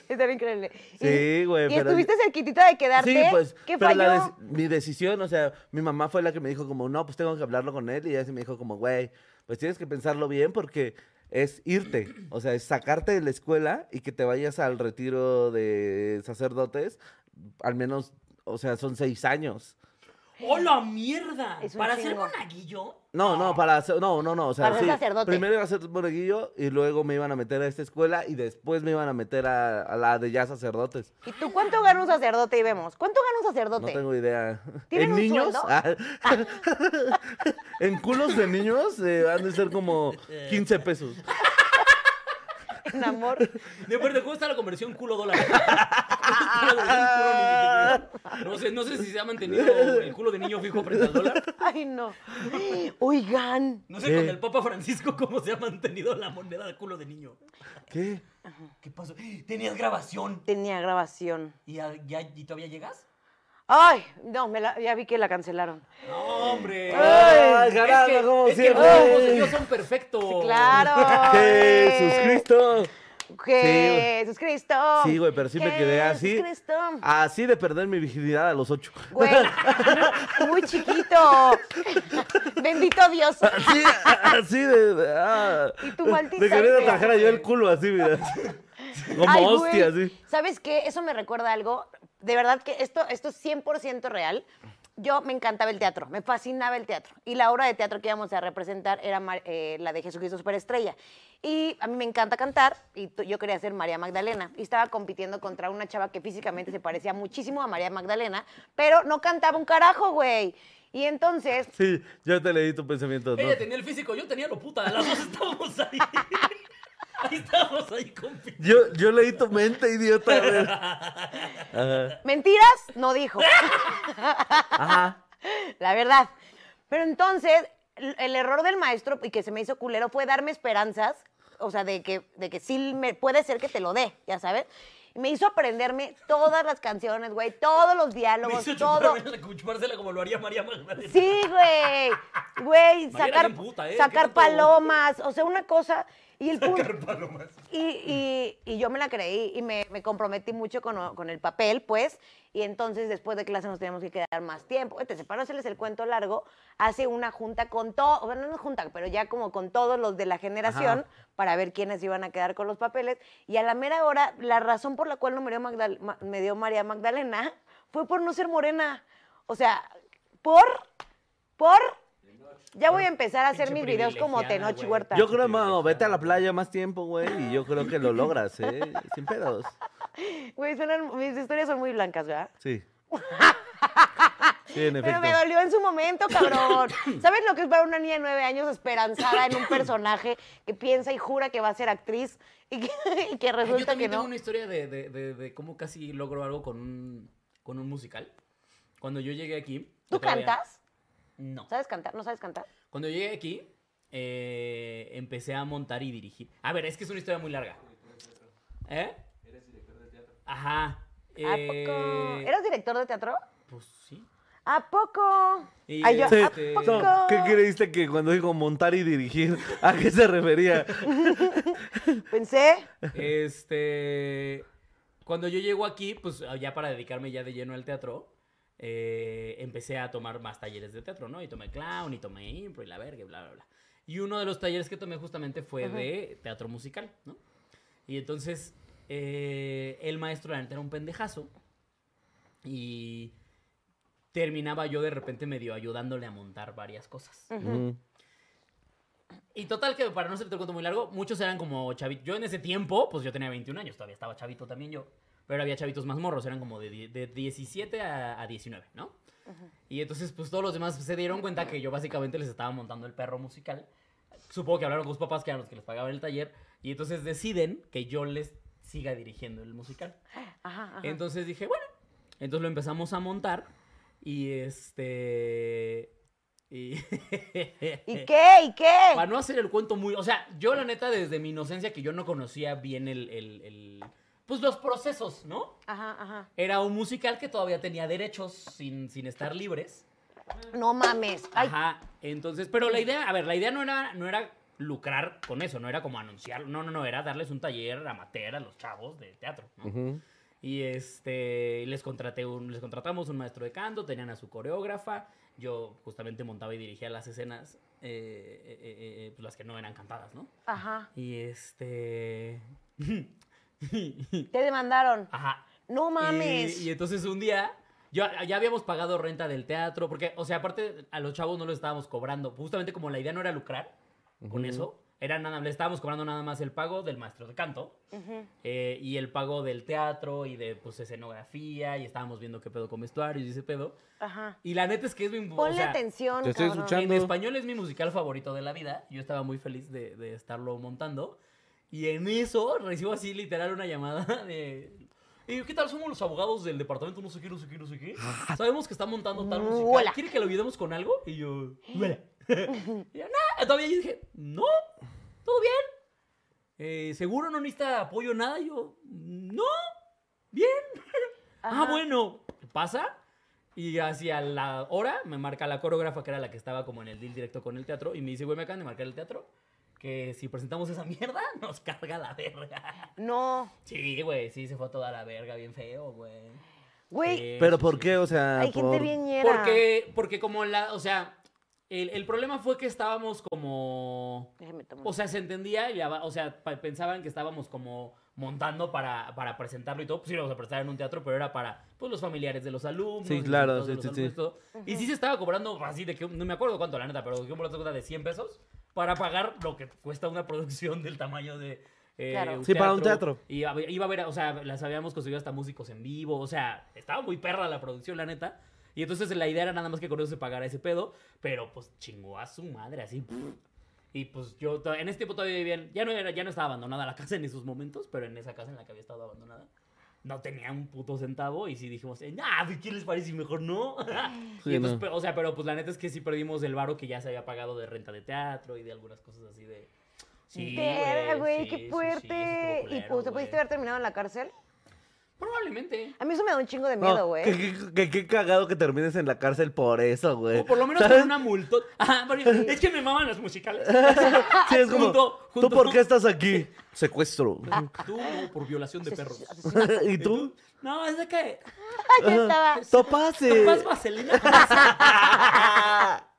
A: Está increíble. Y-
C: Sí, güey,
A: Y
C: pero-
A: estuviste cerquitita de quedarte.
C: Sí, pues.
A: ¿Qué
C: pero la
A: falló?
C: des- mi decisión, o sea, mi mamá fue la que me dijo, como, no, pues tengo que hablarlo con él. Y ella sí me dijo, como, güey, pues tienes que pensarlo bien porque es irte. O sea, es sacarte de la escuela y que te vayas al retiro de sacerdotes. Al menos, o sea, son seis años.
B: ¡Hola, mierda!
A: Es un
B: ¿Para ser
A: chingo.
B: monaguillo?
C: No, no, para hacer- no, no, no, o sea,
A: Ah. Para ser
C: sí,
A: sacerdote.
C: primero iba a ser monaguillo y luego me iban a meter a esta escuela y después me iban a meter a, a la de ya sacerdotes.
A: ¿Y tú cuánto gana un sacerdote? Y vemos. ¿Cuánto gana un
C: No
A: sacerdote?
C: tengo idea.
A: ¿Tienen
C: ¿En
A: un
C: niños?
A: sueldo?
C: Ah. en culos de niños eh, han de ser como 15 pesos.
A: En amor.
B: De acuerdo, ¿cómo está la conversión culo dólar? ¿Cómo está la conversión culo niño? No sé, no sé si se ha mantenido el culo de niño fijo frente al dólar.
A: Ay, no. Oigan.
B: No sé
C: Sí.
B: con el Papa Francisco cómo se ha mantenido la moneda de culo de niño.
C: ¿Qué?
B: ¿Qué pasó? ¿Tenías grabación?
A: Tenía grabación.
B: ¿Y, a- ya- y todavía llegas?
A: Ay, no, me la- ya vi que la cancelaron.
B: ¡No, hombre!
C: Ay,
B: Es
C: caramba,
B: que-
C: como
B: es que
C: siempre.
B: los ojos de Dios son perfectos.
C: Oh.
A: Claro.
C: Jesucristo.
A: Jesucristo.
C: Sí, güey, pero sí me quedé así. Ah.
A: Jesucristo.
C: Así de perder mi virginidad a los ocho.
A: Güey, muy chiquito. Bendito Dios.
C: Así, así de. ah,
A: Y tú, maldita
C: Me quería
A: sea.
C: atajar yo el culo así, mira. Como
A: Ay, güey,
C: hostia, así.
A: ¿Sabes qué? Eso me recuerda a algo. De verdad que esto, esto es 100% real. Yo me encantaba el teatro, me fascinaba el teatro. Y la obra de teatro que íbamos a representar era Mar- eh, la de Jesucristo Superestrella. Y a mí me encanta cantar y tu- yo quería ser María Magdalena. Y estaba compitiendo contra una chava que físicamente se parecía muchísimo a María Magdalena, pero no cantaba un carajo, güey. Y entonces
C: Sí, yo te leí tu pensamiento. ¿no?
B: Ella tenía el físico, yo tenía lo puta. Las dos estábamos ahí. ahí estábamos ahí compitiendo.
C: Yo, yo leí tu mente, idiota. güey. Ajá.
A: Mentiras, no dijo.
C: Ajá.
A: La verdad. Pero entonces, l- el error del maestro y que se me hizo culero fue darme esperanzas, o sea, de que, de que sí me, puede ser que te lo dé, ya sabes. Y me hizo aprenderme todas las canciones, güey, todos los
B: Me
A: diálogos,
B: hizo
A: todo.
B: chuparme la- chupársela como lo haría María Magdalena.
A: Sí, güey. Güey,
B: Mariana
A: sacar,
B: bien puta, ¿eh? ¿Qué
A: sacar
B: tanto?
A: palomas. O sea, una cosa. Y el punto.
E: palomas.
A: Y, y- y yo me la creí y me, me comprometí mucho con, con el papel, pues, y entonces después de clase nos teníamos que quedar más tiempo. Te separo, hacerles el cuento largo, hace una junta con todo, bueno, no una junta, pero ya como con todos los de la generación
C: Ajá.
A: para ver quiénes iban a quedar con los papeles. Y a la mera hora, la razón por la cual no me dio, Magdal- Ma- me dio María Magdalena fue por no ser morena. O sea, por, por... Ya voy a empezar a hacer mis
B: Pinche
A: videos como
B: privilegiada,
A: Tenoch
B: güey.
A: Huerta.
C: Yo creo, mano, vete a la playa más tiempo, güey, y yo creo que lo logras, ¿eh? Sin pedos.
A: Güey, suenan- mis historias son muy blancas, ¿verdad?
C: Sí. Sí, en
A: Pero
C: efecto.
A: me dolió en su momento, cabrón. ¿Sabes lo que es para una niña de nueve años esperanzada en un personaje que piensa y jura que va a ser actriz y que, y que
B: Ay, Ah, Yo
A: resulta que
B: también
A: no?
B: tengo una historia de, de- de- de cómo casi logro algo con un, con un musical. Cuando yo llegué aquí.
A: ¿Tú
B: yo todavía-
A: cantas?
B: No.
A: ¿Sabes cantar? ¿No sabes cantar?
B: Cuando llegué aquí, eh, empecé a montar y dirigir. A ver, es que es una historia muy larga. ¿Eh? Eres director de teatro. Ajá.
A: ¿A poco?
B: Eh,
A: ¿Eras director de teatro?
B: Pues sí.
A: ¿A poco?
B: Y,
A: Ay, yo,
C: Sí.
A: ¿A
B: este,
A: poco?
C: No, ¿Qué creíste que cuando digo montar y dirigir, a qué se refería?
A: Pensé.
B: Este. Cuando yo llego aquí, pues ya para dedicarme ya de lleno al teatro, eh, empecé a tomar más talleres de teatro, ¿no? Y tomé clown, y tomé impro, y la verga, y bla, bla, bla. Y uno de los talleres que tomé justamente fue de teatro musical, ¿no? Y entonces, eh, el maestro, la neta, era un pendejazo. Y terminaba yo de repente medio ayudándole a montar varias cosas.
C: Mm.
B: Y total que para no ser el cuento muy largo, muchos eran como chavitos. Yo en ese tiempo, pues yo tenía 21 años, todavía estaba chavito también yo. Pero había chavitos más morros, eran como de, die- de 17 a, a 19, ¿no? Y entonces, pues todos los demás se dieron cuenta que yo básicamente les estaba montando el perro musical. Supongo que hablaron con sus papás, que eran los que les pagaban el taller. Y entonces deciden que yo les siga dirigiendo el musical.
A: Ajá, ajá.
B: Entonces dije, bueno. Entonces lo empezamos a montar. Y este. Y. eh,
A: ¿Y qué? ¿Y
B: Para
A: qué?
B: no hacer el cuento muy. O sea, yo la neta, desde mi inocencia, que yo no conocía bien el. el- el- pues los procesos, ¿no?
A: Ajá, ajá.
B: Era un musical que todavía tenía derechos sin, sin estar libres.
A: No mames. Ay,
B: Ajá. Entonces, pero la idea, a ver, la idea no era, no era lucrar con eso, no era como anunciar. No, no, no, era darles un taller amateur a los chavos de teatro, ¿no?
C: Ujú.
B: Y este, les, contraté un, les contratamos un maestro de canto, tenían a su coreógrafa. Yo justamente montaba y dirigía las escenas, eh, eh, eh, eh, pues, las que no eran cantadas, ¿no?
A: ajá.
B: Y este.
A: Te demandaron.
B: Ajá.
A: No mames.
B: Y, y entonces un día. Yo, ya habíamos pagado renta del teatro, porque, o sea, aparte a los chavos no les estábamos cobrando. Justamente como la idea no era lucrar con eso, era nada, le estábamos cobrando nada más el pago del maestro de canto
A: Ujú.
B: eh, y el pago del teatro y de pues, escenografía, y estábamos viendo qué pedo con vestuarios y ese pedo.
A: Ajá.
B: Y la neta es que es mi. o
A: Ponle
B: sea,
A: atención,
C: te estoy
A: cabrón.
C: escuchando.
B: en español es mi musical favorito de la vida. Yo estaba muy feliz de, de estarlo montando. Y en eso recibo así literal una llamada de... "Eh, ¿Qué tal somos los abogados del departamento? No sé qué, no sé qué, no sé qué. Sabemos que está montando tal musical.
A: Huela.
B: ¿Quiere que lo ayudemos con algo? Y yo... "Huela". y yo, "Nah". Todavía yo dije, no, todo bien. Eh, ¿Seguro no necesita apoyo nada? Y yo, no, bien. Ah,
A: Ajá.
B: bueno, pasa. Y hacia la hora me marca la coreógrafa, que era la que estaba como en el deal directo con el teatro, y me dice, güey, me acaban de marcar el teatro, que si presentamos esa mierda, nos carga la verga.
A: No.
B: Sí, güey, sí, se fue a toda la verga, bien feo, güey.
A: Güey,
B: Sí,
C: Pero
B: sí,
C: ¿por
B: sí.
C: qué? O sea,
A: hay gente
C: por-
A: bien ñera.
B: Porque, porque como la, o sea, el, el problema fue que estábamos como...
A: Déjame tomar.
B: O sea, se entendía, y la- o sea, pa- pensaban que estábamos como montando para, para presentarlo y todo. Pues sí, lo íbamos a presentar en un teatro, pero era para pues, los familiares de los alumnos.
C: Sí,
B: y los
C: claro,
B: invitados de
C: sí,
B: los
C: sí,
B: alumnos y
C: sí.
B: todo. Y sí se estaba cobrando así de que, no me acuerdo cuánto, la neta, pero que un boleto cuesta de 100 pesos para pagar lo que cuesta una producción del tamaño de... eh,
A: Claro.
C: Sí, para un teatro.
B: Y a ver- iba a ver, o sea, las habíamos conseguido hasta músicos en vivo, o sea, estaba muy perra la producción, la neta. Y entonces la idea era nada más que con eso se pagara ese pedo, pero pues chingó a su madre, así. Y pues yo to- en ese tiempo todavía vivía, en- ya no, era, ya no estaba abandonada la casa en esos momentos, pero en esa casa en la que había estado abandonada, no tenía un puto centavo y sí dijimos, eh, nah, pues, ¿qué les parece? Y Mejor no.
C: Sí,
B: Y entonces,
C: no.
B: pe- O sea, pero pues la neta es que sí perdimos el varo que ya se había pagado de renta de teatro y de algunas cosas así de... Sí,
A: Verga, güey,
B: sí, sí,
A: qué
B: sí,
A: fuerte.
B: sí,
A: ¿Y
B: estuvo culero,
A: pues, te
B: güey.
A: pudiste haber terminado en la cárcel?
B: Probablemente.
A: A mí eso me da un chingo de
C: No,
A: miedo, güey.
C: que- que- que- Qué cagado que termines en la cárcel por eso, güey.
B: O por lo menos
C: Eh, ¿Sabes?
B: con una multa. Ajá, porque
D: Es que me maman las musicales.
C: Sí, es como,
B: junto- junto-
C: ¿tú por qué estás aquí? Secuestro.
A: Ah,
B: Tú no, por violación de perros.
C: ¿Y tú?
B: No, es de que.
A: Ya estaba.
C: Topase.
B: ¿Topas vaselina?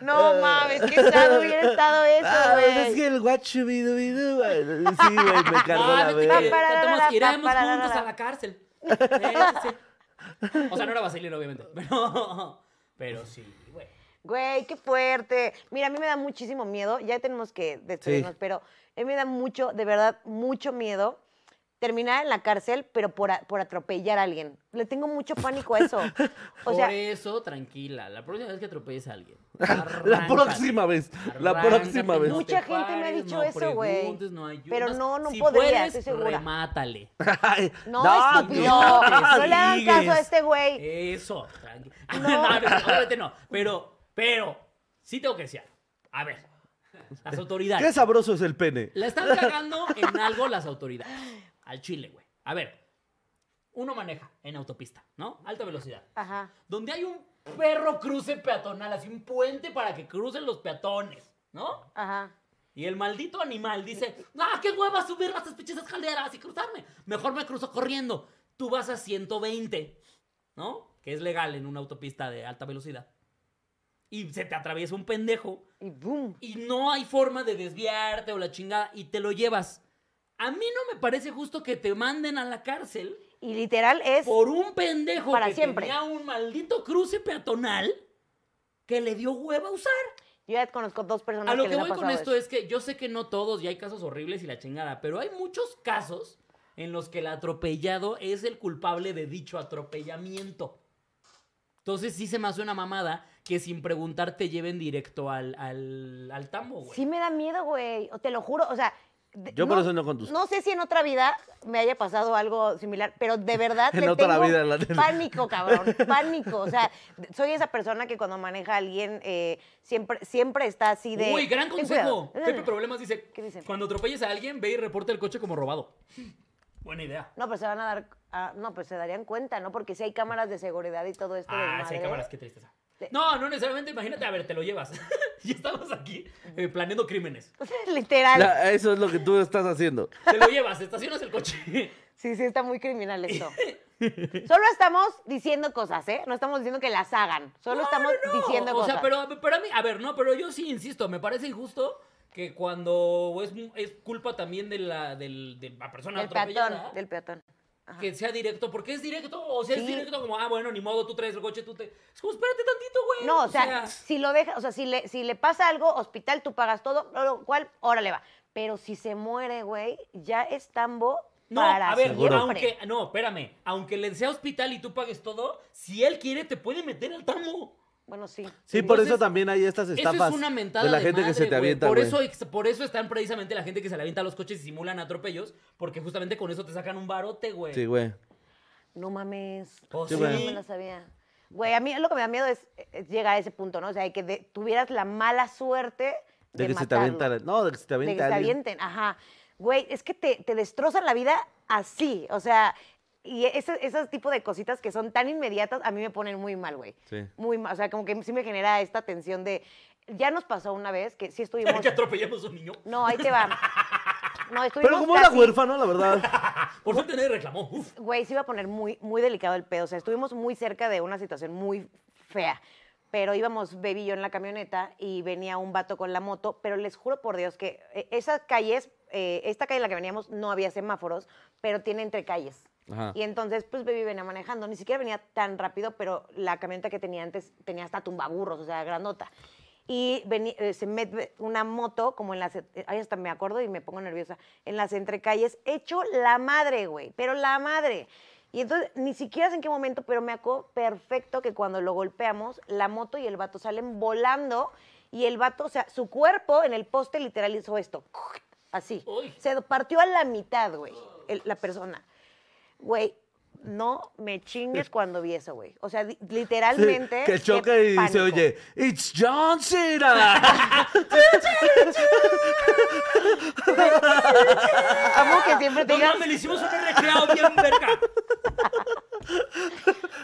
A: No mames, qué estado hubiera estado eso,
C: Ah,
A: güey.
C: es que el guachubidubidu. eh, Sí, güey, me cargó
B: No,
C: la
B: es de que
A: Pa,
C: vez.
A: pa, ra, ra,
B: cantamos,
A: ra,
B: iremos
A: pa, pa, ra,
B: juntos
A: ra.
B: a la cárcel. Sí, sí, sí. O sea, no era vaselina, obviamente. Pero, pero sí, güey.
A: Güey, qué fuerte. Mira, a mí me da muchísimo miedo. Ya tenemos que despedirnos,
C: Sí.
A: pero a mí me da mucho, de verdad, mucho miedo terminar en la cárcel, pero por, a- por atropellar a alguien. Le tengo mucho pánico a eso. O
B: Por
A: sea,
B: eso, tranquila. La próxima vez que atropelles a alguien.
C: La
B: arráncate.
C: próxima vez. La
B: Arráncate,
C: próxima
B: no
C: vez.
B: te
A: Mucha gente me ha dicho
B: no
A: eso, güey.
B: preguntes, no ayudas.
A: Pero no, no
B: si
A: podría,
B: puedes,
A: estoy segura.
B: Remátale.
C: Ay,
A: no,
C: no,
A: estúpido.
B: no
A: No,
B: te
A: le hagan
B: sigues.
A: caso a este güey.
B: Eso, tranqui.
A: No.
B: No. no, no, obviamente no. Pero, pero, sí tengo que decir. algo. A ver, las autoridades.
C: Qué sabroso es el pene.
B: La están cagando en algo las autoridades. Al chile, güey. A ver, uno maneja en autopista, ¿no? Alta velocidad.
A: Ajá.
B: Donde hay un perro cruce peatonal, así un puente para que crucen los peatones, ¿no?
A: Ajá.
B: Y el maldito animal dice, ¡ah, qué hueva subir las pinches escaleras y cruzarme! Mejor me cruzo corriendo. Tú vas a 120, ¿no? Que es legal en una autopista de alta velocidad. Y se te atraviesa un pendejo
A: Y boom.
B: y no hay forma de desviarte o la chingada y te lo llevas. A mí no me parece justo que te manden a la cárcel
A: Y literal es.
B: por un pendejo
A: Para
B: que
A: siempre.
B: tenía un maldito cruce peatonal que le dio hueva a usar.
A: Yo ya conozco dos personas
B: a lo que,
A: les ha
B: voy con
A: pasado
B: esto
A: eso.
B: es que yo sé que no todos y hay casos horribles y la chingada, pero hay muchos casos en los que el atropellado es el culpable de dicho atropellamiento. Entonces sí se me hace una mamada que sin preguntar te lleven directo al, al, al tambo, güey.
A: Sí me da miedo, güey. o Te lo juro. O sea. de-
C: Yo por eso no conduzco.
A: No sé si en otra vida me haya pasado algo similar, pero de verdad
C: En
A: le
C: otra
A: tengo
C: vida, la neta.
A: pánico, cabrón. Pánico. O sea, de- soy esa persona que cuando maneja a alguien eh, siempre, siempre está así de.
B: Uy, gran
A: "Ten
B: consejo.
A: cuidado". Mm.
B: Pepe Problemas dice,
A: ¿Qué dice?
B: cuando atropelles a alguien, ve y reporta el coche como robado. Buena idea.
A: No, pero se van a dar. ah, no, pero se darían cuenta, ¿no? Porque si hay cámaras de seguridad y todo esto.
B: Ah, sí
A: desmadre. ¿eh?
B: hay cámaras, qué tristeza.
A: Le-
B: No, no necesariamente, imagínate, a ver, te lo llevas. y estamos aquí eh, planeando crímenes.
A: Literal.
C: La- eso es lo que tú estás haciendo.
B: Te lo llevas, estacionas el coche.
A: Sí, sí, está muy criminal esto. Solo estamos diciendo cosas, ¿eh? No estamos diciendo que las hagan. Solo
B: No,
A: estamos
B: no, no.
A: diciendo
B: o
A: cosas.
B: sea, pero, pero a mí, a ver, no, pero yo sí insisto, me parece injusto que cuando es, es culpa también de la, del, de la persona
A: del
B: atropellada.
A: peatón, del peatón.
B: que sea directo, porque es directo, o sea, es
A: Sí.
B: directo como, ah, bueno, ni modo, tú traes el coche, tú te... Es como, espérate tantito, güey.
A: No, o sea, si lo deja, o sea, si le, si le pasa algo, hospital, tú pagas todo, lo cual, órale va. Pero si se muere, güey, ya es tambo
B: No,
A: para
B: a ver,
A: siempre.
B: aunque... No, espérame. Aunque le sea hospital y tú pagues todo, si él quiere, te puede meter al tamo.
A: Bueno, sí.
C: Sí, por
B: Entonces,
C: eso también hay estas
B: Eso
C: estafas
B: es una mentada
C: de la
B: de
C: gente
B: madre,
C: que se te
B: güey.
C: avienta,
B: Por
C: güey.
B: eso, ex- por eso están precisamente la gente que se le avienta a los coches y simulan atropellos, porque justamente con eso te sacan un barote, güey.
C: Sí, güey.
A: No mames.
B: Pues
A: Yo
C: sí.
A: No me la sabía. Güey, a mí lo que me da miedo es, es llegar a ese punto, ¿no? O sea, de que de- tuvieras la mala suerte de,
C: De, que se te
A: matarlo.
C: avienta. No, de que se te
A: de
C: avienta.
A: que se
C: alguien.
A: avienten, ajá. Güey, es que te, te destrozan la vida así, o sea, y ese, ese tipo de cositas que son tan inmediatas a mí me ponen muy mal, güey.
C: Sí.
A: Muy mal, o sea, como que sí me genera esta tensión de, ya nos pasó una vez que sí estuvimos...
B: Que atropellamos a un niño.
A: no, ahí te va. No, estuvimos
C: Pero como era
A: casi-
C: huérfano, la verdad.
B: Por suerte nadie reclamó. Uf.
A: Güey, se iba a poner muy, muy delicado el pedo. O sea, estuvimos muy cerca de una situación muy fea. Pero íbamos Baby y yo en la camioneta y venía un vato con la moto. Pero les juro por Dios que eh, esas calles, eh, esta calle en la que veníamos no había semáforos, pero tiene entre calles.
C: Ajá.
A: Y entonces, pues Baby venía manejando. Ni siquiera venía tan rápido, pero la camioneta que tenía antes tenía hasta tumbaburros, o sea, grandota. Y veni- eh, se mete una moto, como en las. eh, Ay, hasta me acuerdo y me pongo nerviosa. En las entrecalles, hecho la madre, güey. Pero la madre. Y entonces, ni siquiera sé en qué momento, pero me acuerdo perfecto que cuando lo golpeamos, la moto y el vato salen volando. Y el vato, o sea, su cuerpo en el poste literal hizo esto. Así.
B: Uy.
A: Se partió a la mitad, güey, el- la persona. Güey, no me chingues cuando vi eso, güey. O sea, di- literalmente.
C: que
A: qué
C: choca y se
A: pánico.
C: oye, ¡It's John Cena!
A: Amo que siempre
B: No
A: tengan,
B: mames, le hicimos un recreado bien verga.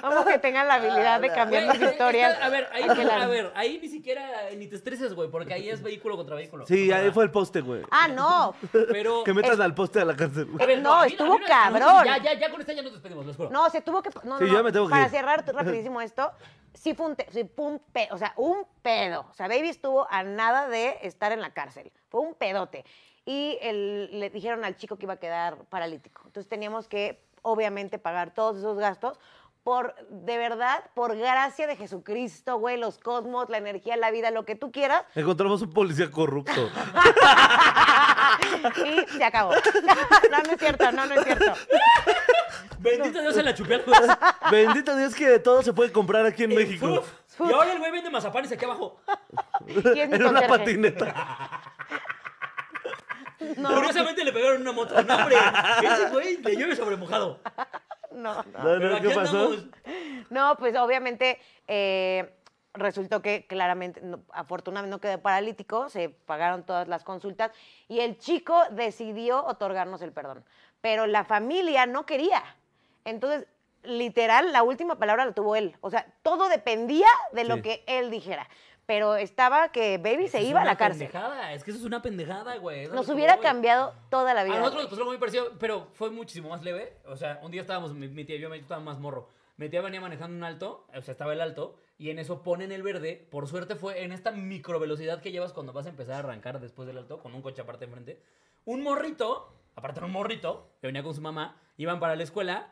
A: amo que tengan la habilidad
C: Ah,
A: de cambiar
B: Güey,
A: las
B: es que-
A: historias.
B: A ver, ahí,
A: a que la-
B: a ver, ahí ni siquiera eh, ni te estreses, güey, porque ahí es vehículo contra vehículo.
C: Sí,
B: O sea,
C: ahí fue el poste, güey.
A: Ah, no.
B: Pero.
C: Que metan al poste a la cárcel,
B: A
C: güey.
B: ver,
A: No,
B: a mí- a mí
A: estuvo
B: no-
A: cabrón.
B: Ya, ya, ya con esta ya nos despedimos, les juro.
A: No, se tuvo que. No,
C: Sí,
A: no,
C: ya
A: no.
C: me tengo que
A: Para
C: ir.
A: cerrar t- rapidísimo esto, sí fue un, te- sí fue un pedo. O sea, un pedo. O sea, Baby estuvo a nada de estar en la cárcel. Fue un pedote. Y el- le dijeron al chico que iba a quedar paralítico. Entonces teníamos que, obviamente, pagar todos esos gastos. Por, de verdad, por gracia de Jesucristo, güey, los cosmos, la energía, la vida, lo que tú quieras,
C: Encontramos un policía corrupto.
A: y se acabó. No, no es cierto, no, no es cierto.
B: Bendito Dios se la chupé al
C: Bendito Dios que todo se puede comprar aquí en México.
B: Y ahora el güey vende mazapanes aquí abajo.
A: Y es mi
C: en una
A: conserje.
C: patineta.
B: Curiosamente le pegaron una moto. No, hombre, ese güey le llueve sobre mojado.
A: No, no.
C: No,
B: Pero
C: no,
B: aquí
C: ¿Qué pasó?
B: andamos.
A: No, pues obviamente eh, resultó que claramente, no- afortunadamente no quedó paralítico, se pagaron todas las consultas y el chico decidió otorgarnos el perdón, pero la familia no quería. Entonces, literal, la última palabra la tuvo él. O sea, todo dependía de lo
C: Sí.
A: que él dijera. Pero estaba que Baby se
B: Es
A: iba a
B: una
A: la cárcel.
B: pendejada, Es que eso es una pendejada, güey. es a
A: Nos
B: lo que
A: hubiera
B: voy.
A: cambiado toda la vida.
B: A nosotros
A: güey.
B: nos pasó algo muy parecido, pero fue muchísimo más leve. O sea, un día estábamos, mi, mi tía y yo, yo estaba más morro. Mi tía venía manejando un alto, o sea, estaba el alto, y en eso ponen el verde. Por suerte fue en esta microvelocidad que llevas cuando vas a empezar a arrancar después del alto, con un coche aparte enfrente. Un morrito, aparte era un morrito, que venía con su mamá, iban para la escuela,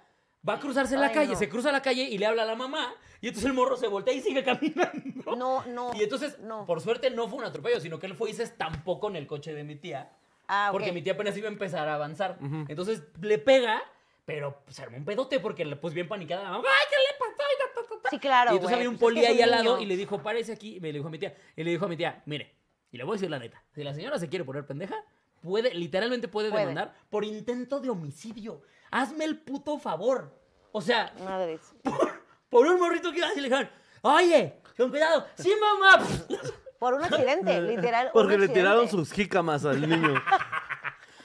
B: va a cruzarse la
A: Ay,
B: calle,
A: no.
B: se cruza la calle y le habla a la mamá, y entonces el morro se voltea y sigue caminando.
A: No, no.
B: Y entonces,
A: no.
B: por suerte, no fue un atropello, sino que él fue y se estampó con el coche de mi tía.
A: Ah, ok.
B: Porque mi tía apenas iba a empezar a avanzar. Entonces le pega, pero pues, se armó un pedote porque le- pues bien paniqueada la mamá. ¡Ay, qué le pasó! Y, ta, ta, ta, ta.
A: Sí, claro,
B: Y entonces
A: güey,
B: había un
A: pues es
B: poli
A: que es
B: ahí
A: un
B: al lado
A: niño.
B: y le dijo, parece aquí. Y me le dijo a mi tía. Y le dijo a mi tía, mire, y le voy a decir la neta. Si la señora se quiere poner pendeja, puede, literalmente puede,
A: Puede.
B: demandar por intento de homicidio. Hazme el puto favor. O sea,
A: Madres.
B: por, por un morrito que iba así le dijeron, oye, con cuidado, sí mamá.
A: Por un accidente, literal. un
C: Porque le
A: accidente.
C: tiraron sus jícamas al niño.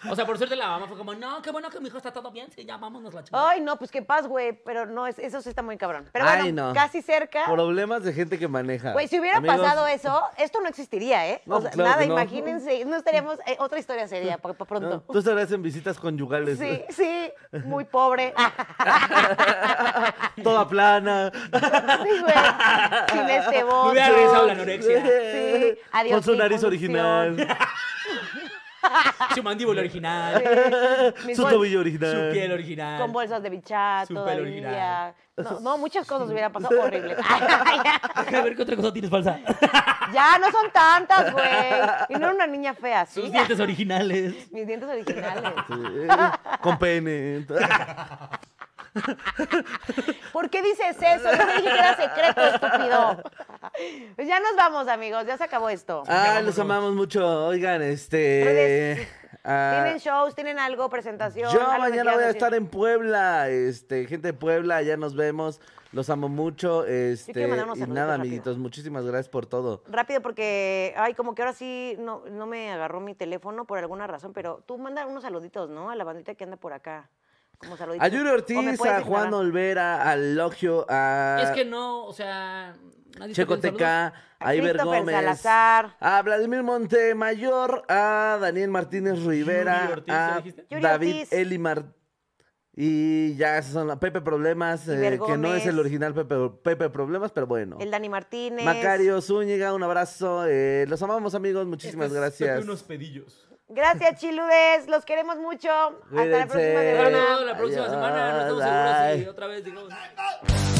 B: o sea, por suerte la mamá fue como, no, qué bueno que mi hijo está todo bien, sí, ya vámonos la chingada.
A: Ay, no, pues qué paz, güey. Pero no, es- eso sí está muy cabrón. Pero
C: Ay,
A: bueno,
C: no.
A: casi cerca.
C: Problemas de gente que maneja.
A: Güey, si hubiera
C: Amigos,
A: pasado eso, esto no existiría, ¿eh?
C: No,
A: o sea,
C: claro
A: nada,
C: que no.
A: imagínense. No estaríamos. eh, otra historia sería, por, por
C: ¿no?
A: pronto.
C: Tú estarás en visitas conyugales. eh,
A: Sí, sí, muy pobre.
C: Toda plana.
A: Sí, güey. Sin este
B: Me
A: voz.
B: hubiera regresado la anorexia.
A: Sí, adiós,
C: Con su
A: sin
C: nariz
A: conducción.
C: original.
B: su mandíbula original.
C: Su tobillo original.
B: Su piel original.
A: Con bolsas de bichato,
B: Su pelo
A: todavía.
B: original.
A: No, no, muchas cosas hubiera pasado horribles.
B: A ver qué otra cosa tienes falsa.
A: ya, no son tantas, güey. Y no era una niña fea, ¿sí?
B: Sus dientes originales.
A: Mis dientes originales.
C: Eh, Con pene.
A: ¿Por qué dices eso? Yo te dije que era secreto, estúpido. Pues ya nos vamos, amigos. Ya se acabó esto.
C: Ah, los amamos mucho. Oigan,
A: Redes.
C: este. ah,
A: ¿Tienen shows? ¿Tienen algo? ¿Presentación?
C: Yo
A: algo que
C: mañana
A: quieran
C: voy a
A: decir?
C: estar en Puebla, este, gente de Puebla, ya nos vemos, los amo mucho, este,
A: mandar unos
C: y
A: saluditos
C: nada,
A: rápido.
C: amiguitos, muchísimas gracias por todo.
A: Rápido, porque, ay, como que ahora sí no, no me agarró mi teléfono por alguna razón, pero tú manda unos saluditos, ¿no? A la bandita que anda por acá. Como saluditos.
C: A Yuri
A: ¿O me
C: Ortiz,
A: puedes
C: a Juan
A: ignorar?
C: Olvera, a Logio, a
B: Es que no, o sea. nadie está
C: Checo
B: pidiendo
C: TK,
A: A
C: a Iber
A: Christopher
C: Gómez,
A: Salazar.
C: a Vladimir Montemayor, a Daniel Martínez Rivera,
B: Yuri Ortiz, ¿ya
C: a
B: dijiste?
A: Yuri
C: David
A: Ortiz.
C: Eli Mar- y ya esas son las Pepe Problemas,
A: Iber
C: eh, que no
A: Gómez.
C: es el original Pepe, Pepe Problemas, pero bueno.
A: El Dani Martínez.
C: Macario Zúñiga, un abrazo. eh, los amamos, amigos.
B: saludos.
C: Muchísimas
B: Este es
C: gracias.
B: Pepe unos pedillos.
A: Gracias, Chiludes. Los queremos mucho. Hasta la próxima
C: Cuídense.
B: Pero
A: semana.
B: no, la próxima semana no estamos seguros si otra vez digamos.